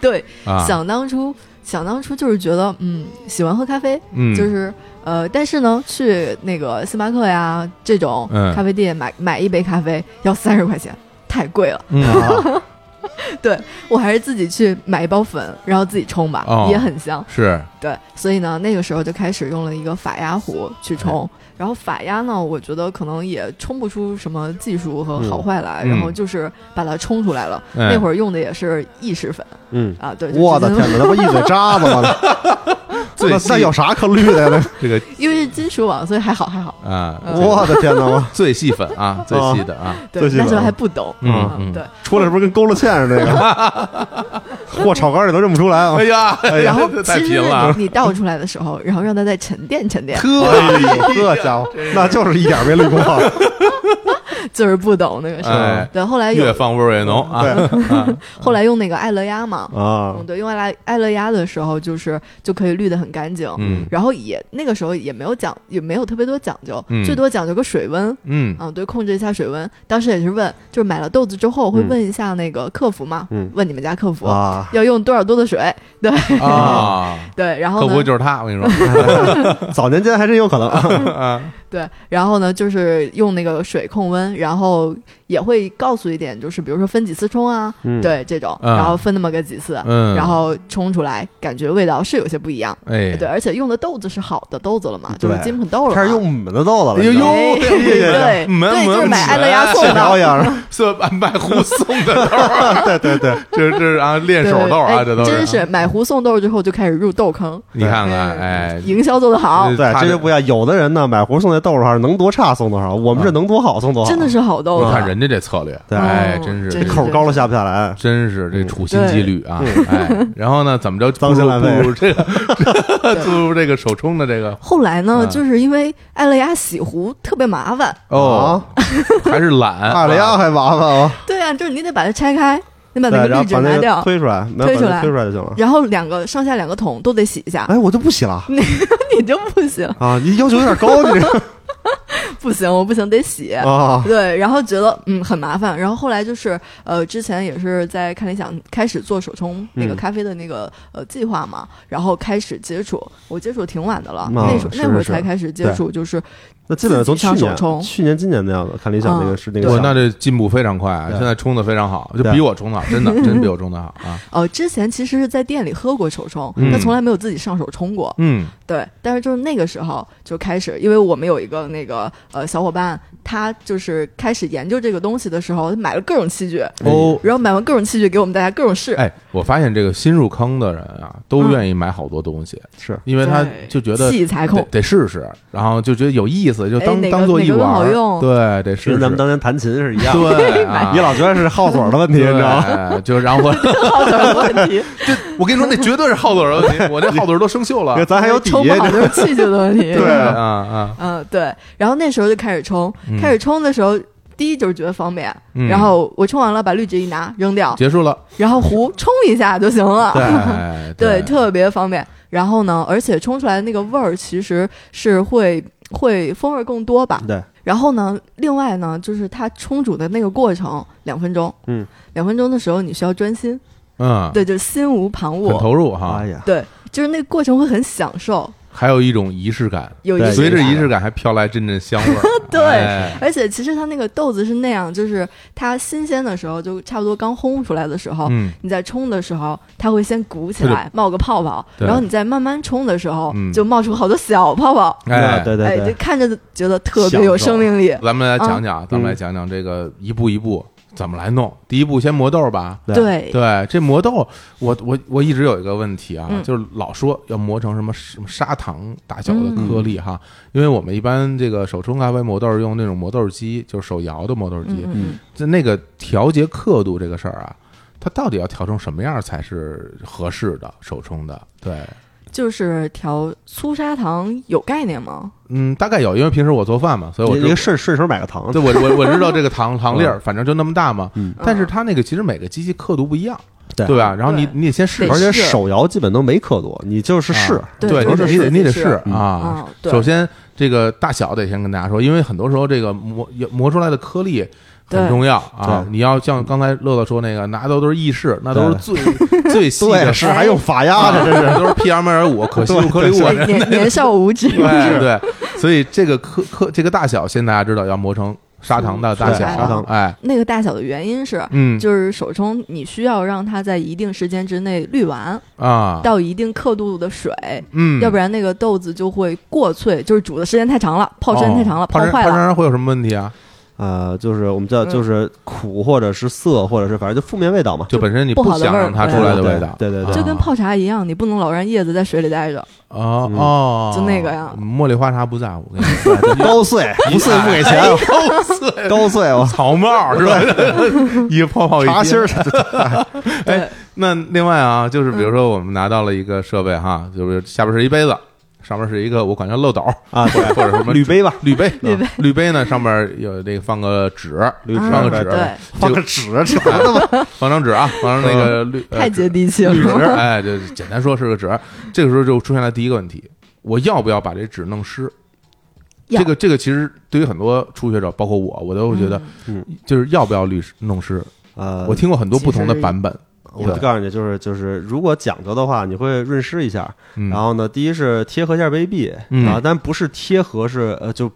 C: 对，
A: 啊，
C: 想当初，想当初就是觉得，嗯，喜欢喝咖啡，
A: 嗯，
C: 就是呃，但是呢，去那个星巴克呀这种
A: 嗯
C: 咖啡店买买一杯咖啡要三十块钱，太贵了。
A: 嗯
D: 啊
C: 我还是自己去买一包粉，然后自己冲吧，
A: 哦
C: 也很香。
A: 是
C: 对，所以呢，那个时候就开始用了一个法压壶去冲，
A: 哎
C: 然后法压呢，我觉得可能也冲不出什么技术和好坏来，
A: 嗯
C: 然后就是把它冲出来了。
A: 嗯
C: 那会儿用的也是意式粉
D: 嗯，
C: 啊，对，就
D: 我的
C: 直接
D: 天哪，那不一嘴渣子吗？
A: 最
D: 那
A: 吸
D: 那有啥可绿 的呀？
A: 这 个
C: 因为是金属网，所以还好还好。
A: 啊，这个
D: 我的天哪！我
A: 最细粉啊，最细的啊，
C: 对
D: 最，起码
C: 那时候还不懂。
A: 嗯嗯
C: 对。
D: 出来是不是跟勾了芡 似的？那个，嚯，炒肝里都认不出来啊！
A: 哎呀，
C: 然后
A: 太
C: 其
A: 贫
C: 实
A: 了啊，
C: 你你倒出来的时候，然后让它再沉淀 沉淀，
D: 哎呦，这家伙，那就是一点没绿光。
C: 就是不懂那个时
A: 哎
C: 候。对，后来
A: 越
C: 有
A: 放味儿越浓啊，
D: 对
C: 后来用那个爱乐压嘛，
D: 啊
C: 嗯，，对，用爱来爱乐压的时候，就是就可以滤得很干净。
A: 嗯
C: 然后也那个时候也没有讲，也没有特别多讲究，
A: 嗯
C: 最多讲究个水温。
A: 嗯
C: 嗯，对，控制一下水温。当时也是问，就是买了豆子之后
A: 嗯
C: 会问一下那个客服嘛，
D: 嗯
C: 问你们家客服、
D: 哇，
C: 要用多少多的水，对
A: 啊，
C: 对，然后
A: 客
C: 呢，
A: 服就是他，我跟你说，
D: 早年间还真有可能。
C: 对，然后呢就是用那个水控温，然后也会告诉一点，就是比如说分几次冲啊，
D: 嗯
C: 对这种，
A: 啊
C: 然后分那么个几次，
A: 嗯
C: 然后冲出来感觉味道是有些不一样。
A: 哎，
C: 对，而且用的豆子是好的豆子了嘛，就是
D: 对
C: 金品豆了嘛。
D: 开始用母的豆了了，
A: 哎呦
D: 你知道吗
C: 哎
A: 对对对
C: 对，
A: 门
C: 对，
A: 门
C: 就是买
A: 门
C: 爱乐压送
D: 这
C: 的
D: 表。演，
A: 是买壶送的 豆儿，
D: 对对对，
A: 这这是啊练
C: 对
A: 手豆儿啊，
C: 哎
A: 这都
C: 真
A: 是
C: 是买壶送豆之后就开始入豆坑，
A: 你看看，
D: 嗯
A: 哎，
C: 营销做得好
A: 这，
D: 对，
A: 他
D: 这
A: 这
D: 就不一样。有的人呢，买壶送那豆儿还是能多差送多少，我们这能多好送多好，
C: 真的是好豆
A: 我
C: 子。
A: 看人家这策略，
D: 对
A: 哎，
C: 哦
A: 真是
C: 这
A: 这
C: 是
D: 口高了下不下来。
A: 真是这处心积虑啊！
D: 嗯
A: 哎，然后呢，怎么着
D: 脏
A: 步
D: 心
A: 入
D: 烂
A: 步
D: 肺
A: 入 这个步入这个手冲的这个
C: 后来呢，
A: 嗯
C: 就是因为爱乐压洗壶特别麻烦，
A: 哦，还是懒，
D: 爱了呀，
A: 啊
D: 啊还麻烦啊！
C: 对啊，就是你得把它拆开，你把
D: 对，
C: 那
D: 然
C: 个
D: 后
C: 滤纸
D: 把
C: 拿
D: 那个
C: 掉，
D: 推出来，没有
C: 推
D: 把
C: 出
D: 那
C: 来啊
D: 推出来就行了。
C: 然后两个上下两个桶都得洗一下，
D: 哎，我就不洗了
C: 你就不行，
D: 啊！你要求有点高，你这个
C: 不行，我不行，得 洗。
D: 啊，
C: 对，然后觉得嗯很麻烦，然后后来就是呃之前也是在看理想开始做手冲那个
D: 嗯
C: 咖啡的那个、呃计划嘛，然后开始接触，我接触挺晚的了，
D: 嗯
C: 那时候
D: 是
C: 那会儿
D: 是
C: 才开始接
D: 对
C: 触，就是
D: 那基本上从去
C: 自己上手
D: 年、
C: 冲
D: 去年、今年的样子，看理想那个
C: 嗯
D: 是那
A: 我
D: 个
A: 那
D: 项目，
A: 这进步非常快啊！
D: 对
A: 现在冲的非常好，就
D: 对
A: 比我冲的好， 真的真比我冲的好啊！
C: 呃之前其实是在店里喝过手冲，
A: 嗯
C: 但从来没有自己上手冲过，
A: 嗯
C: 对，但是就是那个时候就开始，因为我们有一个那个呃小伙伴，他就是开始研究这个东西的时候，买了各种器具，
A: 哦，
C: 然后买完各种器具给我们大家各种试，
A: 哎，我发现这个新入坑的人啊，都
C: 嗯
A: 愿意买好多东西，
D: 是
A: 因为他
C: 对
A: 就觉得
C: 器材
A: 得
C: 控。
A: 得试试，然后就觉得有意思，就
C: 哎
A: 当
C: 哪个
A: 当做一
C: 哪个
A: 玩
C: 更好
A: 儿，
C: 用
A: 对，得试
D: 跟
A: 试。
D: 咱们当年弹琴是一样。 的。
A: 对啊
D: 你，老觉得是号嘴的问题，你
A: 对
D: 知道吗？
A: 就然后
C: 好的问题，
A: 我跟你说，那绝对是好嘴儿的 问题，我这好嘴儿都生锈了。
D: 咱还有底，
C: 冲不好就是器具的问 题。
A: 对啊啊，
C: 嗯，对。然后那时候就开始冲，
A: 嗯
C: 开始冲的时候，第一就是觉得方便，
A: 嗯
C: 然后我冲完了把滤纸一拿扔掉，
A: 结束了。哎
C: 然后壶冲一下就行了。
A: 对
C: 对，特别方便。然后呢，而且冲出来的那个味儿其实是会会风味更多
A: 嗯
C: 吧。
D: 对，
A: 啊
C: 然后呢，另外呢，就是它冲煮的那个过程，两分钟，
D: 嗯，
C: 两分钟的时候你需要专心，
A: 嗯，
C: 对，就是心无旁
A: 很
C: 骛，
A: 投入哈
D: 哎，呀，
C: 对，就是那个过程会很享受，
A: 还有一种仪式感，
C: 有
D: 对
C: 仪
A: 随
C: 式
A: 着
C: 感。
A: 仪式感还飘来阵阵香味儿。
C: 对
A: 哎
C: 而且其实它那个豆子是那样，就是它新鲜的时候，就差不多刚烘出来的时候，
A: 嗯，
C: 你在冲的时候，它会先鼓起
A: 对的
C: 来，冒个泡泡，
A: 对
C: 然后你再慢慢冲的时候，
A: 嗯
C: 就冒出好多小泡泡，
A: 哎，
D: 啊对
C: 哎，
D: 对
C: 就
D: 对，
C: 看着觉得特别有生命力。
A: 咱们来讲
C: 嗯
A: 讲，咱们来讲讲这个一步一步怎么来弄。第一步先磨豆儿吧。
D: 对
C: 对，
A: 对，这磨豆，我我我一直有一个问题啊，
C: 嗯
A: 就是老说要磨成什么什么砂糖大小的颗
C: 嗯
A: 粒哈，因为我们一般这个手冲咖啡磨豆儿用那种磨豆机，就是手摇的磨豆机，
C: 嗯嗯
A: 就那个调节刻度这个事儿啊，它到底要调成什么样儿才是合适的手冲的？对，
C: 就是调粗砂糖有概念吗？
A: 嗯，大概有，因为平时我做饭嘛，所以我
D: 你
A: 知
D: 你顺顺手买个糖，
A: 对我我我知道这个 糖糖粒儿，反正就那么大嘛。
D: 嗯
A: 但是它那个其实每个机器刻度不一样，
D: 对啊
A: 对啊吧？然后你
C: 对
A: 你得先试
C: 得
D: 而且
C: 是
D: 手摇基本都没刻度，你就是试，
C: 对
A: 对，
C: 就
A: 你
C: 是
A: 得你得
C: 试
A: 你得
C: 试
A: 试
D: 嗯
A: 啊
C: 啊嗯。对
A: 首先，这个大小得先跟大家说，因为很多时候这个磨磨出来的颗粒很
C: 对
A: 重要啊。
D: 对
A: 你要像刚才乐乐说那个，拿都都是意式，那都是最 最细的
D: 对，
A: 事
C: 哎
D: 是还用法压呢，这 是。
A: 都是 PM 二点五可吸入颗粒物。
C: 对年年少无 知，
A: 对对，所以这个颗颗这个大小，先大家知道要磨成砂糖的大
D: 对
A: 小，
D: 砂糖
A: 哎，
C: 那个大小的原因是，
A: 嗯
C: 就是手冲你需要让它在一定时间之内滤完
A: 啊，
C: 到一定刻度的水，
A: 嗯，
C: 要不然那个豆子就会过脆，就是煮的时间太长了，泡时间太长了，
A: 哦泡
C: 泡
A: 身
C: 坏
A: 泡
C: 了。
A: 身会有什么问题啊？
D: 呃，就是我们叫
C: 嗯
D: 就是苦或者是涩或者是反正就负面 味道嘛，
A: 就本身你
C: 不好的
A: 想
C: 味儿
A: 让它出来的
D: 对
A: 味道，
D: 对对对
C: 就跟泡茶一样，你不能老让叶子在水里待着。
A: 啊
D: 嗯
A: 哦，
C: 就那个呀
A: 茉莉花茶不在乎，我跟你说哎
D: 对高 碎 不碎不给钱，啊
A: 高 碎
D: 高碎 我
A: 草帽是吧？一个泡泡一
D: 茶心
A: 儿。
D: 儿，
A: 哎，那另外啊，就是比如说我们拿到了一个设备哈，就是下边是一杯子，上面是一个我管叫漏斗
D: 啊
A: 或者或者什么
D: 铝杯吧，
A: 滤杯，
C: 滤杯
A: 啊滤杯呢上面有这个放个纸，
D: 铝
C: 啊
A: 放
D: 纸
A: 个纸，
C: 对，
D: 放个纸，这玩意儿
A: 放张纸啊，放张那个滤呃
C: 太接地气了。
A: 绿纸，哎，就简单说是个纸。这个时候就出现了第一个问题：我要不要把这纸弄湿？
C: 要
A: 这个这个其实对于很多初学者，包括我，我都会觉得，
D: 嗯
A: 就是要不要滤湿弄湿？
D: 呃，
A: 我听过很多不同的
C: 其实
A: 版本，
D: 我就告诉你，就是就是，如果讲究的话，你会润湿一下。
A: 嗯
D: 然后呢，第一是贴合一下杯壁，
A: 嗯
D: 啊，但不是贴合是呃，就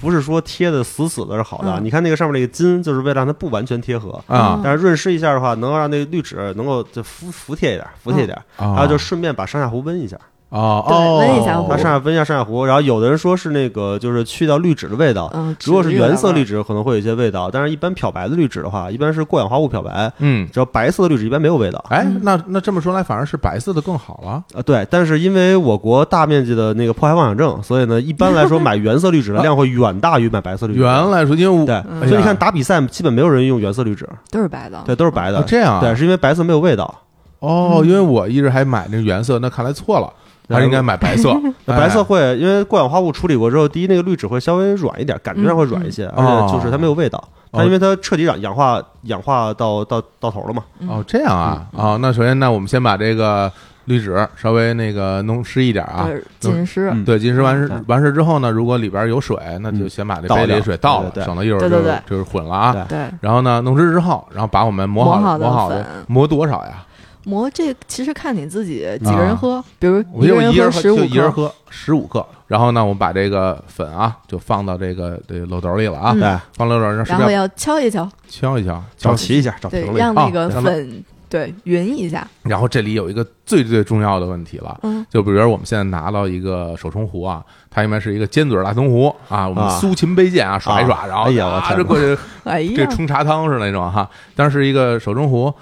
D: 不是说贴的死死的是好的。
C: 嗯
D: 你看那个上面那个筋，就是为了让它不完全贴合。
A: 啊
D: 但是润湿一下的话，能够让那个滤纸能够就服服帖一点，服帖一点，
A: 啊
D: 还有就顺便把上下壶温一下，
A: 哦
C: 对
A: 哦，
C: 温一下
D: 把上下温一下上下壶。然后有的人说是那个就是去掉滤纸的味道，
A: 啊
C: 嗯，
D: 如果是
C: 纸有点
D: 原色
C: 味儿
D: 滤，纸可能会有一些味道，但是一般漂白的滤纸的话，一般是过氧化物漂白，
A: 嗯，
D: 只要白色的滤纸一般没有味道。
A: 哎，那那这么说来，反而是白色的更好了。
D: 啊，对，但是因为我国大面积的那个迫害妄想症，所以呢，一般 来说买原色滤纸的量会远大于买白色滤纸。
A: 原来说，因为我
D: 对，
A: 哎呀
D: 所以你看打比赛基本没有人用原色滤纸，
C: 都是白的。
D: 对，都是白的。
A: 哦这样啊
D: 对，是因为白色没有味道，
A: 哦，因为我一直还买那原色，那看来错了，还是应该买白色。
D: 那
A: 哎
D: 白色会因为过氧化物处理过之后，第一那个滤纸会稍微软一点，感觉上会软一
A: 嗯
D: 些，
A: 哦
D: 而且就是它没有味道。但因为它彻底氧氧化氧化到到到头了嘛，
C: 嗯
A: 哦，这样啊，
D: 嗯
A: 哦，那首先那我们先把这个滤纸稍微那个弄湿一点啊，
C: 就是紧湿。
D: 嗯
A: 对，浸湿完事
D: 嗯
A: 完事之后呢，如果里边有水，那就先把这杯里的水倒了，
D: 对对对
A: 省得一会儿
C: 对
A: 就
C: 对
A: 是
C: 对
A: 就是混了啊
D: 对。
C: 对，
A: 然后呢，弄湿之后，然后把我们磨好
C: 磨好的
A: 磨好的
C: 粉
A: 磨多少呀？
C: 磨这其实看你自己几个人喝，比如
A: 我
C: 一
A: 就
C: 个
A: 一
C: 人
A: 人
C: 十五
A: 就一人
C: 克，
A: 喝十五克。然后呢，我们把这个粉啊，就放到这个这个漏斗里了啊，
C: 嗯
D: 对，
A: 放漏斗上，是
C: 然
A: 不
C: 后
A: 是
C: 要敲一敲，
A: 敲一敲，
D: 找
A: 敲
D: 齐一下，找
C: 对
D: 平，了。
C: 让那个
A: 啊
C: 粉对匀一下。
A: 然后这里有一个最最重要的问题了，
C: 嗯
A: 就比如我们现在拿到一个手冲壶啊，它应该是一个尖嘴大铜壶啊，我们
D: 啊
A: 苏秦杯剑啊耍一耍，然后
D: 哎呀我
A: 啊
D: 天
A: 这
D: 哪
A: 过去
C: 哎
A: 这
C: 呀，
A: 冲茶汤是那种哈，但是一个手冲壶，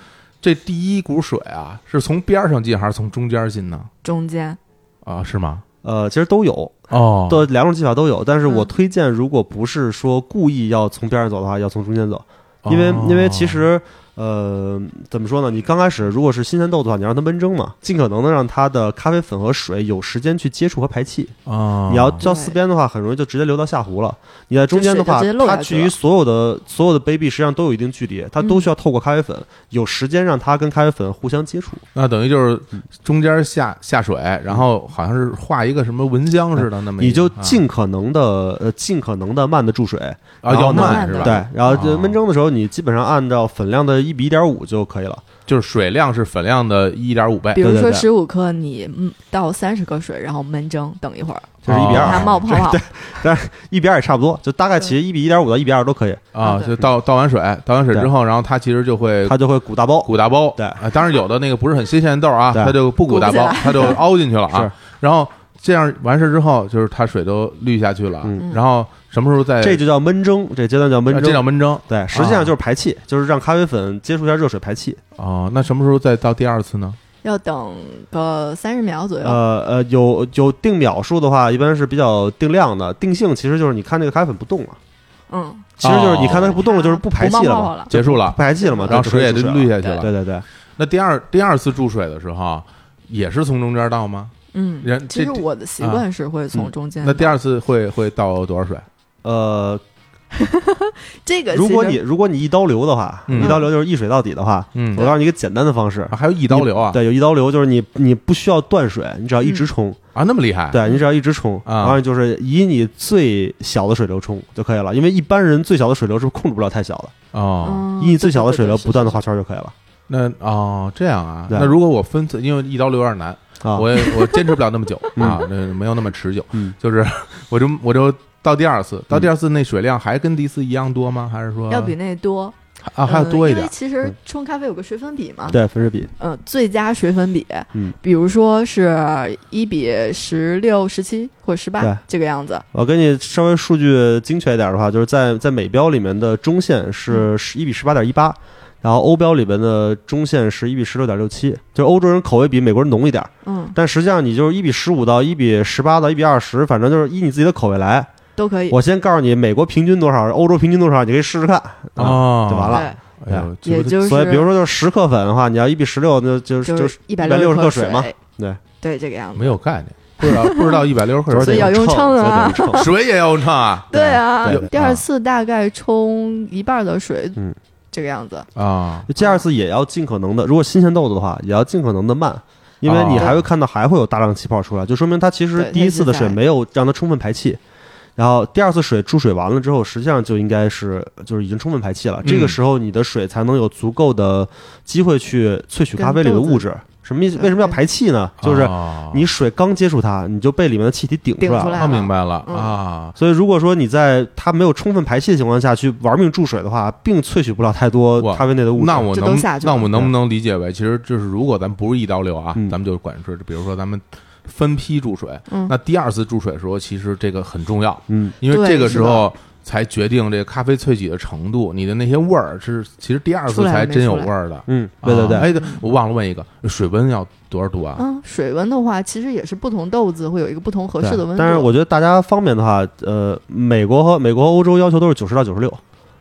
A: 这第一股水啊是从边儿上进还是从中间进呢？
C: 中间
A: 啊，是吗？
D: 呃，其实都有，
A: 哦，
D: 都两种技法都有，但是我
C: 嗯
D: 推荐，如果不是说故意要从边上走的话，要从中间走，因为、
A: 哦
D: 因为其实呃怎么说呢？你刚开始如果是新鲜豆子的话，你让它闷蒸嘛，尽可能的让它的咖啡粉和水有时间去接触和排气。
A: 啊，
D: 你要到四边的话，很容易就直接流到下壶了。你在中间的话
C: 就水就直接漏，下
D: 它
C: 去了嗯
D: 距离所有的所有的杯壁实际上都有一定距离，它都需要透过咖啡粉，有时间让它跟咖啡粉互相接触。
A: 那等于就是中间下下水，然后好像是画一个什么蚊香似的那么一个，
D: 你就
A: 啊
D: 尽可能的呃尽可能的慢的注水。
A: 啊
D: 然后
A: 要
D: 呢
A: 慢是吧？
D: 对，然后就
A: 哦
D: 闷蒸的时候，你基本上按照粉量的一比一点五就可以了。
A: 就是水量是粉量的一点五倍
C: 比，如
D: 对
C: 说
D: 对
C: 十五克，你嗯倒三十克水，然后闷蒸，等一会儿
D: 就是一比
A: 哦
D: 二、
C: 它冒泡泡，
D: 一比二也差不多，就大
C: 嗯
D: 概其实一比一点五到一比二都可以，
A: 啊，
C: 啊
A: 就
C: 对
A: 倒倒完水，倒完水之
D: 对
A: 后，然后它其实就会
D: 它就会鼓大包。
A: 呃鼓大包。
D: 对
A: 啊当然有的那个不是很新鲜的豆儿啊，
D: 对
A: 它就不鼓大包
C: 鼓不起，
A: 它就凹进去了
D: 是
A: 啊。然后这样完事之后，就是它水都滤下去了啊
D: 嗯，
A: 然后什么时候再
D: 这就叫闷蒸，这阶段叫闷
A: 啊
D: 蒸。
A: 这叫闷啊蒸
D: 对，实际上就是排气，就是让咖啡粉接触一下热水排气。
A: 哦。那什么时候再倒第二次呢？
C: 要等个三十秒左右。
D: 呃呃，有有定秒数的话，一般是比较定量的。定性其实就是你看那个咖啡粉不动了，
C: 嗯，
D: 其实就是
A: 哦
D: 你看它不动了，就是不排气
C: 冒
D: 了
C: 泡泡
D: 嘛，
C: 了。
A: 结束
D: 不
A: 了，
D: 排气了嘛，
A: 然后水也
D: 就
A: 就
D: 可以注
A: 滤
D: 水了。
A: 下去了。
D: 对对对，
A: 那第二第二次注水的时候，也是从中间倒吗？
C: 嗯
A: 人，
C: 其
A: 这
C: 实我的习
D: 啊
C: 惯是会
D: 嗯
C: 从中间
A: 那。第二次会会倒多少水？
D: 呃，
C: 这个其
D: 如果
C: 实
D: 你如果你一刀流的话，
A: 嗯
D: 一刀流就是一水到底的话，
A: 嗯
D: 我告诉你一个简单的方式
A: 啊，还有一刀流啊？
D: 对，有一刀流就是你你不需要断水，你只要一
C: 嗯
D: 直冲，
A: 啊，那么厉害？
D: 对你只要一直冲，
A: 啊
D: 然后就是以你最小的水流冲就可以了，因为一般人最小的水流是控制不了太小的，
A: 哦，
C: 嗯
D: 以你最小的水流
C: 对对对
D: 不断的
C: 是
D: 画圈就可以了
A: 那哦这样啊？
D: 对
A: 那如果我分次，因为一刀流有点难，
D: 啊。
A: 我也我坚持不了那么久
D: 嗯
A: 啊，那没有那么持久，
D: 嗯
A: 就是我就我就到第二次，到第二次那水量还跟第一次一样多吗？还是说
D: 嗯
C: 要比那多，
A: 啊，还有多一
C: 呃因
A: 点
C: 为，其实冲咖啡有个水粉比嘛，
D: 对，分时比，
C: 嗯，最佳水粉比，
D: 嗯
C: 比如说是一比十六、十七或者十
D: 对
C: 八这个样子，
D: 我跟你稍微数据精确一点的话，就是在在美标里面的中线
C: 嗯
D: 是一比十八点一八，然后欧标里面的中线是一比十六点六七，就是欧洲人口味比美国人浓一点，
C: 嗯，
D: 但实际上你就是一比十五到一比十八到一比二十，反正就是依你自己的口味来。
C: 都可以。
D: 我先告诉你美国平均多少，欧洲平均多少，你可以试试看啊。
A: 哦，
D: 就完了
C: 对，
A: 哎呦，这
C: 呃也
A: 不
C: 就是
D: 所以比如说就是十克粉的话，你要一比十六，那就
C: 就
D: 就是
C: 一百
D: 160
C: 克
D: 克水嘛，对
C: 对，这个样子。
A: 没有概念，不知道不知道一百六十 克是
D: 多少
C: 所以
A: 多
C: 要
A: 少
C: 用
D: 秤
C: 秤啊
D: 所以得用秤
A: 水也要唱 啊
C: 对啊
D: 对对，
C: 第二次大概冲一半的水
D: 嗯，
C: 这个样子。
A: 啊，
D: 第二次也要尽可能的，如果新鲜豆子的话，也要尽可能的慢，因为你还会看到还会有大量气泡出来，就说明它其实
C: 哦对
D: 第一次的水
C: 它一直在
D: 没有让它充分排气。然后第二次水注水完了之后，实际上就应该是就是已经充分排气了。
C: 嗯
D: 这个时候你的水才能有足够的机会去萃取咖啡里的物质。什么意思？为什么要排气呢？就是
A: 哦
D: 你水刚接触它，你就被里面的气体顶
C: 顶
D: 出来
C: 出
D: 了。
C: 来
A: 啊，
C: 了
A: 明白了
C: 嗯
A: 啊，
D: 所以，如果说你在它没有充分排气的情况下去玩命注水的话，并萃取不了太多
A: 哇
D: 咖啡内的物质。
A: 那我
C: 这
A: 能
C: 都下去
A: 那
C: 了
A: 我能不能理解为，其实就是如果咱不是一刀流啊，
D: 嗯
A: 咱们就管是，比如说咱们分批注水，
C: 嗯
A: 那第二次注水的时候，其实这个很重要，
D: 嗯，
A: 因为
C: 对
A: 这个时
C: 是的
A: 候才决定这个咖啡萃取的程度，你的那些味儿是其实第二次
C: 出来了
A: 才
C: 没
A: 真有
C: 出来
A: 味儿的。
D: 嗯，对对对，
A: 啊哎，对我忘了问一个，水温要多少度啊？
C: 嗯，水温的话，其实也是不同豆子会有一个不同合
D: 对
C: 适的温度。
D: 但是我觉得大家方便的话，呃，美国和美国和欧洲要求都是九十到九十六，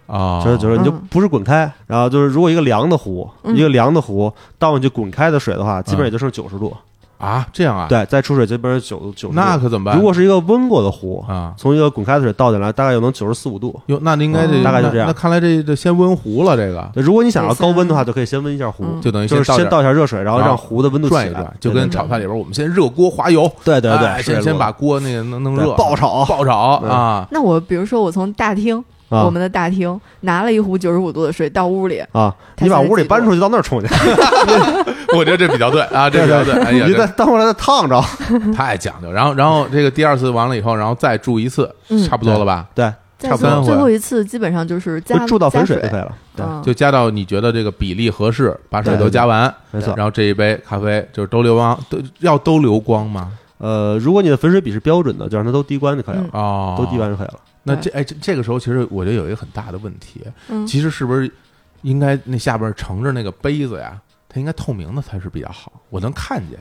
A: 啊，
D: 九十九十你就
C: 嗯
D: 不是滚开。然后就是如果一个凉的壶，
C: 嗯
D: 一个凉的壶倒进去滚开的水的话，基本上也就剩九十度。
A: 啊，这样啊？，
D: 对，再出水基本上九九十。
A: 那可怎么办？
D: 如果是一个温过的壶，
A: 啊，
D: 从一个滚开的水倒进来，大概有能九十四五度。
A: 哟，那应该这
D: 嗯大概就
A: 那
D: 这样
A: 那看来这这先温壶了，这个
D: 对如果你想要
C: 对先
D: 高温的话，就可以先温一下壶，
C: 嗯
A: 就等于
D: 就是
A: 倒点
D: 先倒一下热水，然后
A: 然后
D: 让壶的温度起来
A: 转一转，就跟
D: 对
A: 炒菜里边，我们先热锅滑油，
D: 对对
A: 哎
D: 对，
A: 先
D: 是
A: 先
D: 的
A: 把锅那个弄弄
D: 对
A: 热，
D: 爆炒嗯
A: 爆炒啊
C: 那我比如说，我从大厅，
D: 啊
C: 我们的大厅拿了一壶九十五度的水到屋里，
D: 啊，
C: 它
D: 你把
C: 现在
D: 屋里
C: 记录
D: 搬出去到那儿冲去，
A: 我觉得这比较啊对啊，这比较对，哎呀，
D: 你
A: 这
D: 再倒过来再烫 着。
A: 太讲究。然后，然后这个第二次完了以后，然后再注一次，
C: 嗯
A: 差不多了吧？
D: 对，
C: 再
A: 差不多
C: 最最后一次基本上就是加
D: 就注到
C: 加
D: 粉
C: 水
D: 就可以了。对，
C: 嗯
A: 就加到你觉得这个比例合适，把水
D: 对
A: 都加完，
D: 没错。
A: 然后这一杯咖啡就是都流光，都要都流光吗？
D: 呃，如果你的粉水比是标准的，就让它都滴关就可以了，
C: 嗯
A: 哦，
D: 都滴。完就可以了。
A: 那这哎，这这个时候其实我觉得有一个很大的问题，
C: 嗯
A: 其实是不是应该那下边盛着那个杯子呀，它应该透明的才是比较好，我能看见。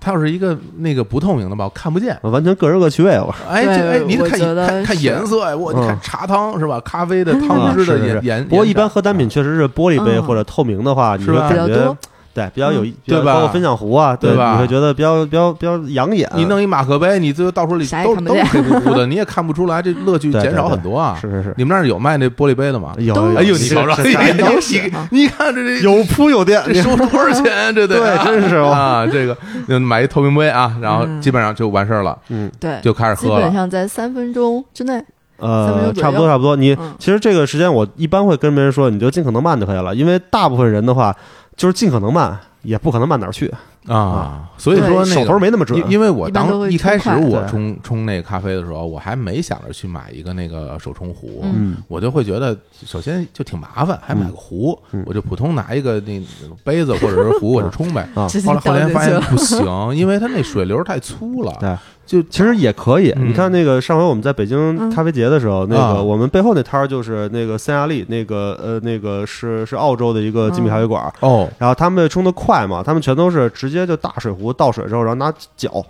A: 它要是一个那个不透明的吧，我看不见。
D: 呃完全个人各取味，我说。
A: 哎，
C: 对
A: 这哎，你得
C: 我
A: 看
C: 觉得
A: 看看
C: 是
A: 颜色呀，哎我你看
D: 嗯
A: 茶汤是吧？咖啡的汤
D: 啊
A: 汁的
D: 是是
A: 颜
D: 是
A: 颜。
D: 不过
A: 颜
D: 一
A: 色
D: 般喝单品确实是玻璃杯
C: 嗯
D: 或者透明的话，你
A: 是
D: 会
A: 吧
C: 比
D: 感
C: 较
D: 觉
C: 多，
D: 对比较有
C: 嗯
D: 比较
A: 对吧
D: 包括分享壶啊，对，
A: 对吧
D: 你会觉得比较比较比较养眼。啊
A: 你弄一马克杯，你最后到时候里
C: 啥也
A: 都
C: 看不
A: 都是
C: 见
A: 黑乎乎 的，你也看不出来，这乐趣
D: 对对
A: 减少
D: 对
A: 很多啊。
D: 是是是，
A: 你们那儿有卖那玻璃杯的吗？
D: 有
C: 都
A: 哎呦，你
D: 这
A: 瞅瞅，
D: 这啥
A: 你
D: 都
C: 都
A: 你
C: 是啊
A: 你看这这
D: 有铺有垫，
A: 这收多少钱？这得啊
D: 对真是哦
A: 啊，这个就买一透明杯啊，然后
C: 嗯
A: 基本上就完事儿了，
D: 嗯
C: 对，
A: 就开始
C: 基
A: 喝
C: 本
A: 了。
C: 上在三分钟之内。三分
D: 呃，
C: 钟左
D: 差不多
C: 右
D: 差不多。你
C: 嗯
D: 其实这个时间我一般会跟别人说，你就尽可能慢就可以了，因为大部分人的话就是尽可能慢，也不可能慢哪儿去，
A: 啊，所以说那
D: 嗯手头
A: 个。
D: 没那么准
A: 因。因为我
C: 一般都
A: 当
C: 会
A: 一开始
C: 冲
D: 快
A: 我
D: 对
A: 冲冲那咖啡的时候，我还没想着去买一个那个手冲壶，
C: 嗯
D: 嗯，
A: 我就会觉得，首先就挺麻烦，还买个壶，
D: 嗯
A: 我就普通拿一个那那个杯子或者是壶我就冲呗。
D: 啊
C: 直接
A: 后来后来
C: 倒进
A: 发
C: 去
A: 现
C: 了
A: 不行，因为它那水流太粗了，
D: 对。
A: 就
D: 其实也可以，
A: 嗯
D: 你看那个上回我们在北京
C: 嗯
D: 咖啡节的时候，那
A: 啊
D: 个我们背后那摊儿就是那个三亚利，那个呃那个是是澳洲的一个精品
C: 嗯
D: 咖啡馆儿，
A: 哦
D: 然后他们冲的快嘛，他们全都是直接就大水壶倒水之后，然后拿搅。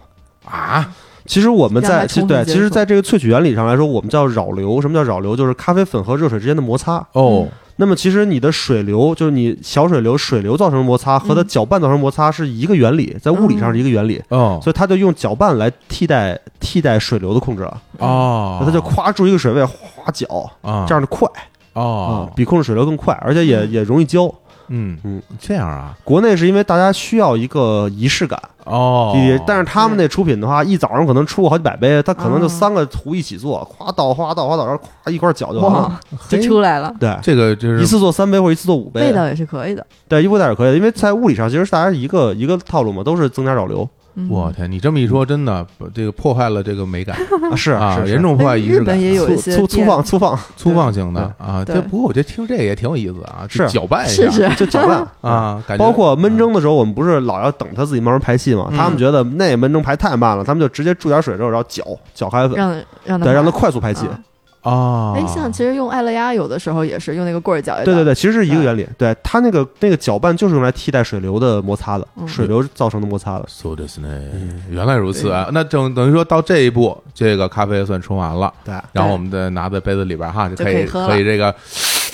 A: 啊，
D: 其实我们
C: 让
D: 在
C: 它
D: 其实
C: 充
D: 对，
C: 分接
D: 其实
C: 触
D: 在这个萃取原理上来说，我们叫扰流。什么叫扰流？就是咖啡粉和热水之间的摩擦。
A: 哦
D: 那么其实你的水流，就是你小水流、水流造成的摩擦和它
C: 嗯
D: 搅拌造成的摩擦是一个原理，在物理上是一个原理，
A: 哦
D: 所以它就用搅拌来替代替代水流的控制了。
A: 哦，
D: 那它就夸住一个水位，哗搅，
A: 啊
D: 这样就快啊
A: 哦，
D: 比控制水流更快，而且也
C: 嗯
D: 也容易焦。
A: 嗯
D: 嗯，
A: 这样啊
D: 国内是因为大家需要一个仪式感，
A: 哦，
D: 也但是他们那出品的话，一早上可能出过好几百杯，他可能就
C: 哦
D: 三个壶一起做，夸倒夸倒夸倒，然后夸一块儿搅就完了
C: 哇。， 就出来了，
D: 对，
A: 这个就是
D: 一次做三杯或者一次做五杯，
C: 味道也是可以的。
D: 对，一步袋也可以，因为在物理上其实大家一个一个套路嘛，都是增加扰流。
C: 嗯
A: 我天，你这么一说，真的把这个破坏了这个美感
D: 啊是
A: 啊，
D: 是哎
A: 严重破坏仪
C: 日
A: 式
C: 本
A: 感，
C: 也有一些
D: 粗粗粗
C: 店
D: 放粗放，
A: 粗放型的
D: 嗯
A: 啊。
C: 对
A: 这不过我觉得听这也挺有意思啊，就是搅拌一下
C: 是是
D: 就搅拌
A: 啊，感觉
D: 包括闷蒸的时候，我们不是老要等它自己慢慢排气嘛？他们觉得那闷蒸排太慢了，他们就直接注点水之后，然后搅搅开粉，
C: 让让它
D: 对，让它
C: 它
D: 快速排气。
C: 啊
A: 啊，
C: 哎，像其实用爱乐压有的时候也是用那个棍儿搅一搅，
D: 对对对，其实是一个原理。对它那个那个搅拌就是用来替代水流的摩擦的，
C: 嗯
D: 水流造成的摩擦的。
A: So t h i s
D: 嗯
A: 呢，原来如此啊。那等等于说到这一步，这个咖啡算冲完了，
D: 对，
A: 然后我们再拿在杯子里边哈，就可
C: 就可
A: 以
C: 以喝了
A: 可以这个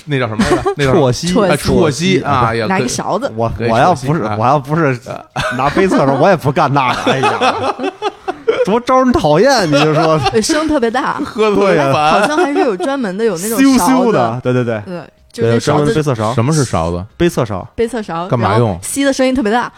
A: 那叫什么来 着？那叫
D: 啜吸
A: 啊
C: 啜吸
A: 啜吸啊，也
C: 拿
A: 可
C: 一
A: 以
C: 个勺子，
D: 我
A: 可以
D: 我要
A: 啜吸
D: 不是
A: 啊
D: 我要不是拿杯测的时候，我也不干那个。哎呀，多招人讨厌！你就说
C: 对声特别大，
A: 喝的特别
C: 好
A: 烦。
C: 像还是有专门的有那 种
D: 咻
C: 勺
D: 咻
C: 子，
D: 的，对对对，
C: 对，就是
D: 对
C: 那
D: 专
C: 勺
D: 门杯
C: 子
D: 测勺，
A: 什么是勺子？
D: 杯测勺。
C: 杯测勺，
A: 干嘛
C: 然后
A: 用
C: 吸的声音特别大，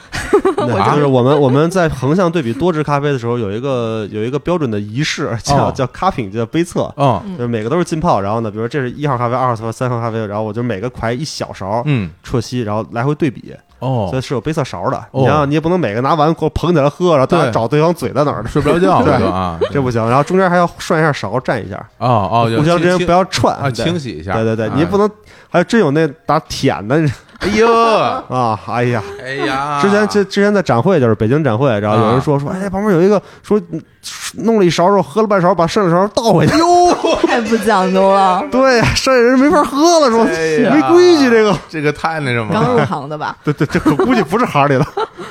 D: 那就是我们我们在横向对比多支咖啡的时候，有一个有一个标准的仪式，叫、
A: 哦
D: 叫咖品，叫杯测，
A: 嗯
D: 就是每个都是浸泡。然后呢，比如说这是一号咖啡、二号咖啡、三号咖啡，然后我就每个㧟一小勺
A: 嗯
D: 啜吸，然后来回对比，所
A: 哦
D: 以，是有杯测勺的。
A: 哦
D: 你想，你也不能每个拿完给我捧起来喝，然后大家
A: 对
D: 找对方嘴在哪儿呢，
A: 睡不着觉
D: 对
A: 这个啊，
D: 这不行。然后中间还要涮一下勺，蘸一下，
A: 哦哦，就
D: 互相之间
A: 清
D: 不要串
A: 啊
D: 对
A: 清洗一下。
D: 对对对，
A: 啊
D: 你也不能，还真有那打舔的
A: 哎呦，
D: 啊！哎呀，
A: 哎呀，
D: 之前之之前在展会就是北京展会，然后
A: 啊
D: 有人说说，哎，旁边有一个说嗯弄了一勺肉，喝了半勺，把剩下的勺倒回去。哟，，
C: 太不讲究了
D: 对，剩下人没法喝了，说
A: 哎呀
D: 没规矩这个。
A: 这个太那什么
C: 刚
A: 了，
C: 入行 的吧？
D: 对对，这可估计不是行里的，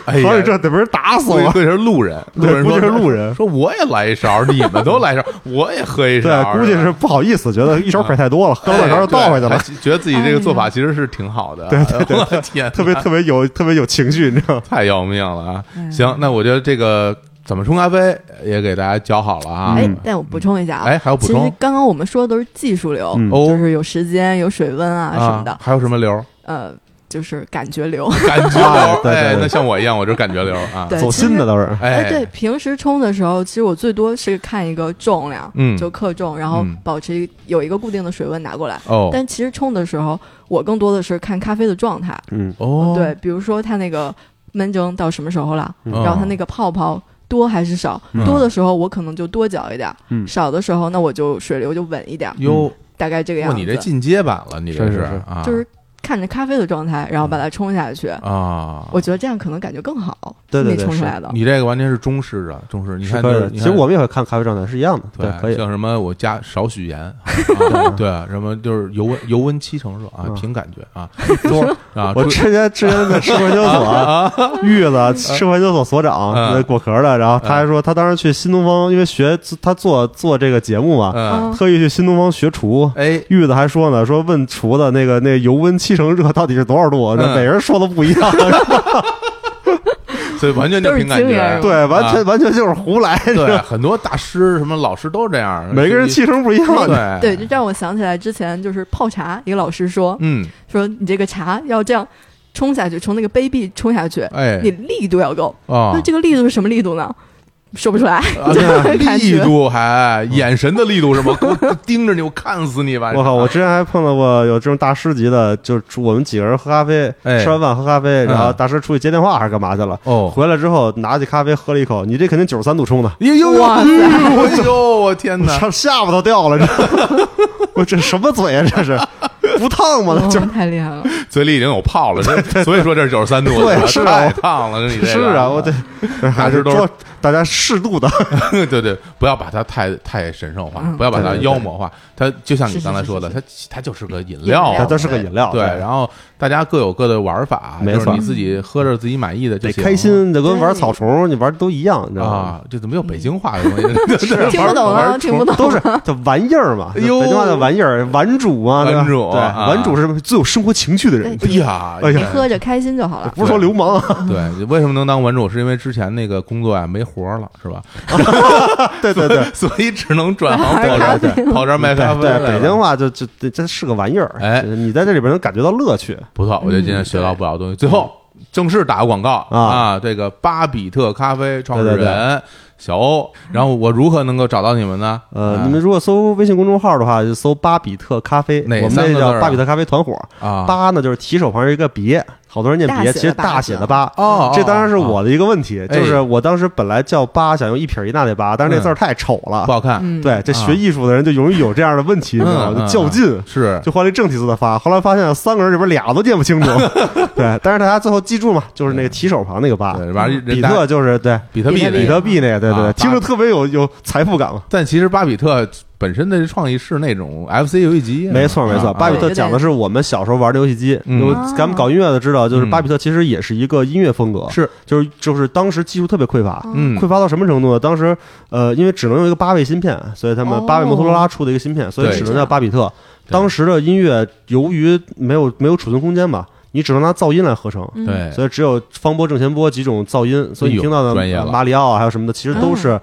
A: 哎
D: 行里
A: 呀，
D: 这得被人打死
A: 估计
D: 了。
A: 估计是路人，路
D: 对
A: 人
D: 估
A: 说
D: 计是路人
A: 说我也来一勺，你们都来一勺，我也喝一
D: 对
A: 勺，，
D: 估计是不好意思，觉得一勺水太多了，喝了半勺就倒回去
A: 哎对
D: 了
A: 还，觉得自己这个做
C: 哎
A: 法其实是挺好的，对对对，我天哪，
D: 特别嗯特别有特别有情绪，你知道吗？
A: 太要命了啊！行，那我觉得这个怎么冲咖啡也给大家教好了啊。
D: 嗯
C: 哎，但我补充一下啊，
A: 哎还有补充
C: 其实刚刚我们说的都是技术流，
D: 嗯
A: 哦
C: 就是有时间、有水温啊什么的
A: 啊，，还有什么 流？
C: 呃，就是感觉流。
A: 感觉流
D: 啊，对对
A: 哎
D: 对
A: 那像我一样，我就是感觉流啊。
C: 对，
D: 走
C: 其实
D: 心的倒是。
A: 哎，
C: 对，平时冲的时候，其实我最多是看一个重量，
A: 嗯
C: 就克重，然后
A: 嗯
C: 保持一有一个固定的水温拿过来。
A: 哦
C: 但其实冲的时候，我更多的是看咖啡的状态，
D: 嗯，
A: 哦，
C: 对，比如说它那个闷蒸到什么时候了，
A: 嗯，
C: 然后它那个泡泡。多还是少？
A: 嗯
C: 多的时候我可能就多搅一点，
D: 嗯
C: 少的时候那我就水流就稳一点，
A: 哟，
C: 大嗯概这个
A: 嗯哇，
C: 样子。
A: 你这进阶版了，你这
D: 是是是
A: 啊，
C: 就是看着咖啡的状态，然后把它冲下去。
A: 啊，
C: 我觉得这样可能感觉更好，
D: 对对
C: 你
D: 对
C: 冲出
D: 是
C: 来的。
A: 你这个完全是中式的，中式。你
D: 是
A: 看，
D: 可以
A: 就是
D: 的。
A: 你
D: 其
A: 看
D: 实我们也会看咖啡状态是一样的，对，可以。
A: 像什么我加少许盐， 啊对，什么就是油温油温七成热啊，
D: 嗯
A: 凭感觉 啊，
D: 多
A: 啊，
D: 我
A: 出啊
D: 之前之前在吃 环球 所遇了吃环球所所长
A: 嗯
D: 那果壳的，然后他还说他当时去新东方，因为学他做做这个节目嘛，
A: 嗯，
C: 嗯
D: 特意去新东方学厨。
A: 哎，
D: 玉子还说呢，说问厨子那个那个油温七成热到底是多少度？那
A: 嗯
D: 每人说的不一样，
A: 所以完全就凭感
C: 都是经验
A: 觉，
C: 是吧
D: 对，完
A: 啊
D: 全完全就是胡来，你知
A: 对，
D: 道
A: 很多大师什么老师都是这样，
D: 每个人
A: 气
D: 气成不一样。
A: 对
C: 对，这，让我想起来之前就是泡茶，一个老师说、
A: 嗯，
C: 说你这个茶要这样冲下去，从那个杯壁冲下去，
A: 哎
C: 你力度要够。
A: 啊
C: 那，这个力度是什么力度呢？说不出来，
A: 啊
C: 就是 感
A: 力
C: 觉
A: 度还眼神的力度是吗？我我盯着你，我看死你吧！
D: 我靠！我之前还碰到过有这种大师级的，就是我们几个人喝咖啡，
A: 哎
D: 吃完饭喝咖啡，然后
A: 嗯
D: 大师出去接电话还是干嘛去了？
A: 哦
D: 回来之后拿起咖啡喝了一口，你这肯定九十三度冲的，
A: 呦呦呦，
C: 哇塞
A: 哎呦，我天
D: 我
A: 哪！
D: 操，下巴都掉了，这 我这什么嘴啊？这是不烫 吗？
C: 哦
D: 就
C: 太厉害了。
A: 嘴里已经有泡了，这所以说这是九十三度，
D: 对
A: 吧
D: 是啊
A: 太烫了，这你这
D: 是
A: 个
D: 啊，我这还
A: 师
D: 是
A: 都是
D: 说大家适度的，
A: 对对，不要把它太太神圣化，
C: 嗯
A: 不要把它
D: 对对对
A: 妖魔化。它就像你
C: 是是
A: 刚才
C: 是
A: 说的，
C: 是
A: 它它就是个饮
C: 料
A: 料
D: 它
A: 嘛，
D: 它是个饮料，
A: 哦对。然后大家各有各的玩法，
D: 没
A: 就是
D: 错
A: 你自己喝着自己满意的就
D: 得
A: 行
D: 开心，得跟玩草虫你玩的都一样，你知道吗？
A: 啊！这怎么有北京话的东 西？这
C: 嗯听不懂
A: 玩
C: 啊，
A: 玩
C: 听不懂。
D: 都是叫玩意儿嘛，
A: 哎
D: 北
A: 呦
D: 京话叫玩意儿，玩主嘛，对吧
A: 玩主
D: 对，
A: 啊
D: 玩主是最有生活情趣的人，
A: 哎呀，
D: 哎呀
C: 你喝着开心就好了。
D: 不是说流氓啊，
A: 对，为什么能当文主？是因为之前那个工作啊没活儿了，是吧？
D: 对 对对。
A: 所以只能转 行跑
D: 玩咖
A: 这儿跑这儿卖咖啡来
D: 对
A: 了。
D: 北京话就就这这是个玩意儿，
A: 哎
D: 就是你在这里边能感觉到乐趣，
A: 不错，我觉得今天学到不少东西。最后正式打个广告
D: 嗯啊
A: 这个巴比特咖啡创始人
D: 对对
A: 小欧，然后我如何能够找到你们呢？
D: 呃，
A: 啊
D: 你们如果搜微信公众号的话，就搜“巴比特咖啡”，
A: 哪
D: 我们
A: 三
D: 那
A: 个字儿
D: 叫
A: 啊
D: “巴比特咖啡团伙”。
A: 啊，
D: 巴呢就是提手旁一个别，好多人念
C: 大
D: 别，
C: 写
D: 其
C: 的
D: 实
C: 八
D: 大
C: 字
D: 写的八。
A: 哦，
D: 这当然是
A: 哦
D: 我的一个问题，
A: 哎嗯
D: 就是我当时本来叫八，想用一撇一捺那八，但是那字儿太丑了
A: 不。好看，
C: 嗯，
D: 对，这
A: 啊
D: 学艺术的人就容易有这样的问题，你知道吗？
A: 嗯
D: 就较劲，
A: 是
D: 就换了一正体字的发。后来发现三个人里边俩都念不 清楚，对。但是大家最后记住嘛，就是那个提手旁那个八，
A: 对，完了人
D: 比
A: 大
D: 特就是对
A: 比特币那个，
D: 比特币那个，对对
A: 啊
D: 对，听着特别有有财富感嘛。
A: 但其实巴比特本身的创意是那种 FC 游戏机啊，
D: 没错没错，
A: 啊
D: 巴比特讲的是我们小时候玩的游戏机，
A: 嗯
D: 因为咱们搞音乐的知道，就是巴比特其实也是一个音乐风格，
A: 是
D: 就是就是当时技术特别匮
C: 哦
D: 乏，
A: 嗯
D: 匮乏到什么程度呢？当时呃，因为只能用一个八位芯片，所以他们
C: 哦
D: 八位摩托罗拉出的一个芯片，所以
A: 对
D: 只能叫巴比特。
A: 对
D: 当时的音乐由于没有没有储存空间嘛，你只能拿噪音来合成。
C: 嗯
A: 对，
D: 所以只有方波、正弦波几种噪音，所以你听到
A: 哎呦
D: 的
A: 专业了嗯
D: 马里奥啊还有什么的，其实都是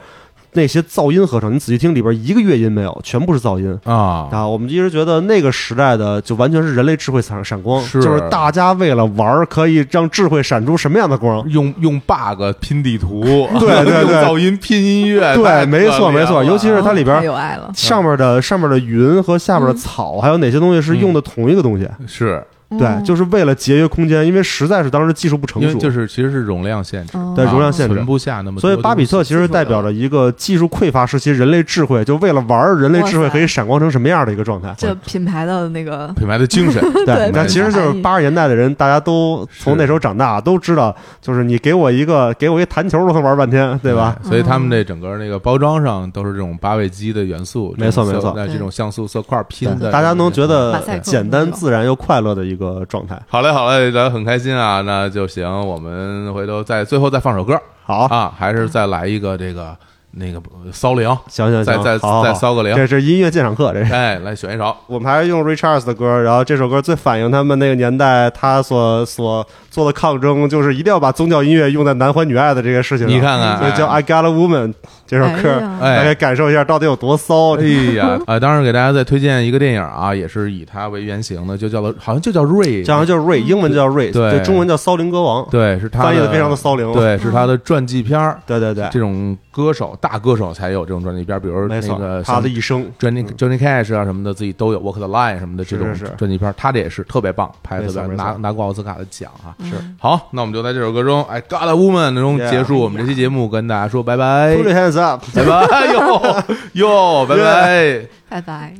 D: 那些噪音合成。你仔细听里边一个乐音没有，全部是噪音。
A: 啊，
D: 啊，我们一直觉得那个时代的就完全是人类智慧闪闪光，
A: 是
D: 就是大家为了玩儿可以让智慧闪出什么样的光。
A: 用用 bug 拼地图，
D: 对对
A: 用
D: 对
A: 噪音拼音乐，
D: 对，
A: 太
D: 没
A: 可
D: 错
A: 怜
D: 没错，
A: 了
D: 尤其是它里边
C: 哦太
D: 儿
C: 有爱了，
D: 上面的上面的云和下面的草，还有哪些东西是用的同一个东西？
A: 是
C: 哦
D: 对，就是为了节约空间，因为实在是当时技术不成
A: 因为嗯
D: 熟，
A: 就是其实是容量限制，
C: 嗯
D: 对
A: 啊
D: 容量限制
A: 存不下那么多东西，
D: 所以巴比特其实代表着一个技术匮乏时期人类智慧，就为了玩儿人类智慧
C: 哇塞
D: 可以闪光成什么样的一个状态。
C: 这品牌的那个
A: 品牌的精 神，
D: 对，但
A: 对
D: 其实就是八十年代的人，大家都从那时候长大，都知道，就是你给我一个，给我一弹球都能玩半天，对吧？？
A: 所以他们这整个那个包装上都是这种八位机的元素，
D: 没错
A: 这种色
D: 没错
A: 那这种像素色块拼的，
D: 大家能觉
C: 马
D: 得
C: 赛克
D: 简单自然又快乐的一个状态。
A: 好嘞，好嘞，咱很开心啊，那就行，我们回头再最后再放首歌
D: 好，
A: 啊，还是再来一个这个那个骚灵，
D: 行行行，
A: 再再
D: 好好好
A: 再骚个零
D: 这是音乐鉴赏课，这是。
A: 哎，来选一首，
D: 我们还是用 Richards 的歌，然后这首歌最反映他们那个年代他所所做的抗争，就是一定要把宗教音乐用在男欢女爱的这个事情上。
A: 你看看
D: 所以叫《
A: 哎
D: I Got a Woman》这首歌，
A: 哎呀
D: 大家感受一下到底有多骚。
A: 哎呀，啊，当然给大家再推荐一个电影啊，也是以它为原型的，就叫做好像就叫瑞，
D: 这好像就是 Ray，英文叫 Ray，
A: 对
D: 中文叫骚灵歌王。
A: 对，是他
D: 翻译的非常的骚灵。
A: 对，是他的传记片儿，
D: 对嗯对对
A: 这种歌手大歌手才有这种传记片儿，比如
D: 没
A: 那
D: 错，
A: 个
D: 他
A: 像
D: 的一生
A: Johnny Johnny Cash 啊什么的，自己都有 Walk the Line 什么的这种
D: 是是是
A: 传记片儿，他这也是特别棒，拍的
D: 没
A: 特
D: 错
A: 别
D: 没错
A: 拿拿过奥斯卡的奖啊。
D: 是
C: 嗯
A: 好，那我们就在这首歌中，哎，God a Woman 中
D: Yeah
A: 结束我们这期节目，跟大家说拜 拜
D: Put，your hands up。
A: 拜拜哟哟，拜拜。
C: 拜拜。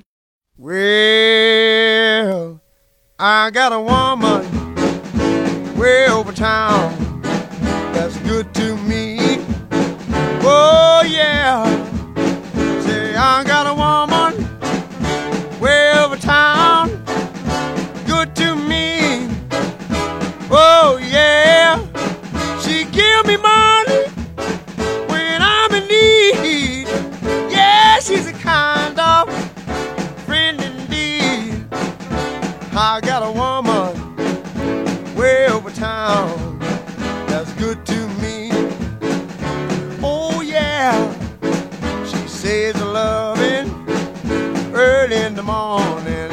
F: Well, I got a woman way over town that's good to me. Oh, yeah. Say, I got a woman way over town good to me. Oh, yeah. She give me money when I'm in need. Yeah, she's a kind of friend indeed. I got a woman way over town that's good to me. Oh yeah, she says loving early in the morning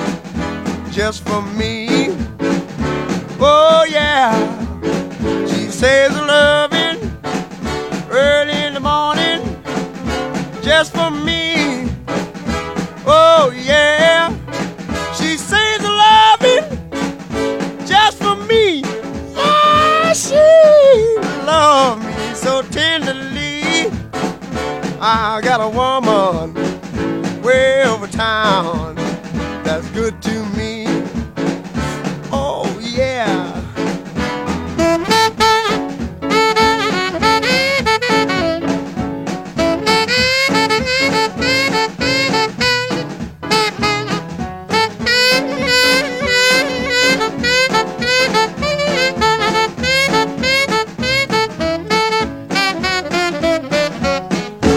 F: just for me. Oh yeah, she says loving early in the morning just for me. Oh yeah, she sings loving just for me. Ah, she loves me so tenderly. I got a woman way over town that's good to me. Oh yeah.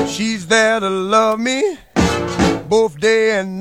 F: She's there to love me both day and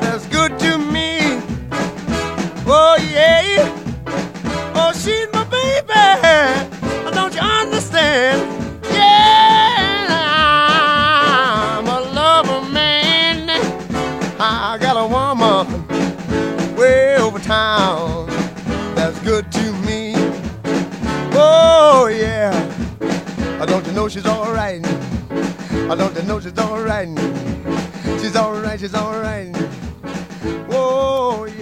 F: that's good to me. Oh yeah, oh she's my baby. Oh, she's alright. I don't you know she's alright. She's alright, she's alright. Whoa, Oh, yeah. Oh,